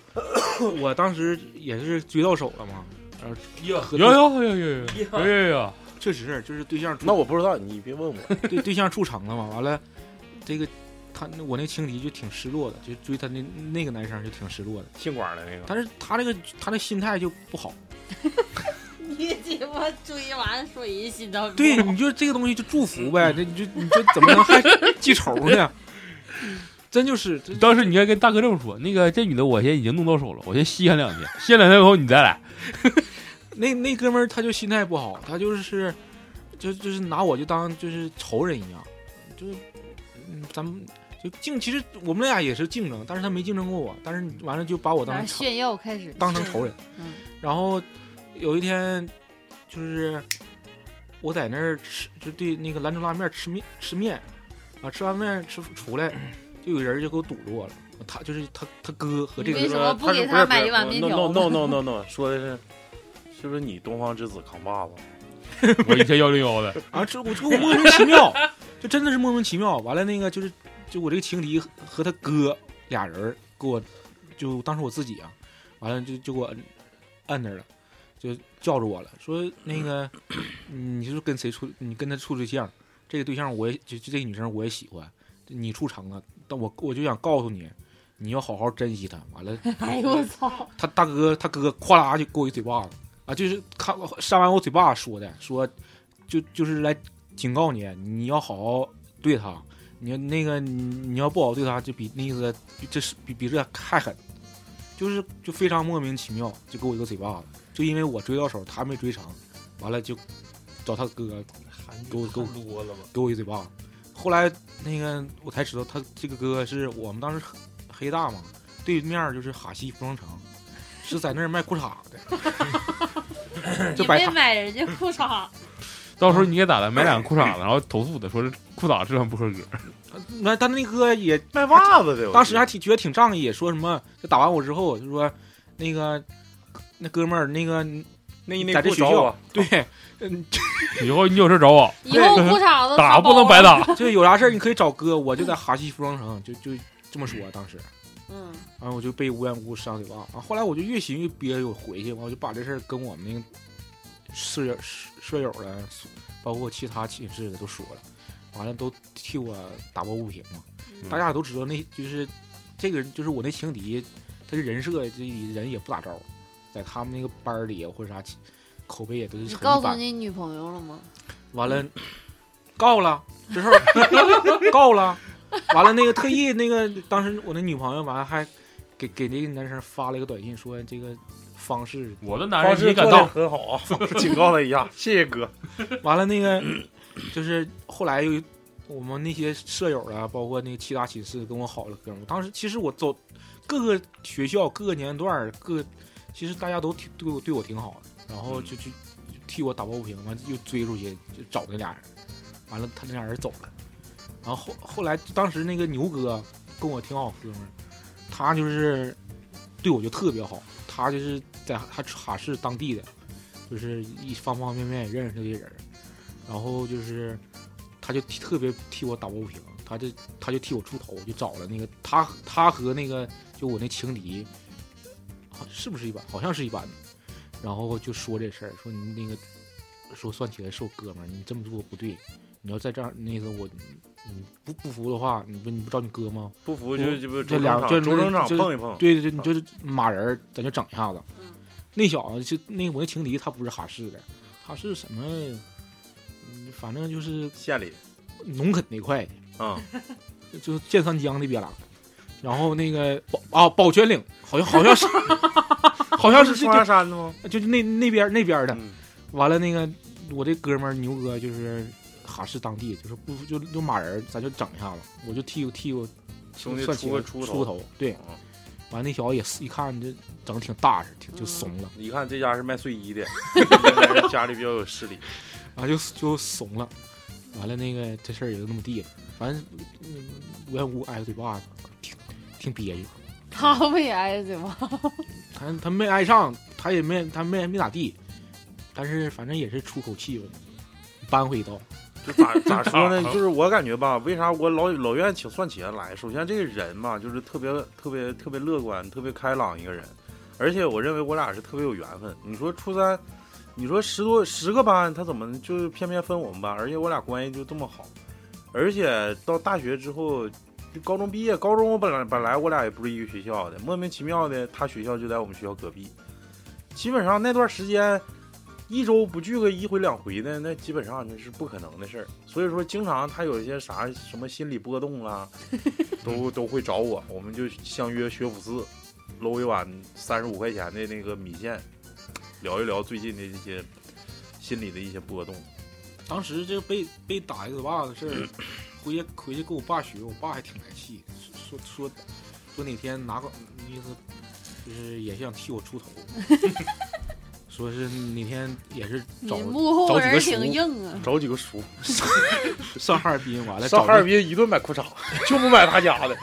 Speaker 4: 我当时也是追到手了吗？然后
Speaker 5: 哟
Speaker 4: 和
Speaker 19: 有有有有有有有，
Speaker 4: 确实是就是对象
Speaker 2: 那
Speaker 4: 处
Speaker 2: 我不知道，你别问 <laughs> 我。
Speaker 4: 对对象处成了嘛，完了这个他我那个情敌就挺失落的，就追他那那个男生就挺失落的，
Speaker 2: 性管的那个，
Speaker 4: 但是他这个他的心态就不好，
Speaker 3: 你鸡巴追完说人心脏
Speaker 4: 对，你就这个东西就祝福呗，这你就你就怎么能还记仇呢？ <laughs> 真就是这
Speaker 19: 当时你应该跟大哥这么说，那个这女的我现在已经弄到手了，我先稀罕两天，稀罕两天以后你再来。
Speaker 4: 那那哥们儿他就心态不好，他就是就就是拿我就当就是仇人一样，就是嗯，咱们就竞，其实我们俩也是竞争，但是他没竞争过我，但是完了就把我当
Speaker 3: 然后
Speaker 4: 成仇
Speaker 3: 炫耀开始，
Speaker 4: 当成仇人。
Speaker 3: 啊嗯，
Speaker 4: 然后有一天就是我在那儿吃，就对那个兰州拉面吃面吃面啊，吃完面吃出来，就有人就给我堵住我了，他就是他他哥和这
Speaker 3: 你为
Speaker 4: 个
Speaker 3: 什么不给他买一碗面条
Speaker 2: n o no no no
Speaker 3: <laughs>
Speaker 2: no，说的是。是不是你东方之子扛把子？
Speaker 19: 我以前幺零幺的，
Speaker 4: 啊，这我这我莫名其妙，就真的是莫名其妙。完了那个就是，就我这个情敌和和他哥俩人儿给我，就当时我自己啊，完了就就给我摁摁那儿了，就叫着我了，说那个嗯你是跟谁处？你跟他处对象？这个对象我也就就这个女生我也喜欢，你处成了，但我我就想告诉你，你要好好珍惜它。完了，
Speaker 3: <laughs> 哎呦我操！
Speaker 4: 他大哥他哥咵啦就给我一嘴巴子啊，就是看扇完我嘴巴说的，说就就是来警告你，你要好好对他，你要那个你你要不好好对他，就比那个比这是比比这还狠，就是就非常莫名其妙就给我一个嘴巴子，就因为我追到手，他没追成，完了就找他哥给我给我
Speaker 5: 多了吧？
Speaker 4: 给我一嘴巴。后来那个我才知道，他这个哥是我们当时黑大嘛，对面就是哈西服装城，是在那儿卖裤衩的。 <laughs>
Speaker 3: <laughs>
Speaker 4: 就
Speaker 3: 你
Speaker 4: 摆
Speaker 3: 没
Speaker 4: 摊
Speaker 3: 买人家裤衩，
Speaker 19: 到时候你给咋的？买两个裤衩子，然后投诉他，说这裤衩质量不合格。
Speaker 4: 那他那哥也
Speaker 2: 卖袜子的，我
Speaker 4: 当时
Speaker 2: 记得
Speaker 4: 还挺觉得挺仗义，说什么就打完我之后就说那个那哥们儿那个
Speaker 2: 那一内
Speaker 4: 在这
Speaker 2: 裤
Speaker 4: 学
Speaker 2: 找
Speaker 4: 校
Speaker 2: 我，
Speaker 4: 对，嗯，
Speaker 19: 以后你有事找我，
Speaker 3: 以后裤衩子
Speaker 19: 打不能白。打。
Speaker 4: 就有啥事儿你可以找哥，我就在哈西服装城，就就这么说当时。
Speaker 3: 嗯，
Speaker 4: 完了我就被无缘无故扇嘴巴。啊，后来我就越寻越憋着，我回去，完我就把这事儿跟我们那个舍友舍舍友了，包括其他寝室的都说了，完了都替我打抱不平嘛。
Speaker 3: 嗯
Speaker 4: 大家也都知道那，就是这个人，就是我那情敌，他这人设这人也不咋招，在他们那个班儿里啊或者啥口碑也都
Speaker 3: 你
Speaker 4: 是很
Speaker 3: 告
Speaker 4: 一
Speaker 3: 诉
Speaker 4: 般。
Speaker 3: 你女朋友了吗？
Speaker 4: 完了，告了，之后告了，完了那个特意那个当时我那女朋友完了还给给那个男生发了一个短信说这个方式，
Speaker 19: 我的男
Speaker 2: 方
Speaker 19: 人
Speaker 2: 式
Speaker 19: 你敢
Speaker 2: 做得
Speaker 19: 当？
Speaker 2: 很好啊， <laughs> 警告他一下，谢谢哥。
Speaker 4: <laughs> 完了那个就是后来又我们那些舍友啊，包括那个其他寝室跟我好了哥们儿，当时其实我走各个学校各个年龄段儿各，其实大家都挺对我对我挺好的，然后就去替我打抱不平，完又追出去就找那俩人，完了他那俩人走了，然后后后来当时那个牛哥跟我挺好哥们儿，他就是对我就特别好，他就是在他哈市当地的，就是一方方面面也认识这些人儿，然后就是他就替特别替我打抱不平，他就他就替我出头，就找了那个他他和那个就我那情敌，好是不是一般？好像是一般的，然后就说这事儿，说你那个说算起来是我哥们儿，你这么做不对，你要再这样那个我。你不不服的话，你不你不找你哥吗？
Speaker 2: 不服就就不
Speaker 4: 这
Speaker 2: 主
Speaker 4: 俩
Speaker 2: 场，
Speaker 4: 这
Speaker 2: 主整场
Speaker 4: 这
Speaker 2: 碰一碰，
Speaker 4: 对对对，你就是马人儿，咱就整一下子。
Speaker 3: 嗯
Speaker 4: 那小子就那我那情敌，他不是哈市的，他是什么？嗯反正就是
Speaker 2: 县里
Speaker 4: 农垦那块的，
Speaker 2: 啊，
Speaker 4: 就是建三江那边啦。然后那个宝啊宝泉岭，好像好
Speaker 2: <laughs>
Speaker 4: 像是，好像是
Speaker 2: 双鸭山的吗？
Speaker 4: 就就那那边那边的。
Speaker 2: 嗯
Speaker 4: 完了那个我这哥们儿牛哥就是哈市当地，就是不就就马人儿，咱就整一下子，我就替我替我
Speaker 2: 兄弟
Speaker 4: 算
Speaker 2: 出个
Speaker 4: 起来
Speaker 2: 出头
Speaker 4: 出头，对。完那小子也是一看这整挺大实，挺
Speaker 3: 嗯
Speaker 4: 就怂了，
Speaker 2: 一看这家是卖睡衣
Speaker 4: <laughs>
Speaker 2: 的，这家里比较有势力，
Speaker 4: 然后啊就就怂了。完了那个这事儿也就那么地了，反正嗯无缘无故挨个嘴巴子，挺挺憋屈。
Speaker 3: <laughs> 他们也挨嘴巴。
Speaker 4: 他他没挨上，他也没他没没咋地，但是反正也是出口气吧，扳回一刀。
Speaker 2: 就咋咋说呢？就是我感觉吧，为啥我老老愿意请算钱来？首先这个人嘛，就是特别特别特别乐观、特别开朗一个人，而且我认为我俩是特别有缘分。你说初三，你说十多十个班，他怎么就是偏偏分我们班？而且我俩关系就这么好，而且到大学之后，就高中毕业，高中我本来本来我俩也不是一个学校的，莫名其妙的他学校就在我们学校隔壁，基本上那段时间。一周不聚个一回两回的，那基本上那是不可能的事儿。所以说，经常他有一些啥什么心理波动啦，都都会找我，我们就相约学府寺，搂一碗三十五块钱的那个米线，聊一聊最近的这些心理的一些波动。
Speaker 4: 当时这被被打一个嘴巴子事
Speaker 3: 嗯
Speaker 4: 儿，回去回去跟我爸学，我爸还挺来气，说说说说哪天拿个意思就是也想替
Speaker 3: <laughs>
Speaker 4: 我出头，说是哪天也是找
Speaker 3: 你幕后
Speaker 4: 找几
Speaker 3: 人
Speaker 4: 个
Speaker 3: 挺
Speaker 4: 熟
Speaker 3: 硬啊，
Speaker 2: 嗯找几个叔，
Speaker 4: 上哈尔滨，完了
Speaker 2: 上
Speaker 4: 找
Speaker 2: 哈尔
Speaker 4: 那
Speaker 2: 滨一顿买裤衩，就不买他家的，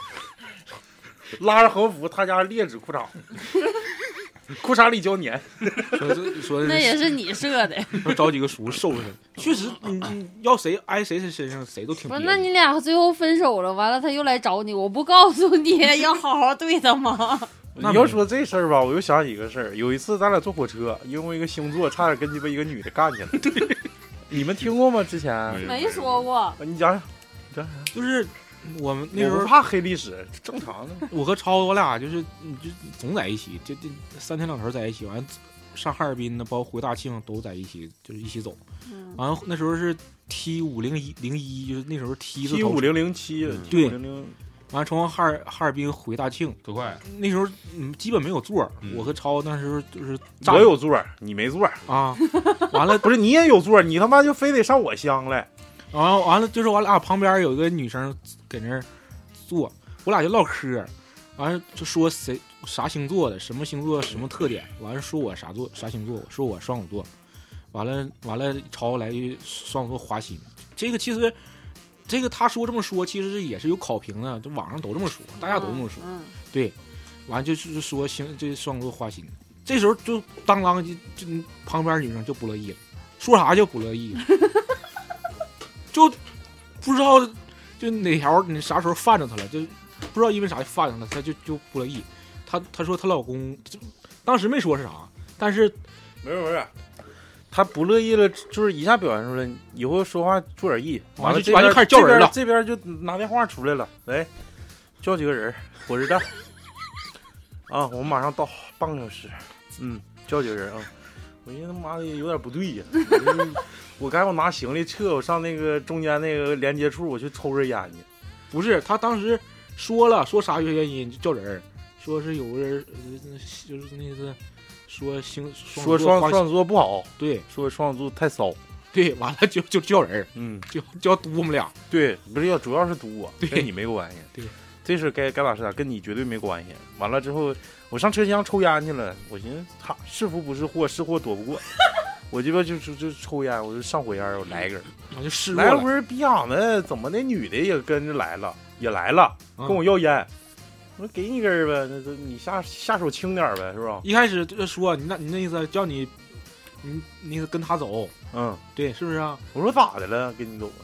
Speaker 2: <laughs> 拉着横幅，他家劣质 <laughs> 裤衩，裤衩里胶粘。
Speaker 4: 说这说
Speaker 3: <laughs> 那也是你设
Speaker 4: <laughs>
Speaker 3: 的。
Speaker 4: 说找几个叔收拾他，确实你你要谁挨谁谁身上谁都
Speaker 3: 不
Speaker 4: 挺憋
Speaker 3: 是，
Speaker 4: 屈。
Speaker 3: 那你俩最后分手了，完了他又来找你，我不告诉
Speaker 4: <laughs>
Speaker 3: 你要好好对他吗？
Speaker 4: 那
Speaker 2: 你要
Speaker 4: 没
Speaker 2: 说这事儿吧，我又想起一个事儿。有一次咱俩坐火车，因为一个星座差点跟鸡巴一个女的干起来。
Speaker 4: <laughs>
Speaker 2: 你们听过吗？之前啊
Speaker 3: 没说过，
Speaker 2: 你讲讲，
Speaker 4: 就是我们那
Speaker 2: 我
Speaker 4: 时
Speaker 2: 不
Speaker 4: 候
Speaker 2: 怕黑历史，正常的。
Speaker 4: 我和超我俩就是嗯就总在一起，就就三天两头在一起，完上哈尔滨呢，包括回大庆都在一起，就是一起走。
Speaker 3: 嗯，
Speaker 4: 完了那时候是 T 五零一零一，就是那时候 T 字
Speaker 2: T
Speaker 4: 头
Speaker 2: 五。零零七，
Speaker 4: 对
Speaker 2: 零零
Speaker 4: 完了从哈尔哈尔滨回大庆，
Speaker 17: 多
Speaker 5: 啊
Speaker 17: 快！
Speaker 4: 那时候嗯基本没有座儿，
Speaker 17: 嗯
Speaker 4: 我和超那时候就是站
Speaker 2: 我有座儿，你没座儿， <laughs>
Speaker 4: 啊，完了
Speaker 2: 不是你也有座儿，你他妈就非得上我乡来。
Speaker 4: 完了完了，就是我俩旁边有一个女生搁那儿坐，我俩就唠嗑，完了就说谁啥星座的，什么星座什么特点，完了说我啥座啥星座，说我双子座，完了完了朝来一句双子座花心，这个其实这个他说这么说，其实也是有考评的，就网上都这么说，大家都这么说，
Speaker 3: 嗯，
Speaker 4: 对，完就是说行，这双子座花心，这时候就当啷就就旁边女生就不乐意了，说啥就不乐意了， <laughs> 就不知道就哪条你啥时候犯着她了，就不知道因为啥就犯着她，她就就不乐意。她她说她老公就当时没说是啥，但是
Speaker 2: 没事没事，他不乐意了，就是一下表现出来，以后说话注点意。完
Speaker 4: 完
Speaker 2: 了
Speaker 4: 了就
Speaker 2: 这边
Speaker 4: 完就开始叫人了
Speaker 2: 这边，这边就拿电话出来了，来叫几个人，火车站。啊，我们马上到，半个小时。嗯，叫几个人啊？我寻思他妈的有点不对呀、我这我赶紧我拿行李撤，我上那个中间那个连接处，我去抽根烟去。
Speaker 4: 不是她当时说了说啥原因就叫人儿，说是有个人呃就是那次说星
Speaker 2: 说双
Speaker 4: 双子座花心
Speaker 2: 双子座不好，
Speaker 4: 对
Speaker 2: 说双子座太骚。
Speaker 4: 对，完了就就叫人儿。
Speaker 2: 嗯，
Speaker 4: 就就要堵我们俩。
Speaker 2: 对，不是要主要是堵我，
Speaker 4: 对
Speaker 2: 跟你没关系。
Speaker 4: 对，
Speaker 2: 这事该该咋是咋，跟你绝对没关系。完了之后，我上车厢抽烟去了，我寻思他是福不是祸，是祸躲不
Speaker 4: <laughs>
Speaker 2: 过。我这边就就就抽烟，我就上火烟，我来一根儿，
Speaker 4: 我就示弱
Speaker 2: 来
Speaker 4: 了。
Speaker 2: 回逼养的，怎么那女的也跟着来了，也来了，
Speaker 4: 嗯
Speaker 2: 跟我要烟。我说给你一根儿呗，那那你下下手轻点儿呗，是吧？
Speaker 4: 一开始就说你那你那意思叫你，你那个跟他走，
Speaker 2: 嗯，
Speaker 4: 对，是不是啊？
Speaker 2: 我说咋的了？跟你走啊，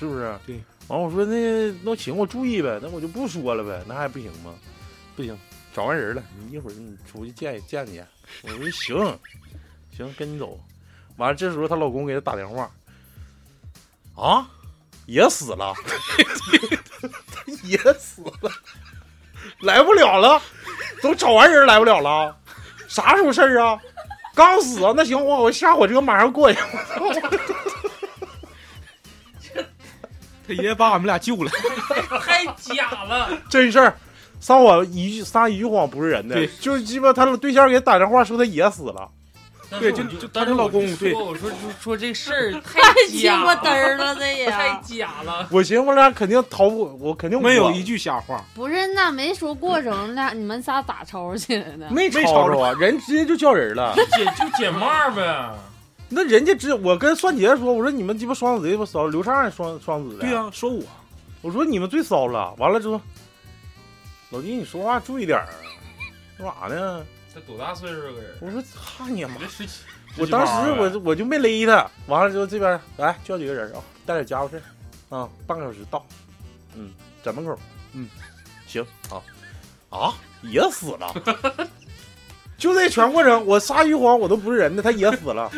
Speaker 2: 是不是？
Speaker 4: 对。
Speaker 2: 完我说那那行，我注意呗，那我就不说了呗，那还不行吗？不行，找完人了，你一会儿你出去见见见。我说行，行，跟你走。完了，这时候她老公给她打电话，啊，也死了， <laughs> 也死了，来不了了，都找完人来不了了，啥时候事儿啊？刚死啊？那行，我我下火车马上过去。
Speaker 4: 他爷爷把我们俩救了，
Speaker 5: 太假了，
Speaker 2: 真事儿，撒谎一句撒一句谎不是人的
Speaker 4: 对，
Speaker 2: 就是鸡巴他对象给打电话说他也死了，
Speaker 4: 对就就当时老公对
Speaker 5: 我说就说这事儿太
Speaker 3: 太鸡
Speaker 5: 假
Speaker 3: 巴嘚
Speaker 5: 了，
Speaker 3: 儿了，这
Speaker 4: <laughs>
Speaker 3: 也
Speaker 5: 太假
Speaker 2: <laughs>
Speaker 5: 了，
Speaker 2: 我寻思我俩肯定逃不，我肯定
Speaker 4: 没有
Speaker 2: 一
Speaker 4: 一句瞎话。
Speaker 3: 不是那没说过程，那你们仨咋吵吵起来的？
Speaker 2: 没
Speaker 4: 没
Speaker 2: 吵
Speaker 4: 吵
Speaker 2: 着啊，人直接就叫人了。
Speaker 5: 解就解骂呗。
Speaker 2: <laughs> 那人家直我跟蒜杰说，我说你们鸡巴双子鸡巴骚，刘畅也双双子的，
Speaker 4: 对呀、说我
Speaker 2: 我说你们最骚了。完了之后，老弟你说话注意点儿啊，干啥呢？
Speaker 5: 这多大岁数个人？
Speaker 2: 我说操你妈！
Speaker 5: 这十七，
Speaker 2: 我当时我就我就没勒他，完了之后这边来叫几个人啊，带点家伙事儿啊，半个小时到，嗯，在门口，嗯，行啊啊，也死了，就这全过程，我撒一谎我都不是人的，他也死了。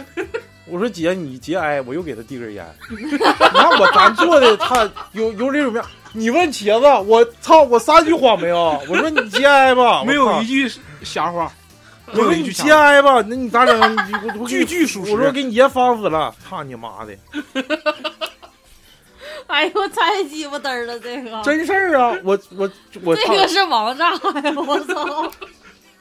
Speaker 2: 我说姐，你节哀，我又给他递根烟。你看我咱做的，他有有这种面。你问茄子，我操，我撒句谎没有？我说你节哀吧，啊我
Speaker 4: 没有
Speaker 2: 操
Speaker 4: 一句瞎话，
Speaker 2: <laughs> 我
Speaker 4: 没有
Speaker 2: 说
Speaker 4: 一
Speaker 2: 你
Speaker 4: 句
Speaker 2: 节
Speaker 4: 瞎话。
Speaker 2: 哀吧，那你咋整？你我我给你
Speaker 4: <laughs> 句句属实
Speaker 2: 我说给你爷方死了，操你妈的，
Speaker 3: 哎呦，太鸡巴嘚儿了，这个
Speaker 2: 真事儿啊！我我我
Speaker 3: 这
Speaker 2: 操，
Speaker 3: 个是王炸呀！我操！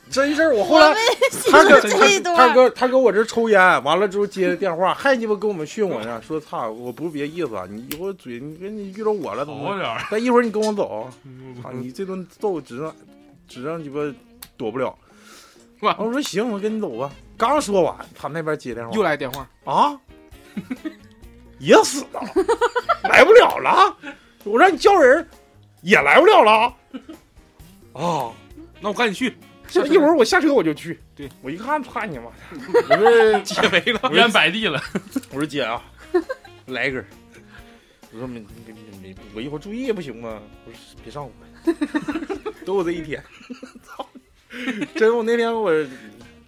Speaker 2: 真事儿！我后
Speaker 3: 我
Speaker 2: 来
Speaker 3: 没信
Speaker 2: 他搁
Speaker 3: 这一段
Speaker 2: 他搁他搁我这抽烟，完了之后接的电话，还鸡巴跟我们训我呢， <laughs> 说操，我不是别意思啊，你一会儿嘴你跟你遇着我了怎
Speaker 17: 好
Speaker 2: 么？
Speaker 17: 点儿，
Speaker 2: 但一会儿你跟我
Speaker 4: <laughs>
Speaker 2: 走，操你这顿揍只让只让鸡巴躲不了。
Speaker 4: 哇
Speaker 2: 我说行，我跟你走吧。刚说完，他那边接电话
Speaker 4: 又来电话，
Speaker 2: 啊， <laughs> 也死了，来不了了。我让你叫人，也来不了了。啊，
Speaker 4: 那我赶紧去，
Speaker 2: 一会儿我下车我就 <laughs> 去。
Speaker 4: 对
Speaker 2: 我一看，操你妈！我说
Speaker 17: <laughs> 解围了，烟摆地了，
Speaker 2: 我说姐啊，来一根儿。我说没没没，我一会儿注意不行吗？我说别上我， <laughs> 都有这一天。操！真我那天我的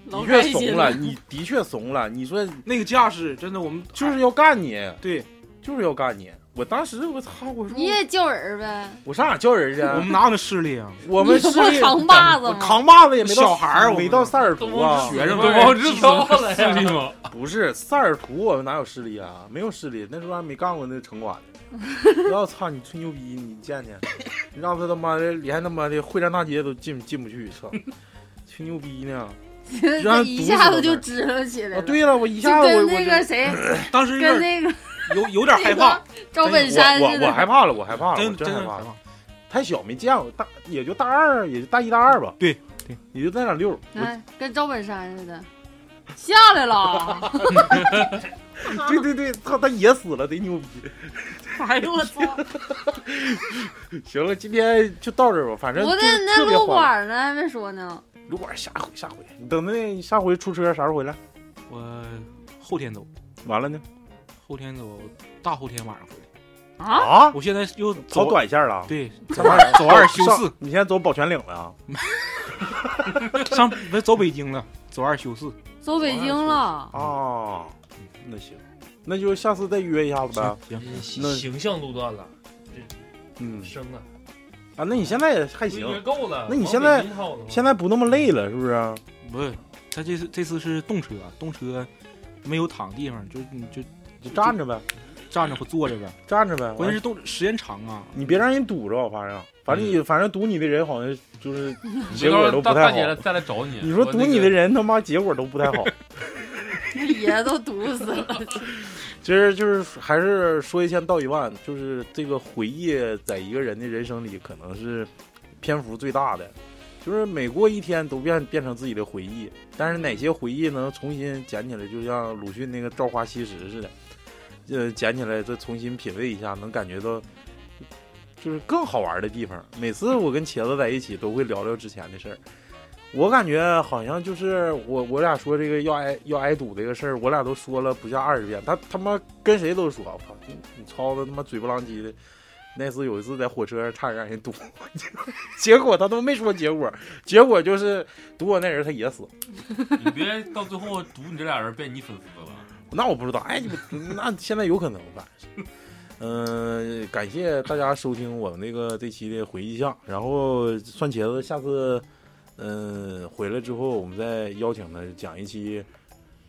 Speaker 3: 老
Speaker 2: 确
Speaker 3: 开心
Speaker 2: 怂了，你的确怂了。你说
Speaker 4: 那个架势真的我们
Speaker 2: 就是要干你，
Speaker 4: 对
Speaker 2: 就是要干你。我当时我操，我说
Speaker 3: 你也叫人儿呗？
Speaker 2: 我上哪叫人去啊？
Speaker 4: 我们哪有那势力啊？
Speaker 2: 我们
Speaker 3: 你
Speaker 2: 是
Speaker 3: 不扛把子
Speaker 2: 我
Speaker 3: 吗？
Speaker 2: 扛把子也没到
Speaker 4: 小孩儿我们
Speaker 2: 没到塞尔图啊
Speaker 5: 都，
Speaker 4: 学生
Speaker 5: 都
Speaker 4: 们
Speaker 5: 往这飘了
Speaker 19: 是
Speaker 5: 呀！
Speaker 19: 吗？
Speaker 2: 不是塞尔图，我们哪有势力啊？没有势力，那时候还没干过那城管呢。 <laughs> 不要操你吹牛逼，你见见，你让他他妈的连他妈的会战大街都进进不去，操，吹牛逼呢？
Speaker 3: 这一下子就支棱起来
Speaker 2: 啊，
Speaker 3: 了。
Speaker 2: 对了，我一
Speaker 3: 就
Speaker 2: 下子我嗯
Speaker 3: 跟
Speaker 2: 我
Speaker 3: 那
Speaker 2: 就
Speaker 3: 个谁，
Speaker 4: 当时有
Speaker 3: 跟
Speaker 4: 点
Speaker 3: 那个
Speaker 4: 有有点害怕，
Speaker 3: 赵本山
Speaker 2: 哎我
Speaker 3: 似
Speaker 2: 我我
Speaker 3: 的。
Speaker 2: 害怕了，我害怕了，我
Speaker 4: 真
Speaker 2: 真害
Speaker 4: 的
Speaker 2: 怕
Speaker 4: 害
Speaker 2: 了。
Speaker 4: 怕。
Speaker 2: 太小没见过，大也就大二，也就大一大二吧。
Speaker 4: 对对，
Speaker 2: 也就那俩六。我
Speaker 3: 哎，跟赵本山似的，下
Speaker 2: <laughs>
Speaker 3: 来了。
Speaker 2: 对对对，操，他也死了，贼牛逼。
Speaker 3: 哎呦我操！
Speaker 2: 行了，今天就到这儿吧，反正
Speaker 3: 我
Speaker 2: 就
Speaker 3: 那
Speaker 2: 是
Speaker 3: 那
Speaker 2: 特别欢乐
Speaker 3: 撸管呢还没说呢，
Speaker 2: 撸管下回下回，你等那下回出车啥时候回来？
Speaker 4: 我后天走，
Speaker 2: 完了呢？
Speaker 4: 后天走，大后天晚上回来。
Speaker 3: 啊？
Speaker 2: 啊，
Speaker 4: 我现在又
Speaker 2: 跑
Speaker 4: 走，
Speaker 2: 短线了，啊
Speaker 4: 对，
Speaker 2: 上班儿
Speaker 4: 走二休
Speaker 2: 上
Speaker 4: 四，
Speaker 2: 你现在走保全岭了啊？
Speaker 4: 上不走北京了，走二休四。
Speaker 3: 走北京了，
Speaker 2: 啊，那行，那就下次再约一下子呗。
Speaker 4: 行，
Speaker 2: 那
Speaker 5: 形象路段了，
Speaker 2: 嗯
Speaker 5: 生了，
Speaker 2: 啊，那你现在也还
Speaker 5: 还
Speaker 2: 行，
Speaker 5: 够了。
Speaker 2: 那你现在
Speaker 5: 往北京套的吗
Speaker 2: 现在不那么累了，是不是？
Speaker 4: 不是，他这次这次是动车，动车没有躺地方，就你就
Speaker 2: 就站着呗，
Speaker 4: 站着或坐着呗。
Speaker 2: 站着呗。
Speaker 4: 关键是动时间长啊，
Speaker 2: 你别让人堵着，我发现，反正你反正堵你的人好像 <laughs> 就是结
Speaker 19: 别到
Speaker 2: 果
Speaker 19: 时
Speaker 2: 都不
Speaker 19: 候大
Speaker 2: 太
Speaker 19: 大
Speaker 2: 好
Speaker 19: 姐。来再来找你，
Speaker 2: 你说堵
Speaker 19: 那
Speaker 2: 你
Speaker 19: 个
Speaker 2: 的人他妈结果都不太好。
Speaker 3: 那爷都堵死了。
Speaker 2: 其实就是还是说一千道一万，就是这个回忆在一个人的人生里可能是篇幅最大的，就是每过一天都变变成自己的回忆。但是哪些回忆能重新捡起来，就像鲁迅那个《朝花夕拾》似的，呃，捡起来再重新品味一下，能感觉到就是更好玩的地方。每次我跟茄子在一起，都会聊聊之前的事儿。我感觉好像就是我我俩说这个要挨要挨堵这个事儿，我俩都说了不下二十遍。他他妈跟谁都说，我操，你你超子他妈嘴不浪叽的。那次有一次在火车上差点让人堵， <laughs> 结果他都没说结果，结果就是堵我那人他也死了。
Speaker 19: 你别到最后堵你这俩人变你粉丝了。
Speaker 2: 那我不 <laughs> 知道，哎，你们那现在有可能吧？嗯、感谢大家收听我们那个这期的回忆项，然后蒜茄子下次嗯、回来之后，我们再邀请他讲一期，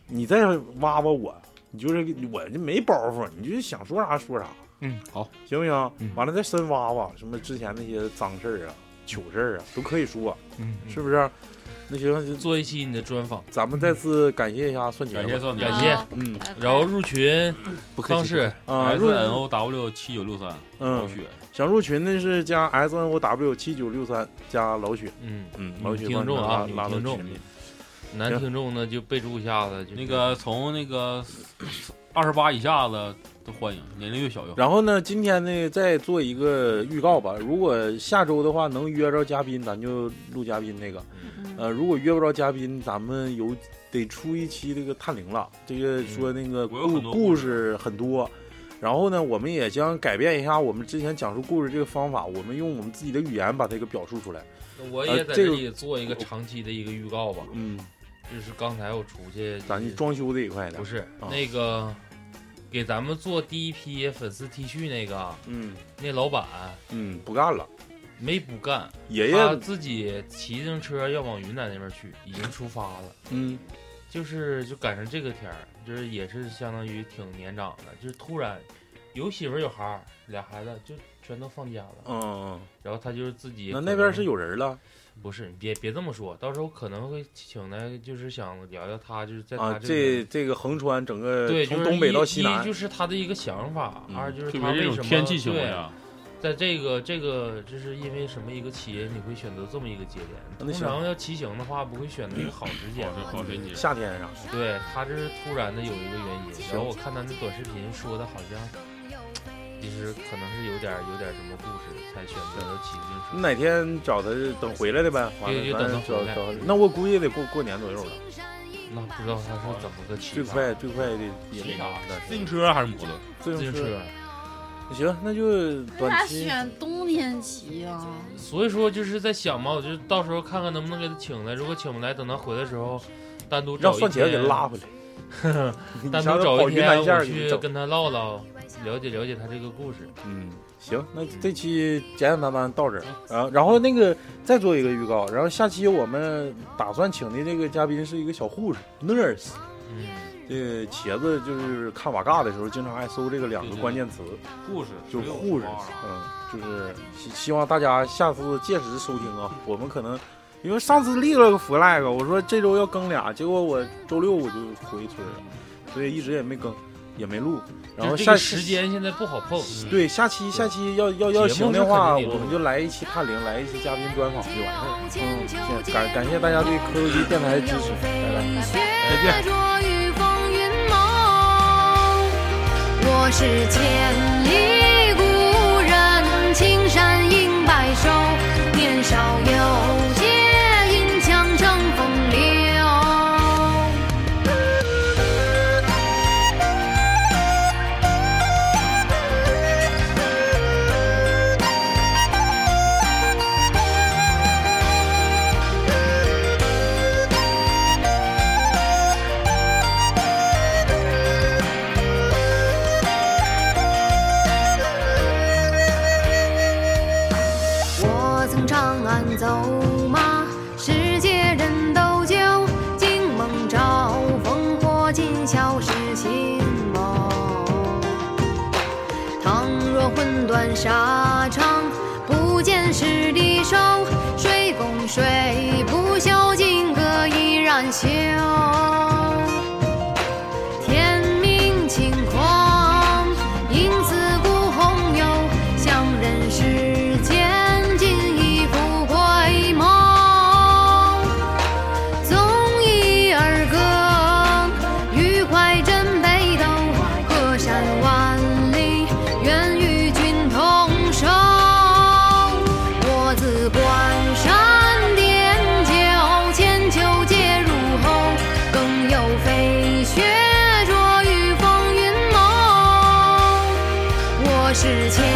Speaker 2: 你再挖挖我，你就是我这没包袱，你就想说啥说啥，
Speaker 4: 嗯，好，
Speaker 2: 行不行？
Speaker 4: 嗯
Speaker 2: 完了再深挖挖什么之前那些脏事儿啊、糗事儿啊，都可以说，
Speaker 4: 嗯，
Speaker 2: 是不是？那行，
Speaker 5: 做一期你的专访，
Speaker 2: 咱们再次感谢一下蒜茄子，
Speaker 19: 感谢算
Speaker 5: 感
Speaker 19: 感
Speaker 5: 谢
Speaker 3: 啊
Speaker 2: 嗯
Speaker 3: 拜拜
Speaker 5: 然后入群
Speaker 4: 不客
Speaker 5: 方
Speaker 4: 气。
Speaker 5: 式
Speaker 2: 啊，
Speaker 19: S
Speaker 2: 入
Speaker 19: N O W 七九六三
Speaker 2: 嗯
Speaker 19: 老。雪，
Speaker 2: 想入群的是加 S N O W 七九六三加老雪，
Speaker 5: 嗯，
Speaker 2: 嗯，
Speaker 5: 女
Speaker 2: 老雪
Speaker 5: 听
Speaker 2: 帮你
Speaker 5: 众啊，
Speaker 2: 拉
Speaker 5: 女
Speaker 2: 拉到
Speaker 5: 听众
Speaker 2: 群里。，
Speaker 5: 男听众呢就备注一下子，就
Speaker 19: 那个从那个二十八以下的都欢迎，年龄越小越好。
Speaker 2: 然后呢，今天呢再做一个预告吧。如果下周的话能约着嘉宾，咱就录嘉宾那个。
Speaker 3: 嗯
Speaker 2: 呃，如果约不着嘉宾，咱们有得出一期这个探灵了。这个说那个
Speaker 19: 我有
Speaker 2: 故
Speaker 19: 很多
Speaker 2: 故事很多，然后呢，我们也将改变一下我们之前讲述故事这个方法，我们用我们自己的语言把这个表述出来。
Speaker 5: 我
Speaker 2: 呃
Speaker 5: 也在
Speaker 2: 这
Speaker 5: 这
Speaker 2: 个
Speaker 5: 里做一个长期的一个预告吧，
Speaker 2: 嗯，
Speaker 5: 就是刚才我出去，
Speaker 2: 咱
Speaker 5: 就是
Speaker 2: 装修这一块的
Speaker 5: 不，是
Speaker 2: 啊
Speaker 5: 那个给咱们做第一批粉丝 T 恤那个啊，
Speaker 2: 嗯
Speaker 5: 那老板
Speaker 2: 嗯，不干了，
Speaker 5: 没不干，
Speaker 2: 爷
Speaker 5: 他
Speaker 2: 爷，
Speaker 5: 自己骑自行车要往云南那边去，已经出发了。
Speaker 2: 嗯
Speaker 5: 就是就赶上这个天儿，就是也是相当于挺年长的，就是突然有媳妇儿有孩儿，俩孩子就全都放家了。
Speaker 2: 嗯。
Speaker 5: 然后他就是自己
Speaker 2: 那
Speaker 5: 可
Speaker 2: 那边
Speaker 5: 能
Speaker 2: 是有人了
Speaker 5: 不是？你别别这么说，到时候可能会请来，就是想聊聊他，就是在
Speaker 2: 啊
Speaker 5: 他，
Speaker 2: 这
Speaker 5: 个
Speaker 2: 这个横穿整个
Speaker 5: 对，就
Speaker 2: 呃从
Speaker 5: 是
Speaker 2: 东北
Speaker 5: 一
Speaker 2: 到西
Speaker 5: 一
Speaker 2: 南，
Speaker 5: 就是他的一个想法，
Speaker 2: 嗯
Speaker 5: 二就是
Speaker 19: 特
Speaker 5: 他
Speaker 19: 别
Speaker 5: 为
Speaker 19: 是
Speaker 5: 什
Speaker 19: 这
Speaker 5: 么
Speaker 19: 种天气情况
Speaker 5: 对，
Speaker 19: 下，
Speaker 5: 在这个这个这是因为什么一个起因，你会选择这么一个节点？
Speaker 2: 那
Speaker 5: 通
Speaker 2: 行
Speaker 5: 常要骑行的话，不会选择一个好时间
Speaker 19: 保。持保持你
Speaker 2: 夏天上
Speaker 5: 对他这是突然的有一个原因，然后我看他那短视频说的好像，其实可能是有点有点什么故事才选择了骑自
Speaker 2: 你
Speaker 5: 行
Speaker 2: 哪天找他等回来的呗，完
Speaker 5: 对
Speaker 2: 了
Speaker 5: 就等他
Speaker 2: 咱找
Speaker 5: 回来
Speaker 2: 找。那我估计得过过年左右了，
Speaker 5: 车，那不知道他是怎啊么个骑
Speaker 2: 最
Speaker 5: 法。
Speaker 2: 快最快的也
Speaker 19: 骑
Speaker 2: 得
Speaker 19: 啥
Speaker 2: 那是
Speaker 19: 自行车还是摩托？
Speaker 2: 自
Speaker 5: 自
Speaker 2: 行
Speaker 5: 行
Speaker 2: 车。
Speaker 5: 车，啊
Speaker 2: 行，那就
Speaker 3: 为啥
Speaker 2: 短期。
Speaker 3: 选冬天骑啊？
Speaker 5: 所以说就是在想嘛，我就到时候看看能不能给他请来，如果请不来，等他回来的时候单独
Speaker 2: 让
Speaker 5: 找一
Speaker 2: 蒜茄子给
Speaker 5: 天 <laughs>
Speaker 2: 拉回来，
Speaker 5: 单
Speaker 20: 想
Speaker 5: 独找
Speaker 20: 跑
Speaker 5: 一
Speaker 20: 云南
Speaker 5: 天
Speaker 20: 线
Speaker 5: 我
Speaker 20: 儿你
Speaker 5: 去
Speaker 20: 整
Speaker 5: 跟他唠唠，了解了解他这个故事。
Speaker 2: 嗯，行，那
Speaker 21: 嗯
Speaker 2: 这期简简单单到这儿啊。然后那个再做一个预告，然后下期我们打算请的这个嘉宾是一个小护士 nurse。
Speaker 5: 嗯，
Speaker 2: 这个茄子就是看瓦嘎的时候，经常爱搜这个两个关键词，
Speaker 4: 故事
Speaker 2: 就是护士。嗯，
Speaker 5: 啊
Speaker 2: 就是希希望大家下次届时收听啊。我们可能因为上次立了个 flag，我说这周要更俩，结果我周六我就回村了，所以一直也没更，也没录。然后
Speaker 5: 嗯就是
Speaker 2: 下
Speaker 5: 这个时间现在不好碰。嗯
Speaker 2: 对，下期下期要要要行的话，我们就来一期帕林，来一期嘉宾专访就完事儿。嗯，现感感谢大家对科技电台的支持，拜拜。
Speaker 22: 雪落于风云梦，我是千里故人，青山应白首。年少有借银枪逞风流。我曾长安走马，世界人都旧。惊梦照，烽火尽，消逝心眸。倘若魂断沙场，不见师弟手，水共水不朽，金戈依然锈。天命轻狂，应自古红游。相人世间，尽已不归梦。纵一而歌，愉快枕北斗。隔山万里，愿与君同守。我自关山点酒，千秋皆入喉。更有飞雪着于风云梦。我是千